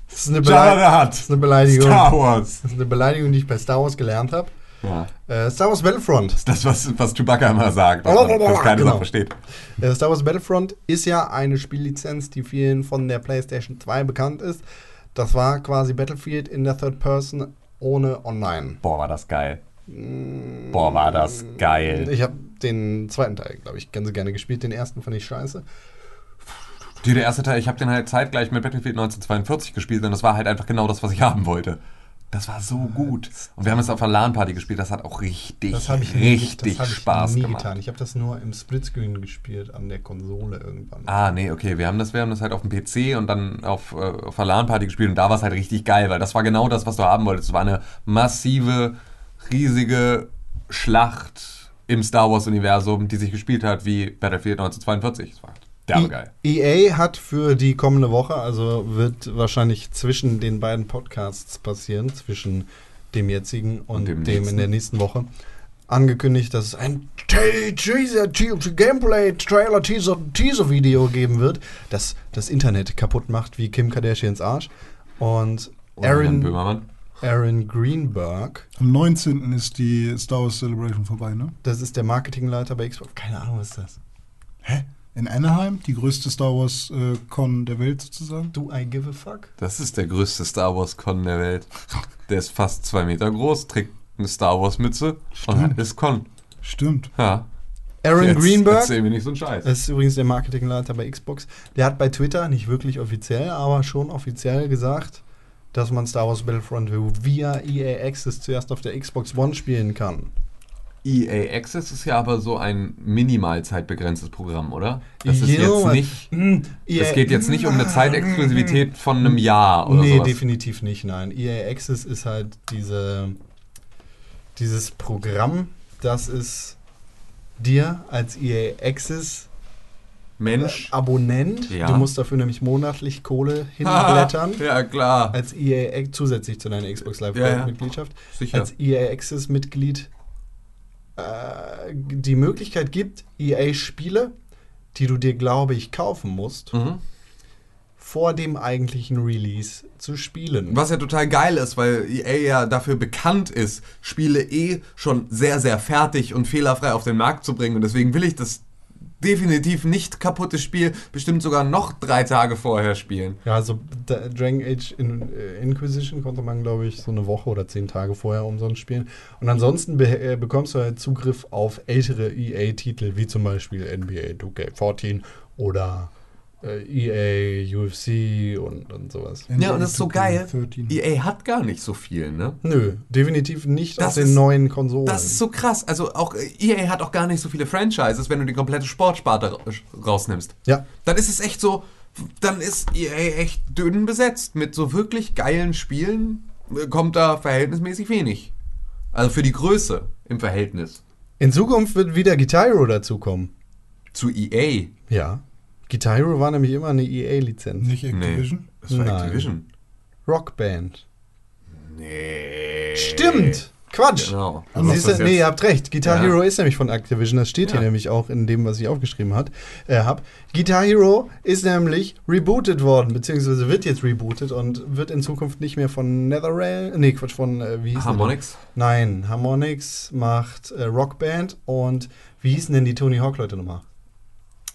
S3: Das ist eine,
S2: Jar
S3: Belei
S2: Jar hat
S3: das ist eine Beleidigung.
S2: Star Wars.
S3: Das ist eine Beleidigung, die ich bei Star Wars gelernt habe.
S2: Ja.
S3: Äh, Star Wars Battlefront.
S2: Das, was, was Chewbacca immer sagt, was, man- was keiner
S3: Genau.
S2: Sache versteht.
S3: Äh, Star Wars Battlefront ist ja eine Spiellizenz, die vielen von der PlayStation 2 bekannt ist. Das war quasi Battlefield in der Third Person ohne Online. Mm.
S2: Boah, war das geil. Boah, war das geil.
S3: Ich habe den zweiten Teil, glaube ich, ganz gerne gespielt. Den ersten fand ich scheiße.
S2: Die, der erste Teil, ich habe den halt zeitgleich mit Battlefield 1942 gespielt und das war halt einfach genau das, was ich haben wollte. Das war so gut. Und wir haben es auf einer LAN-Party gespielt. Das hat auch richtig,
S3: Das habe ich nie-
S2: richtig
S3: das hab ich
S2: Spaß
S3: nie
S2: gemacht.
S3: getan. Ich habe das nur im Splitscreen gespielt an der Konsole irgendwann.
S2: Ah, nee, okay. Wir haben das, wir haben das halt auf dem PC und dann auf, äh, auf einer LAN-Party gespielt und da war es halt richtig geil, weil das war genau das, was du haben wolltest. Es war eine massive, riesige Schlacht im Star Wars-Universum, die sich gespielt hat wie Battlefield 1942. Es war halt derbe geil.
S3: EA E hat für die kommende Woche, also wird wahrscheinlich zwischen den beiden Podcasts passieren, zwischen dem jetzigen und,
S2: Und dem
S3: dem,
S2: nächsten.
S3: in der nächsten Woche, angekündigt, dass es ein Te- Teaser, Te- Gameplay, Trailer, Teaser, Teaser Video geben wird, das das Internet kaputt macht wie Kim Kardashians Arsch. Und
S2: Und Jan
S3: Aaron,
S2: Böhmermann.
S3: Aaron Greenberg,
S4: Am 19. ist die Star Wars Celebration vorbei, ne?
S3: das ist der Marketingleiter bei Xbox. Keine Ahnung, was ist das?
S4: Hä? In Anaheim, die größte Star Wars äh, Con der Welt sozusagen.
S3: Do I give a fuck?
S2: Das ist der größte Star Wars-Con der Welt. Der ist fast zwei Meter groß, trägt eine Star Wars-Mütze und
S4: Stimmt.
S2: ist Con.
S4: Stimmt.
S2: Ja.
S3: Aaron
S2: Jetzt
S3: Greenberg.
S2: Erzähl mir nicht so einen Scheiß.
S3: Das ist übrigens der Marketingleiter bei Xbox. Der hat bei Twitter, nicht wirklich offiziell, aber schon offiziell gesagt, dass man Star Wars Battlefront via EA Access zuerst auf der Xbox One spielen kann.
S2: EA E Access ist ja aber so ein minimal zeitbegrenztes Programm, oder? Das ist
S3: Jo,
S2: jetzt
S3: Mann.
S2: nicht.
S3: Mm, EA
S2: Es geht jetzt nicht um eine Zeitexklusivität von einem Jahr oder
S3: Nee,
S2: sowas.
S3: definitiv nicht, nein. EA Access ist halt diese, dieses Programm, das es dir als EA Access
S2: Mensch.
S3: Abonnent,
S2: Ja.
S3: du musst dafür nämlich monatlich Kohle hinblättern,
S2: Ja, klar.
S3: als EA Ac- zusätzlich zu deiner Xbox Live
S2: Ja, ja.
S3: Gold-Mitgliedschaft,
S2: Sicher.
S3: als EA Access Mitglied äh, die Möglichkeit gibt, EA Spiele, die du dir glaube ich kaufen musst,
S2: Mhm.
S3: vor dem eigentlichen Release zu spielen.
S2: Was ja total geil ist, weil EA ja dafür bekannt ist, Spiele eh schon sehr, sehr fertig und fehlerfrei auf den Markt zu bringen. Und deswegen will ich das definitiv nicht kaputte Spiel bestimmt sogar noch drei Tage vorher spielen.
S3: Ja, also D- Dragon Age In äh, Inquisition konnte man, glaube ich, so eine Woche oder zehn Tage vorher umsonst spielen. Und ansonsten be äh, bekommst du halt Zugriff auf ältere EA-Titel, wie zum Beispiel NBA 2K14 oder äh, EA UFC und, und sowas.
S2: Ja, und das ist so geil.
S4: 13.
S2: EA hat gar nicht so viel, ne?
S3: Nö, definitiv nicht
S2: Das
S3: auf den
S2: ist-
S3: neuen Konsolen.
S2: Das ist so krass. Also auch äh, EA hat auch gar nicht so viele Franchises, wenn du die komplette Sportsparte ra rausnimmst.
S3: ja,
S2: Dann ist es echt so, dann ist EA echt dünn besetzt. Mit so wirklich geilen Spielen äh, kommt da verhältnismäßig wenig. Also für die Größe im Verhältnis
S3: in Zukunft wird wieder Guitar Hero dazukommen.
S2: zu E EA.
S3: Ja. Guitar Hero war nämlich immer eine E EA-Lizenz.
S4: Nicht Activision.
S2: Das war
S3: Nein.
S2: Activision.
S3: Rockband.
S2: Nee.
S3: Stimmt! Quatsch!
S2: Genau.
S3: Also
S2: Also
S3: Siehst du,
S2: das
S3: nee, ihr
S2: jetzt-
S3: habt recht. Guitar
S2: Ja.
S3: Hero ist nämlich von Activision. Das steht hier
S2: Ja.
S3: nämlich auch in dem, was ich aufgeschrieben hat, äh, habe. Guitar Hero ist nämlich rebootet worden, beziehungsweise wird jetzt rebootet und wird in Zukunft nicht mehr von NetherRealm, nee, Quatsch, von, äh, wie hieß denn-
S2: Harmonix.
S3: Nein, Harmonix macht äh, Rockband und wie hießen denn die Tony Hawk-Leute nochmal?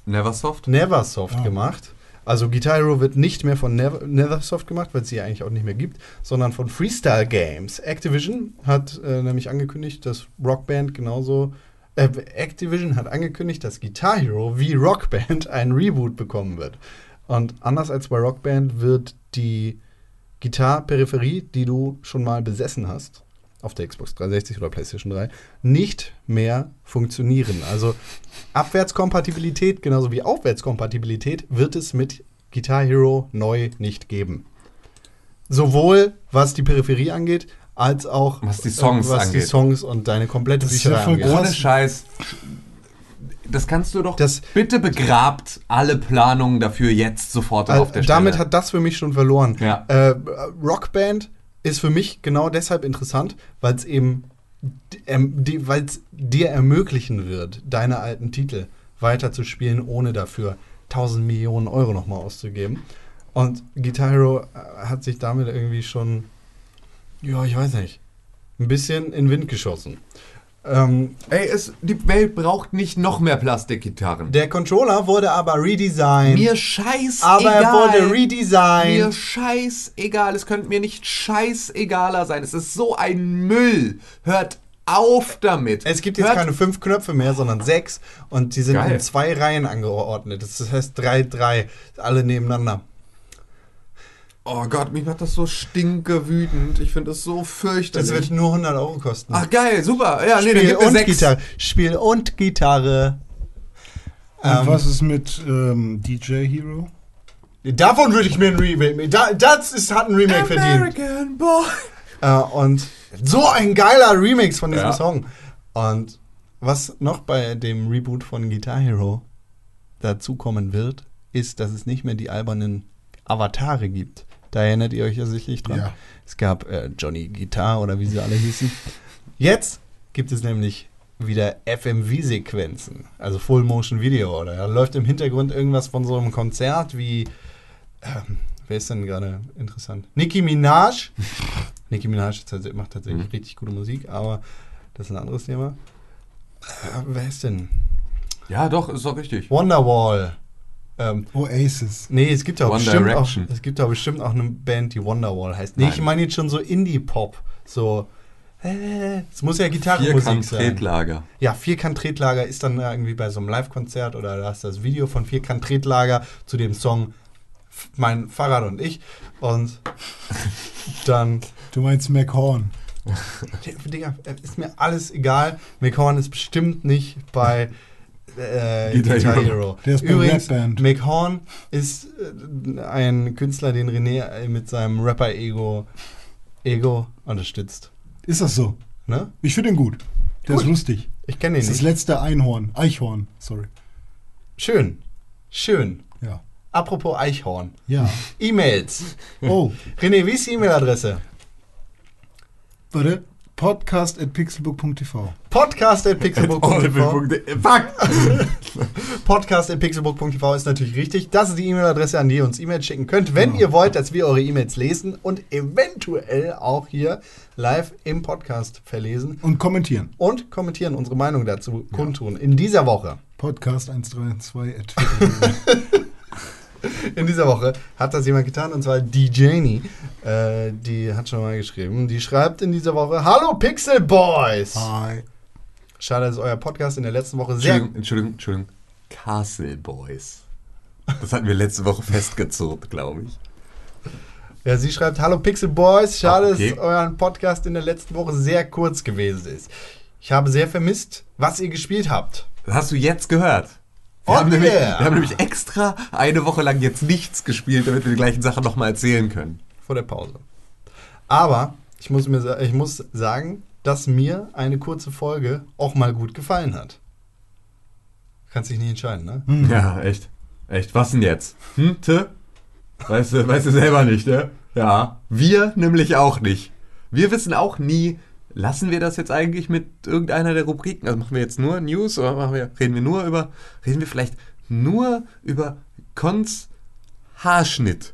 S2: Neversoft.
S3: Neversoft
S4: Ah.
S3: gemacht. Also Guitar Hero wird nicht mehr von Never Nethersoft gemacht, weil es sie ja eigentlich auch nicht mehr gibt, sondern von Freestyle Games. Activision hat äh, nämlich angekündigt, dass Rockband genauso äh, Activision hat angekündigt, dass Guitar Hero wie Rockband ein Reboot bekommen wird. Und anders als bei Rockband wird die Gitarre-Peripherie, die du schon mal besessen hast, auf der Xbox 360 oder PlayStation 3, nicht mehr funktionieren. Also Abwärtskompatibilität, genauso wie Aufwärtskompatibilität, wird es mit Guitar Hero neu nicht geben. Sowohl was die Peripherie angeht, als auch
S2: Was die Songs
S3: äh, was die
S2: angeht.
S3: Songs und deine komplette
S4: Das ist ja
S3: Bücherei
S4: voll
S3: angeht.
S4: groß.
S2: Ohne Scheiß. Das kannst du doch.
S3: Das-
S2: bitte begrabt alle Planungen dafür jetzt sofort
S3: Äh,
S2: auf der
S3: damit
S2: Stelle.
S3: hat das für mich schon verloren.
S2: Ja.
S3: Äh, Rockband ist für mich genau deshalb interessant, weil es eben d- ähm, die- weil's dir ermöglichen wird, deine alten Titel weiterzuspielen, ohne dafür 1000 Millionen Euro nochmal auszugeben. Und Guitar Hero äh, hat sich damit irgendwie schon, ja, ich weiß nicht, ein bisschen in den Wind geschossen. Ähm,
S2: Ey, es, die Welt braucht nicht noch mehr Plastikgitarren.
S3: der Controller wurde aber redesigned.
S2: mir scheißegal.
S3: aber er wurde redesigned.
S2: Mir scheißegal. Es könnte mir nicht scheißegaler sein. Es ist so ein Müll. Hört auf damit.
S3: Es gibt jetzt
S2: Hört
S3: keine fünf Knöpfe mehr, sondern sechs. Und die sind
S2: Geil.
S3: in zwei Reihen angeordnet. Das heißt drei, drei, alle nebeneinander.
S2: Oh Gott, mich macht das so stinkewütend. Ich finde das so
S3: Das wird
S2: fürchterlich.
S3: nur 100 Euro kosten.
S2: Ach geil, super. Ja, nee, dann
S3: Spiel
S2: gib mir
S3: und
S2: sechs.
S3: Gitarre. Spiel und Gitarre.
S4: Und was ist mit ähm, DJ Hero?
S3: Davon würde ich mir ein Remake. Da, das ist, hat ein Remake verdient.
S2: American Boy.
S3: Äh, und so ein geiler Remix von diesem
S2: Ja.
S3: Song. Und was noch bei dem Reboot von Guitar Hero dazu kommen wird, ist, dass es nicht mehr die albernen Avatare gibt. Da erinnert ihr euch ja sicherlich dran.
S4: Ja.
S3: Es gab äh, Johnny Guitar oder wie sie alle hießen. Jetzt gibt es nämlich wieder FMV-Sequenzen, also Full Motion Video. Oder da läuft im Hintergrund irgendwas von so einem Konzert wie. Ähm, wer ist denn gerade interessant? Nicki Minaj. Nicki Minaj ist tats- macht tatsächlich
S2: Mhm.
S3: richtig gute Musik, aber das ist ein anderes Thema. Äh, wer ist denn?
S2: Ja, doch, ist doch
S3: Oh,
S2: richtig.
S3: Wonderwall. Ähm,
S4: Oasis.
S3: nee, es gibt ja
S2: One
S3: bestimmt auch,
S2: Direction.
S3: es gibt ja bestimmt auch eine Band, die Wonderwall heißt. Nee,
S2: Nein.
S3: ich meine jetzt schon so Indie-Pop. So, äh, es muss ja Gitarrenmusik
S2: Vierkant
S3: sein.
S2: Tretlager.
S3: Ja, Vierkant-Tretlager ist dann irgendwie bei so einem Live-Konzert oder da ist das Video von Vierkant-Tretlager zu dem Song F- Mein Fahrrad und ich. Und dann,
S4: Du meinst McHorn.
S3: Digga, äh, ist mir alles egal. McHorn ist bestimmt nicht bei äh,
S2: Guitar
S3: Guitar,
S2: Hero.
S3: Hero.
S4: Der ist bei
S3: Übrigens,
S4: Rap Band.
S3: McHorn ist äh, ein Künstler, den René äh, mit seinem Rapper-Ego Ego unterstützt.
S4: Ist das so?
S3: Ne?
S4: Ich finde ihn gut. Der
S3: Gut.
S4: ist lustig.
S3: Ich kenne ihn
S4: Das ist das
S3: nicht.
S4: letzte Einhorn. Eichhorn, sorry.
S3: Schön. Schön.
S4: Ja.
S3: Apropos Eichhorn.
S4: Ja.
S3: E-Mails.
S4: Oh,
S3: René, wie ist die E-Mail-Adresse?
S4: warte. Podcast at pixelbook.tv.
S3: Podcast.pixelburg.tv.
S2: Oh,
S3: Also
S2: Fuck!
S3: Podcast.pixelburg.tv ist natürlich richtig. Das ist die E-Mail-Adresse, an die ihr uns E-Mails schicken könnt, wenn ihr wollt, dass wir eure E-Mails lesen und eventuell auch hier live im Podcast verlesen
S4: Und kommentieren.
S3: und kommentieren, unsere Meinung dazu kundtun. In dieser Woche,
S4: Podcast 132 at twitter.com.
S3: in dieser Woche hat das jemand getan und zwar die Janie. Äh, die hat schon mal geschrieben. Die schreibt in dieser Woche: Hallo Pixel Boys!
S4: Hi.
S3: Schade, dass euer Podcast in der letzten Woche sehr
S2: Entschuldigung, Entschuldigung, Entschuldigung. Castle Boys. Das hatten wir letzte Woche festgezurrt, glaube ich.
S3: Ja, sie schreibt, hallo Pixel Boys, schade,
S2: Ah, okay.
S3: dass euren Podcast in der letzten Woche sehr kurz gewesen ist. Ich habe sehr vermisst, was ihr gespielt habt.
S2: Das hast du jetzt gehört. Wir,
S3: Oh
S2: haben nämlich,
S3: yeah.
S2: wir haben nämlich extra eine Woche lang jetzt nichts gespielt, damit wir die gleichen Sachen nochmal erzählen können.
S3: Vor der Pause. Aber ich muss, mir, sa- ich muss sagen, dass mir eine kurze Folge auch mal gut gefallen hat. Kannst dich nicht entscheiden, ne?
S2: Ja, echt. Echt. Was denn jetzt? Hm, te? Weißt du, weißt du selber nicht, ne? Ja. Wir nämlich auch nicht. Wir wissen auch nie, lassen wir das jetzt eigentlich mit irgendeiner der Rubriken? Also machen wir jetzt nur News oder machen wir, reden wir nur über, reden wir vielleicht nur über Cons Haarschnitt?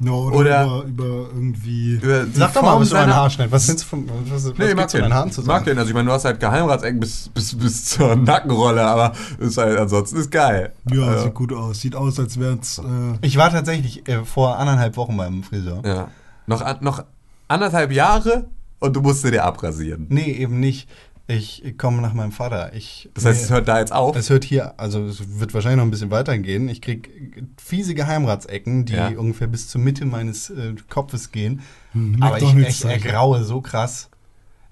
S4: No,
S2: Oder-
S4: oder, über, über irgendwie.
S2: Über die
S3: Sag doch mal
S2: Form
S3: was über
S2: seiner-
S3: einen Haarschnitt. Was sind von, was, was
S2: Nee, ich mag
S3: gibt's von
S2: den.
S3: deinen Haaren
S2: Ich mag
S3: zusammen?
S2: den. Also ich meine, du hast halt Geheimratsecken bis, bis, bis zur Nackenrolle, aber ist halt, ansonsten ist geil.
S4: Ja,
S2: also,
S4: sieht gut aus. Sieht aus, als wären es. Äh,
S3: Ich war tatsächlich äh, vor anderthalb Wochen beim Friseur.
S2: Ja. Noch, an- noch anderthalb Jahre und du musst sie dir abrasieren.
S3: Nee, eben nicht. Ich komme nach meinem Vater. Ich,
S2: Das heißt,
S3: nee.
S2: es hört da jetzt auf.
S3: Es hört hier, also es wird wahrscheinlich noch ein bisschen weitergehen. Ich krieg fiese Geheimratsecken, die
S2: Ja.
S3: ungefähr bis zur Mitte meines äh, Kopfes gehen.
S4: Hm, macht
S3: Aber
S4: doch
S3: ich echt
S4: nichts, Alter.
S3: ergraue so krass.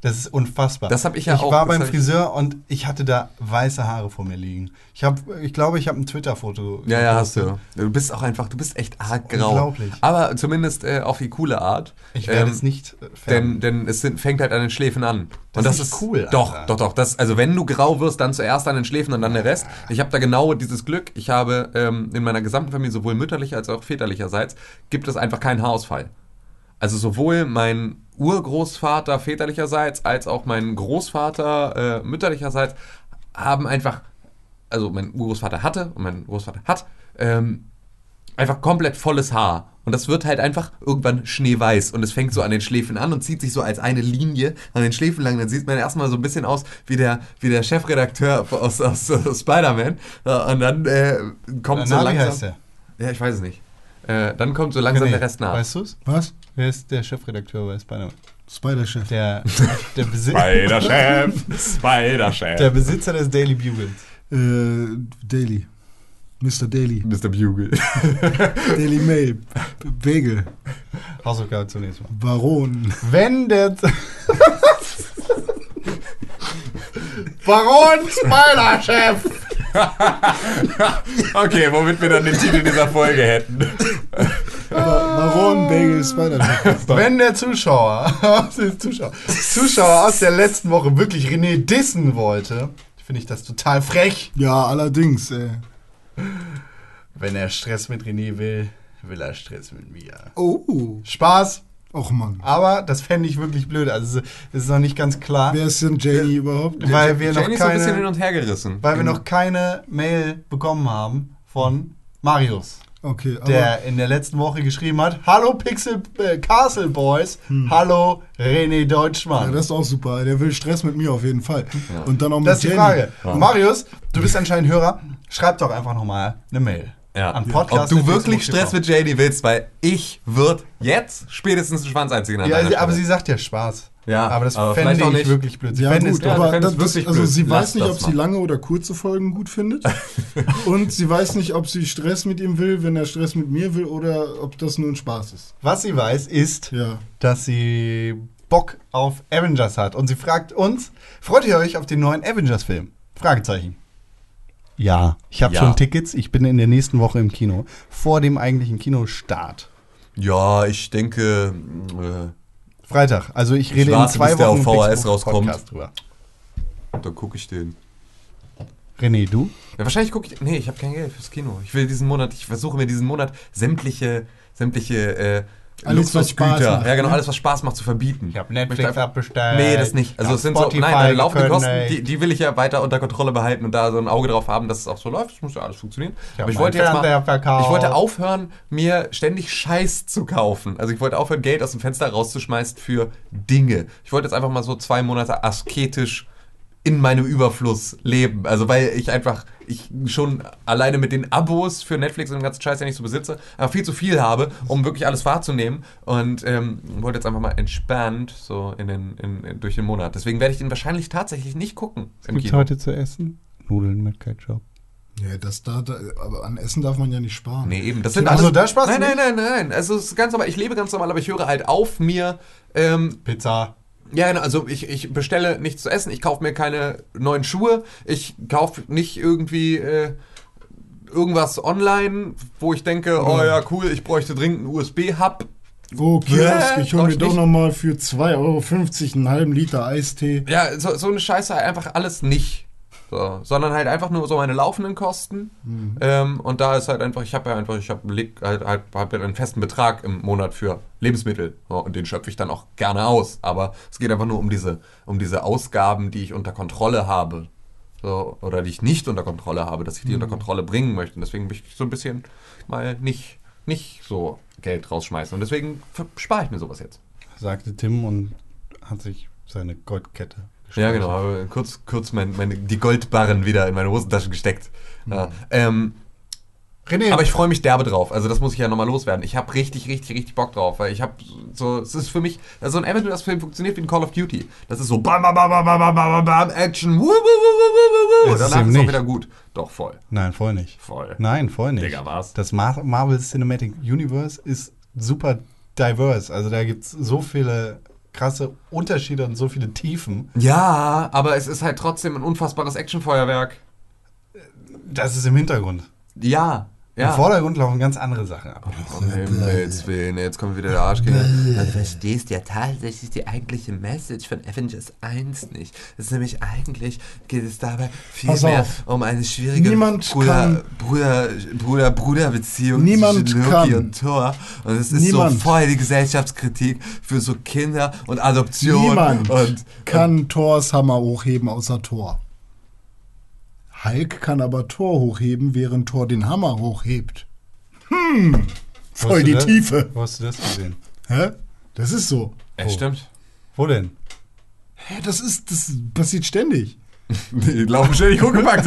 S3: Das ist unfassbar.
S2: Das hab ich ja
S3: ich
S2: auch,
S3: war
S2: das
S3: beim
S2: hab ich-
S3: Friseur und ich hatte da weiße Haare vor mir liegen. Ich habe, ich glaube, ich habe ein Twitter-Foto.
S2: ja, ja, hast
S3: gepostet.
S2: du. Du bist auch einfach, du bist echt arg grau.
S3: unglaublich.
S2: Aber zumindest äh, auf die coole Art.
S3: Ich werde
S2: Ähm,
S3: es nicht äh,
S2: Denn,
S3: färben.
S2: denn es sind, fängt halt an den Schläfen an.
S3: Das
S2: und das
S3: ist
S2: ist
S3: cool,
S2: Doch,
S3: Alter.
S2: doch, doch. Das, also wenn du grau wirst, dann zuerst an den Schläfen und dann der Rest. Ich habe da genau dieses Glück. Ich habe ähm, in meiner gesamten Familie, sowohl mütterlicher als auch väterlicherseits, gibt es einfach keinen Haarausfall. Also sowohl mein Urgroßvater väterlicherseits als auch mein Großvater äh, mütterlicherseits haben einfach, also mein Urgroßvater hatte und mein Großvater hat ähm, einfach komplett volles Haar. Und das wird halt einfach irgendwann schneeweiß. Und es fängt so an den Schläfen an und zieht sich so als eine Linie an den Schläfen lang. Dann sieht man erstmal so ein bisschen aus wie der, wie der Chefredakteur aus, aus, aus Spider-Man. Ja, Und dann äh, kommt so
S3: Na, wie
S2: langsam.
S3: heißt der?
S2: Ja, ich weiß es nicht. Äh, dann kommt so langsam
S3: Nee,
S2: der Rest nach.
S3: Weißt du's?
S4: was?
S3: Wer ist der Chefredakteur bei Spider-Man?
S4: Spider-Chef.
S3: Der, der, Besi
S2: Spider-Chef, Spider-Chef.
S3: der Besitzer des Daily Bugles.
S4: Äh, Daily. Mr. Daily.
S2: Mr. Bugle.
S4: Daily Mail. B- Bagel.
S3: Hausaufgabe zunächst mal.
S4: Baron.
S3: Wenn der. Baron Spoilerchef!
S2: Okay, womit wir dann den Titel dieser Folge hätten.
S4: Ba Baron Bagel Spider-Man.
S3: Ah. Wenn der Zuschauer, der Zuschauer, Zuschauer aus der letzten Woche wirklich René dissen wollte, finde ich das total frech.
S4: Ja, allerdings, äh. ey.
S3: Wenn er Stress mit René will, will er Stress mit mir.
S4: Oh.
S3: Spaß,
S4: Och, Mann.
S3: aber das fände ich wirklich blöd. Also es ist noch nicht ganz klar,
S4: Wer ist denn Janie überhaupt?
S3: weil wir noch
S2: Jenny ist so ein bisschen hin
S3: keine,
S2: und her gerissen. Genau.
S3: weil wir noch keine Mail bekommen haben von Marius.
S4: Okay, aber
S3: der in der letzten Woche geschrieben hat: Hallo Pixel äh, Castle Boys, hallo René
S4: Hm. ja,
S3: Deutschmann.
S4: Ah, das ist auch super. Der will Stress mit mir auf jeden Fall. Und dann auch mit
S3: das ist die
S4: Jenny.
S3: Frage.
S2: Ja.
S3: Marius, du bist anscheinend Hörer, schreib doch einfach nochmal eine Mail.
S2: Ja.
S3: An Podcast
S2: Ob du wirklich Stress
S3: mit
S2: mit JD willst, weil ich wird jetzt spätestens einen Schwanz einziehen an
S3: Ja,
S2: deiner
S3: sie, aber sie
S2: Stelle.
S3: sagt ja Spaß.
S2: Ja,
S3: aber das
S2: aber
S3: fände
S2: vielleicht auch
S3: ich
S2: nicht.
S3: wirklich blöd. Sie
S4: Ja,
S3: fände
S4: gut,
S3: es
S4: aber
S2: ja,
S4: das,
S2: das wirklich
S4: also
S2: blöd.
S4: sie weiß
S2: Lass
S4: nicht,
S2: das
S4: ob
S2: mal.
S4: sie lange oder kurze Folgen gut findet. und sie weiß nicht, ob sie Stress mit ihm will, wenn er Stress mit mir will, oder ob das nur ein Spaß ist.
S3: Was sie weiß, ist,
S4: Ja.
S3: dass sie Bock auf Avengers hat. Und sie fragt uns: Freut ihr euch auf den neuen Avengers-Film? Fragezeichen. Ja, ich habe
S2: Ja.
S3: schon Tickets. Ich bin in der nächsten Woche im Kino. Vor dem eigentlichen Kinostart.
S2: Ja, ich denke, äh,
S3: Freitag. Also ich rede
S2: warte,
S3: in zwei
S2: bis der auf
S3: Wochen im
S2: VHS
S3: Pixelbook
S2: rauskommt.
S3: Podcast drüber.
S2: dann gucke ich den.
S3: René, du?
S2: Ja, wahrscheinlich gucke ich. Nee, ich habe kein Geld fürs Kino. Ich will diesen Monat, ich versuche mir diesen Monat sämtliche, sämtliche äh,
S4: Alles, was Spaß
S2: Luxusgüter,
S4: macht,
S2: ja genau,
S4: ne?
S2: alles was Spaß macht, zu verbieten.
S3: Ich habe
S2: Möchte
S3: Netflix
S2: einfach-
S3: abbestellt.
S2: Nee, das nicht. Also
S3: Auf
S2: es sind so,
S3: Spotify
S2: nein, meine laufenden
S3: gekündigt.
S2: Kosten, die, die will ich ja weiter unter Kontrolle behalten und da so ein Auge drauf haben, dass es auch so läuft. Das muss ja alles funktionieren.
S3: Ich hab
S2: Aber ich
S3: meinen
S2: wollte jetzt mal,
S3: Fernseher verkauft.
S2: ich wollte aufhören, mir ständig Scheiß zu kaufen. Also ich wollte aufhören, Geld aus dem Fenster rauszuschmeißen für Dinge. Ich wollte jetzt einfach mal so zwei Monate asketisch in meinem Überfluss leben. Also weil ich einfach, ich schon alleine mit den Abos für Netflix und den ganzen Scheiß, den ich so besitze, aber viel zu viel habe, um wirklich alles wahrzunehmen. Und ähm, wollte jetzt einfach mal entspannt so in den, in, in, durch den Monat. Deswegen werde ich den wahrscheinlich tatsächlich nicht gucken im
S3: Gibt's
S2: Kino.
S3: heute zu essen? Nudeln mit Ketchup.
S4: Ja, das da, da, aber an Essen darf man ja nicht sparen.
S2: Nee, eben. Das sind
S3: Also
S2: alles,
S3: da Spaß
S2: Nein,
S3: nicht?
S2: nein, nein, nein. Also es ist ganz normal. Ich lebe ganz normal, aber ich höre halt auf mir. Ähm,
S3: Pizza.
S2: ja, genau, also ich, ich bestelle nichts zu essen, ich kaufe mir keine neuen Schuhe, ich kaufe nicht irgendwie äh, irgendwas online, wo ich denke,
S3: Mhm.
S2: oh ja, cool, ich bräuchte dringend einen USB-Hub.
S4: Oh, Kiosk,
S2: Äh,
S4: ich hol
S2: brauch
S4: mir
S2: ich
S4: doch
S2: nicht.
S4: nochmal für 2,50 Euro einen halben Liter Eistee.
S2: Ja, so, so eine Scheiße halt einfach alles nicht. So, sondern halt einfach nur so meine laufenden Kosten. Ähm, und da ist halt einfach, ich habe ja einfach, ich habe halt, halt, hab ja einen festen Betrag im Monat für Lebensmittel. So, und den schöpfe ich dann auch gerne aus. Aber es geht einfach nur um diese, um diese Ausgaben, die ich unter Kontrolle habe. So, oder die ich nicht unter Kontrolle habe, dass ich die unter Kontrolle bringen möchte. Und deswegen bin ich so ein bisschen mal nicht, nicht so Geld rausschmeißen. Und deswegen ver- spare ich mir sowas jetzt.
S3: Sagte Tim und hat sich seine Goldkette
S2: Ja, genau. Habe kurz, kurz mein, meine, die Goldbarren wieder in meine Hosentasche gesteckt.
S3: Mhm.
S2: Ja. Ähm,
S3: René,
S2: aber ich freue mich derbe drauf. Also das muss ich ja nochmal loswerden. Ich habe richtig, richtig, richtig Bock drauf, weil ich habe so, es ist für mich, also ein Avengers-Film funktioniert wie ein Call of Duty. Das ist so bam, bam, bam, bam, bam, bam, bam, bam, Action, wuh, wuh, wuh, wuh, wuh, wuh.
S3: Es ist
S2: Danach
S3: eben
S2: ist auch
S3: nicht.
S2: wieder gut. Doch, voll.
S3: Nein, voll nicht.
S2: Voll.
S3: Nein, voll nicht.
S2: Digga, was?
S3: Das Mar Marvel Cinematic Universe ist super diverse. Also da gibt es so viele krasse Unterschiede und so viele Tiefen.
S2: Ja, aber es ist halt trotzdem ein unfassbares Actionfeuerwerk.
S3: Das ist im Hintergrund.
S2: Ja,
S3: Im
S2: ja.
S3: Vordergrund laufen ganz andere Sachen ab.
S2: Um Himmels Willen, jetzt kommt wieder der Arschgänger. Du verstehst ja tatsächlich die eigentliche Message von Avengers 1 nicht. Es ist nämlich eigentlich, geht es dabei viel
S4: Pass
S2: mehr
S4: auf.
S2: um eine schwierige
S4: Niemand
S2: Bruder, Bruder, Bruder, Bruderbeziehung
S4: Niemand
S2: zwischen Loki
S4: kann.
S2: und Thor. Und es ist so
S4: Niemand.
S2: voll die Gesellschaftskritik für so Kinder und Adoption.
S4: Niemand
S2: und,
S4: kann Thors Hammer hochheben außer Thor. Hulk kann aber Thor hochheben, während Thor den Hammer hochhebt. Hm,
S3: Wo
S4: voll
S3: hast du
S4: die
S3: das-
S4: Tiefe.
S3: Wo hast du das gesehen?
S4: Hä? Das ist so.
S2: Äh, stimmt.
S3: Wo denn?
S4: Hä, das ist, das passiert ständig.
S2: Die laufen ständig hochgepackt.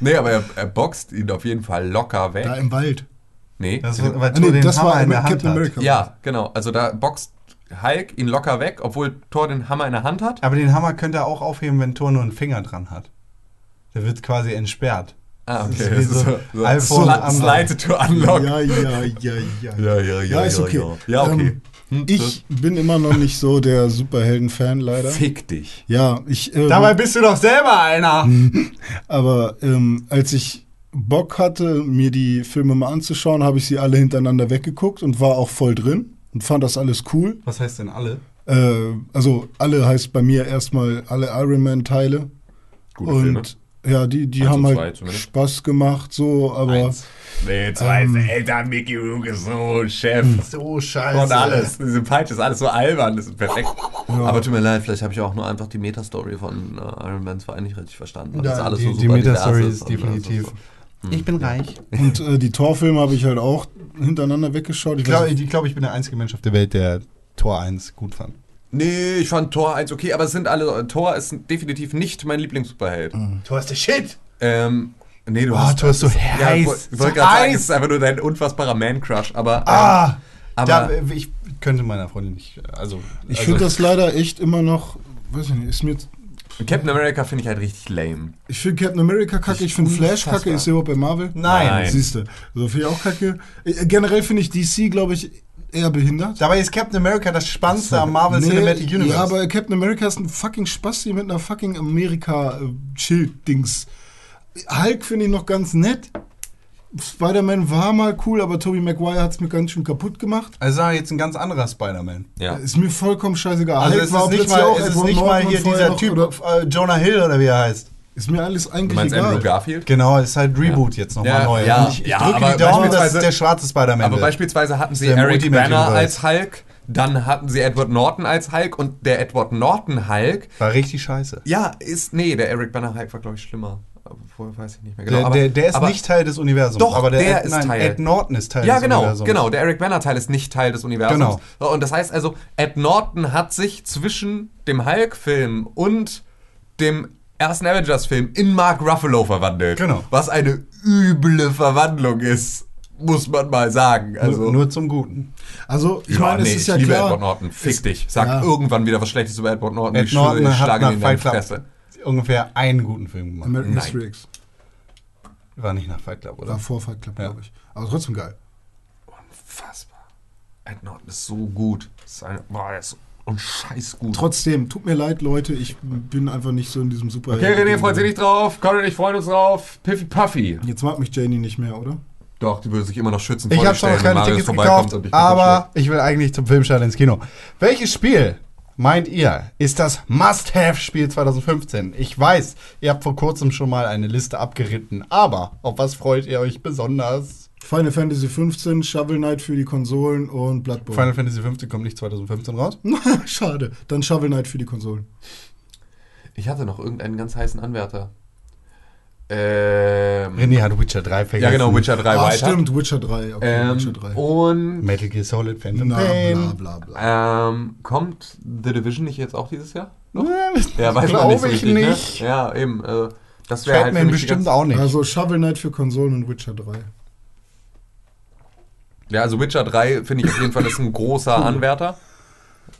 S2: nee, aber er, er boxt ihn auf jeden Fall locker weg.
S4: Da im Wald.
S2: Nee.
S3: Das war, weil
S4: Ah,
S3: Thor
S4: nee,
S3: den
S4: das
S3: Hammer
S4: war
S3: in der Hand
S4: Captain
S3: hat.
S4: America.
S2: Ja, genau. Also da boxt Hulk ihn locker weg, obwohl Thor den Hammer in der Hand hat.
S3: Aber den Hammer könnte er auch aufheben, wenn Thor nur einen Finger dran hat. Der wird quasi entsperrt.
S2: Ah, okay.
S3: Das ist wie so iPhone
S2: Sli-
S3: unlock.
S2: Slide to unlock.
S4: Ja, ja, ja, ja.
S2: Ja, ja, ja,
S4: Ja, ist
S2: ja,
S4: okay.
S2: ja. Ja, okay. Hm,
S4: Ähm, ich bin immer noch nicht so der Superhelden-Fan, leider.
S2: Fick dich.
S4: Ja, ich. ähm,
S3: Dabei bist du doch selber einer.
S4: Aber ähm, als ich Bock hatte, mir die Filme mal anzuschauen, habe ich sie alle hintereinander weggeguckt und war auch voll drin und fand das alles cool.
S3: Was heißt denn alle?
S4: Äh, also alle heißt bei mir erstmal alle Iron Man Teile
S2: Gute
S4: und
S2: Filme.
S4: ja, die die
S2: Eins
S4: haben
S2: und
S4: halt
S2: zwei zumindest.
S4: Spaß gemacht so, aber
S2: Eins. Nee, zwei ähm, Eltern, Mickey Rook ist so Chef.
S3: So scheiße.
S2: Und alles.
S3: äh,
S2: Diese Peitsche ist alles so albern, das ist perfekt. Aber tut mir leid, vielleicht habe ich auch nur einfach die Meta-Story von äh, Iron Man 2 nicht richtig verstanden. weil das
S3: Ja,
S2: alles
S3: die,
S2: so
S3: die
S2: super
S3: Meta-Story
S2: divers
S3: ist
S2: und alles
S3: definitiv.
S2: so-
S4: Hm.
S3: Ich bin reich.
S4: und äh, die Torfilme habe ich halt auch hintereinander weggeschaut.
S3: Ich glaube, ich, glaub, ich bin der einzige Mensch auf der Welt, der Tor 1 gut fand.
S2: Nee, ich fand Thor 1 okay, aber es sind alle. Thor ist definitiv nicht mein Lieblingssuperheld.
S3: Tor ist der Shit.
S2: Ähm, nee, du
S3: Oh,
S2: hast.
S3: Thor ist so
S2: das- Ja, ich
S3: heiß,
S2: wollte
S3: so
S2: wollt gerade sagen,
S3: heiß.
S2: es ist einfach nur dein unfassbarer Man-Crush, aber. ähm,
S3: Ah,
S2: aber
S3: da, ich könnte meiner Freundin nicht. Also,
S4: ich
S3: also,
S4: finde das leider echt immer noch, weiß ich nicht, ist mir
S2: Captain America finde ich halt richtig lame.
S4: ich finde Captain America kacke, ich finde Flash kacke,
S3: unfassbar.
S4: ist ja überhaupt bei Marvel.
S3: Nein.
S2: Nein.
S4: Siehst du. So viel auch kacke. Äh, Generell finde ich DC, glaube ich, eher behindert.
S3: Dabei ist Captain America das Spannendste am Marvel Cinematic Universe.
S4: Ja, aber Captain America ist ein fucking Spasti mit einer fucking Amerika-Schild-Dings. Hulk finde ich noch ganz nett. Spider-Man war mal cool, aber Tobey Maguire hat es mir ganz schön kaputt gemacht.
S3: also sagen wir jetzt ein ganz anderer Spider-Man.
S2: Ja.
S4: Ist mir vollkommen scheißegal.
S3: Also
S4: Hulk
S3: es
S4: war
S3: ist nicht
S4: plötzlich
S3: mal,
S4: auch
S3: es ist
S4: Edward
S3: nicht mal
S4: Norton
S3: hier
S4: und vorher
S3: dieser
S4: noch-
S3: Typ,
S4: oder-
S3: äh, Jonah Hill oder wie er heißt.
S4: Ist mir alles
S2: Du
S4: eigentlich
S2: meinst
S4: egal.
S2: Andrew Garfield?
S3: Genau, es ist halt Reboot jetzt nochmal
S2: Ja,
S3: neu.
S2: ja,
S3: Und ich ich
S2: ja,
S3: drücke
S2: aber
S3: die Daumen, dass
S2: beispielsweise-
S3: es der schwarze Spider-Man
S2: Aber
S3: wird.
S2: beispielsweise hatten sie
S3: Der
S2: Eric
S3: Multimedia
S2: Banner als
S3: Universe.
S2: Hulk, dann hatten sie Edward Norton als Hulk und der Edward Norton Hulk,
S3: War richtig scheiße.
S2: ja, ist, nee, der Eric Banner Hulk war, glaube ich, schlimmer. Aber Vorher weiß ich nicht mehr genau.
S3: der,
S2: aber,
S3: der, der ist
S2: aber,
S3: nicht Teil des Universums.
S2: Doch,
S3: aber der,
S2: der
S3: Ed,
S2: ist
S3: nein,
S2: Teil.
S3: Ed Norton ist Teil
S2: Ja,
S3: des
S2: genau,
S3: Universums.
S2: genau. Der Eric Banner-Teil ist nicht Teil des Universums.
S3: Genau.
S2: So, Und das heißt also, Ed Norton hat sich zwischen dem Hulk-Film und dem ersten Avengers-Film in Mark Ruffalo verwandelt.
S3: Genau.
S2: Was eine üble Verwandlung ist, muss man mal sagen. Also,
S3: nur, nur zum Guten.
S4: Also, ich
S2: Ja,
S4: meine, es ist ja
S2: ich liebe Edward
S4: klar.
S2: Norton. Fick dich. Sag
S4: ja.
S2: irgendwann wieder was Schlechtes über Edward Norton.
S3: Ed
S2: Ich schwöre,
S3: Norton
S2: ich
S3: hat
S2: schlage
S3: nach
S2: ihn in deine
S3: Fight Club
S2: Fresse.
S3: ungefähr einen guten Film gemacht.
S4: American
S2: Nein.
S4: History X.
S3: War nicht nach Fight Club,
S4: Oder
S3: oder?
S4: vor Fight Club,
S3: Ja.
S4: glaube ich. Aber trotzdem geil.
S2: Unfassbar. Ed Norton ist so gut. Das ist eine, boah, er ist und scheiß gut.
S4: Trotzdem, tut mir leid, Leute, ich bin einfach nicht so in diesem super.
S2: Okay, René freut sich nicht drauf. Conor und ich freuen uns drauf. Piffy Puffy.
S4: Jetzt mag mich Janie nicht mehr, oder?
S2: Doch, die würde sich immer noch schützen.
S3: Ich
S2: vor
S3: habe
S2: dir
S3: schon noch
S2: stellen, wenn
S3: keine
S2: Marius
S3: Tickets
S2: vorbeikommt
S3: gekauft,
S2: und dich
S3: aber ich will eigentlich zum Filmstart ins Kino. Welches Spiel, meint ihr, ist das Must-Have-Spiel 2015? Ich weiß, ihr habt vor kurzem schon mal eine Liste abgeritten, aber auf was freut ihr euch besonders?
S4: Final Fantasy 15, Shovel Knight für die Konsolen und Bloodborne.
S3: Final Fantasy 15 kommt nicht 2015 raus.
S4: Schade. Dann Shovel Knight für die Konsolen.
S2: Ich hatte noch irgendeinen ganz heißen Anwärter. Ähm,
S3: René hat Witcher 3 vergessen.
S2: ja, genau, Witcher 3
S4: ah,
S2: weiter.
S4: stimmt, Witcher 3. Okay,
S2: Ähm,
S4: Witcher 3.
S2: Und
S3: Metal Gear Solid Phantom Pain.
S4: Na, bla, bla, bla.
S2: ähm, kommt The Division nicht jetzt auch dieses Jahr? Noch? Ja, weiß man
S3: Glaube
S2: nicht so
S3: ich
S2: richtig,
S3: nicht.
S2: Ne? Ja, eben. Äh, das wäre halt
S3: Fällt
S2: für
S3: mir
S2: mich die
S3: bestimmt
S2: ganze-
S3: auch nicht.
S4: Also Shovel Knight für Konsolen und Witcher 3.
S2: Ja, also Witcher 3 finde ich auf jeden Fall ist ein großer Anwärter.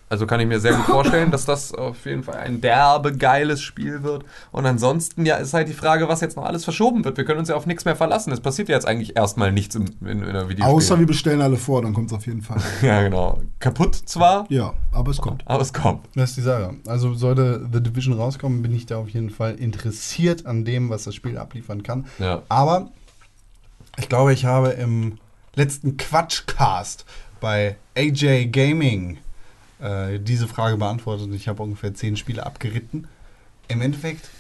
S2: Also kann ich mir sehr gut vorstellen, dass das auf jeden Fall ein derbe, geiles Spiel wird. Und ansonsten ja ist halt die Frage, was jetzt noch alles verschoben wird. Wir können uns ja auf nichts mehr verlassen. Es passiert ja jetzt eigentlich erstmal nichts in, in, in einer Videospiel.
S4: Außer wir bestellen alle vor, dann kommt es auf jeden Fall.
S2: ja, genau. Kaputt zwar,
S4: ja, aber es kommt.
S2: aber es kommt.
S3: Das ist die Sache. Also sollte The Division rauskommen, bin ich da auf jeden Fall interessiert an dem, was das Spiel abliefern kann.
S2: Ja.
S3: Aber ich glaube, ich habe im letzten Quatschcast bei AJ Gaming äh, diese Frage beantwortet. Ich habe ungefähr zehn Spiele abgeritten. Im Endeffekt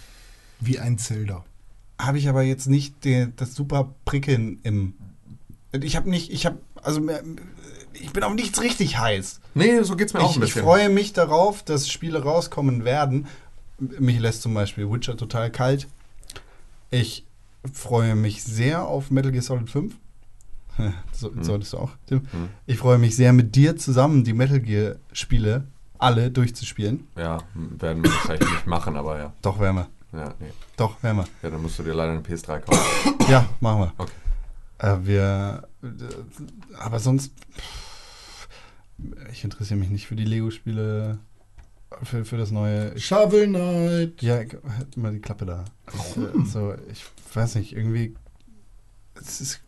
S4: Wie ein Zelda.
S3: habe ich aber jetzt nicht den, das super Prickeln im. Ich habe nicht, ich habe, also äh, ich bin auf nichts richtig heiß.
S2: Nee, so geht's mir auch
S3: Ich,
S2: ein
S3: ich
S2: bisschen.
S3: freue mich darauf, dass Spiele rauskommen werden. Mich lässt zum Beispiel Witcher total kalt. Ich freue mich sehr auf Metal Gear Solid 5. so,
S2: Mhm.
S3: Solltest du auch, Tim. Ich freue mich sehr, mit dir zusammen die Metal Gear-Spiele alle durchzuspielen.
S2: ja, werden wir wahrscheinlich nicht machen, aber ja.
S3: Doch, werden wir.
S2: Ja, nee.
S3: Doch, werden wir.
S2: ja, dann musst du dir leider eine PS3 kaufen.
S3: Ja, machen wir.
S2: Okay.
S3: Äh, wir. Äh, aber sonst. pff, Ich interessiere mich nicht für die Lego-Spiele. Für, für das neue
S4: Shovel Knight.
S3: Ja, g- halt mal die Klappe da. Ich, äh, so, ich weiß nicht, irgendwie
S4: es ist,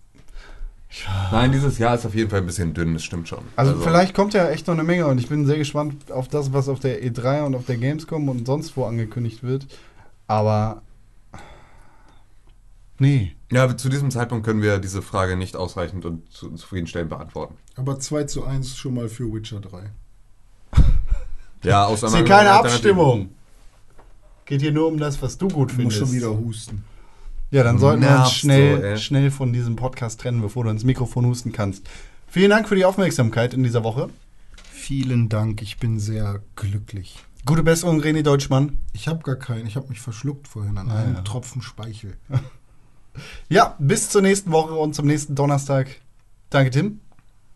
S2: Nein, dieses Jahr ist auf jeden Fall ein bisschen dünn, das stimmt schon.
S6: Also, vielleicht kommt ja echt noch eine Menge und ich bin sehr gespannt auf das, was auf der E3 und auf der Gamescom und sonst wo angekündigt wird. Aber. Nee.
S2: Ja, zu diesem Zeitpunkt können wir diese Frage nicht ausreichend und zu, zufriedenstellend beantworten.
S4: aber 2 zu 1 schon mal für Witcher 3.
S2: Ja, aus
S6: Es ist hier keine Abstimmung. Geht hier nur um das, was du gut
S4: Ich muss
S6: findest.
S4: schon wieder husten.
S6: Ja, dann sollten wir uns
S2: Nervst
S6: schnell,
S2: so, ey.
S6: schnell von diesem Podcast trennen, bevor du ins Mikrofon husten kannst. Vielen Dank für die Aufmerksamkeit in dieser Woche.
S4: Vielen Dank, ich bin sehr glücklich.
S6: Gute Besserung, René Deutschmann.
S4: Ich habe gar keinen, ich habe mich verschluckt vorhin an
S6: Ah,
S4: einem
S6: ja.
S4: Tropfen Speichel.
S6: Ja, bis zur nächsten Woche und zum nächsten Donnerstag. Danke, Tim.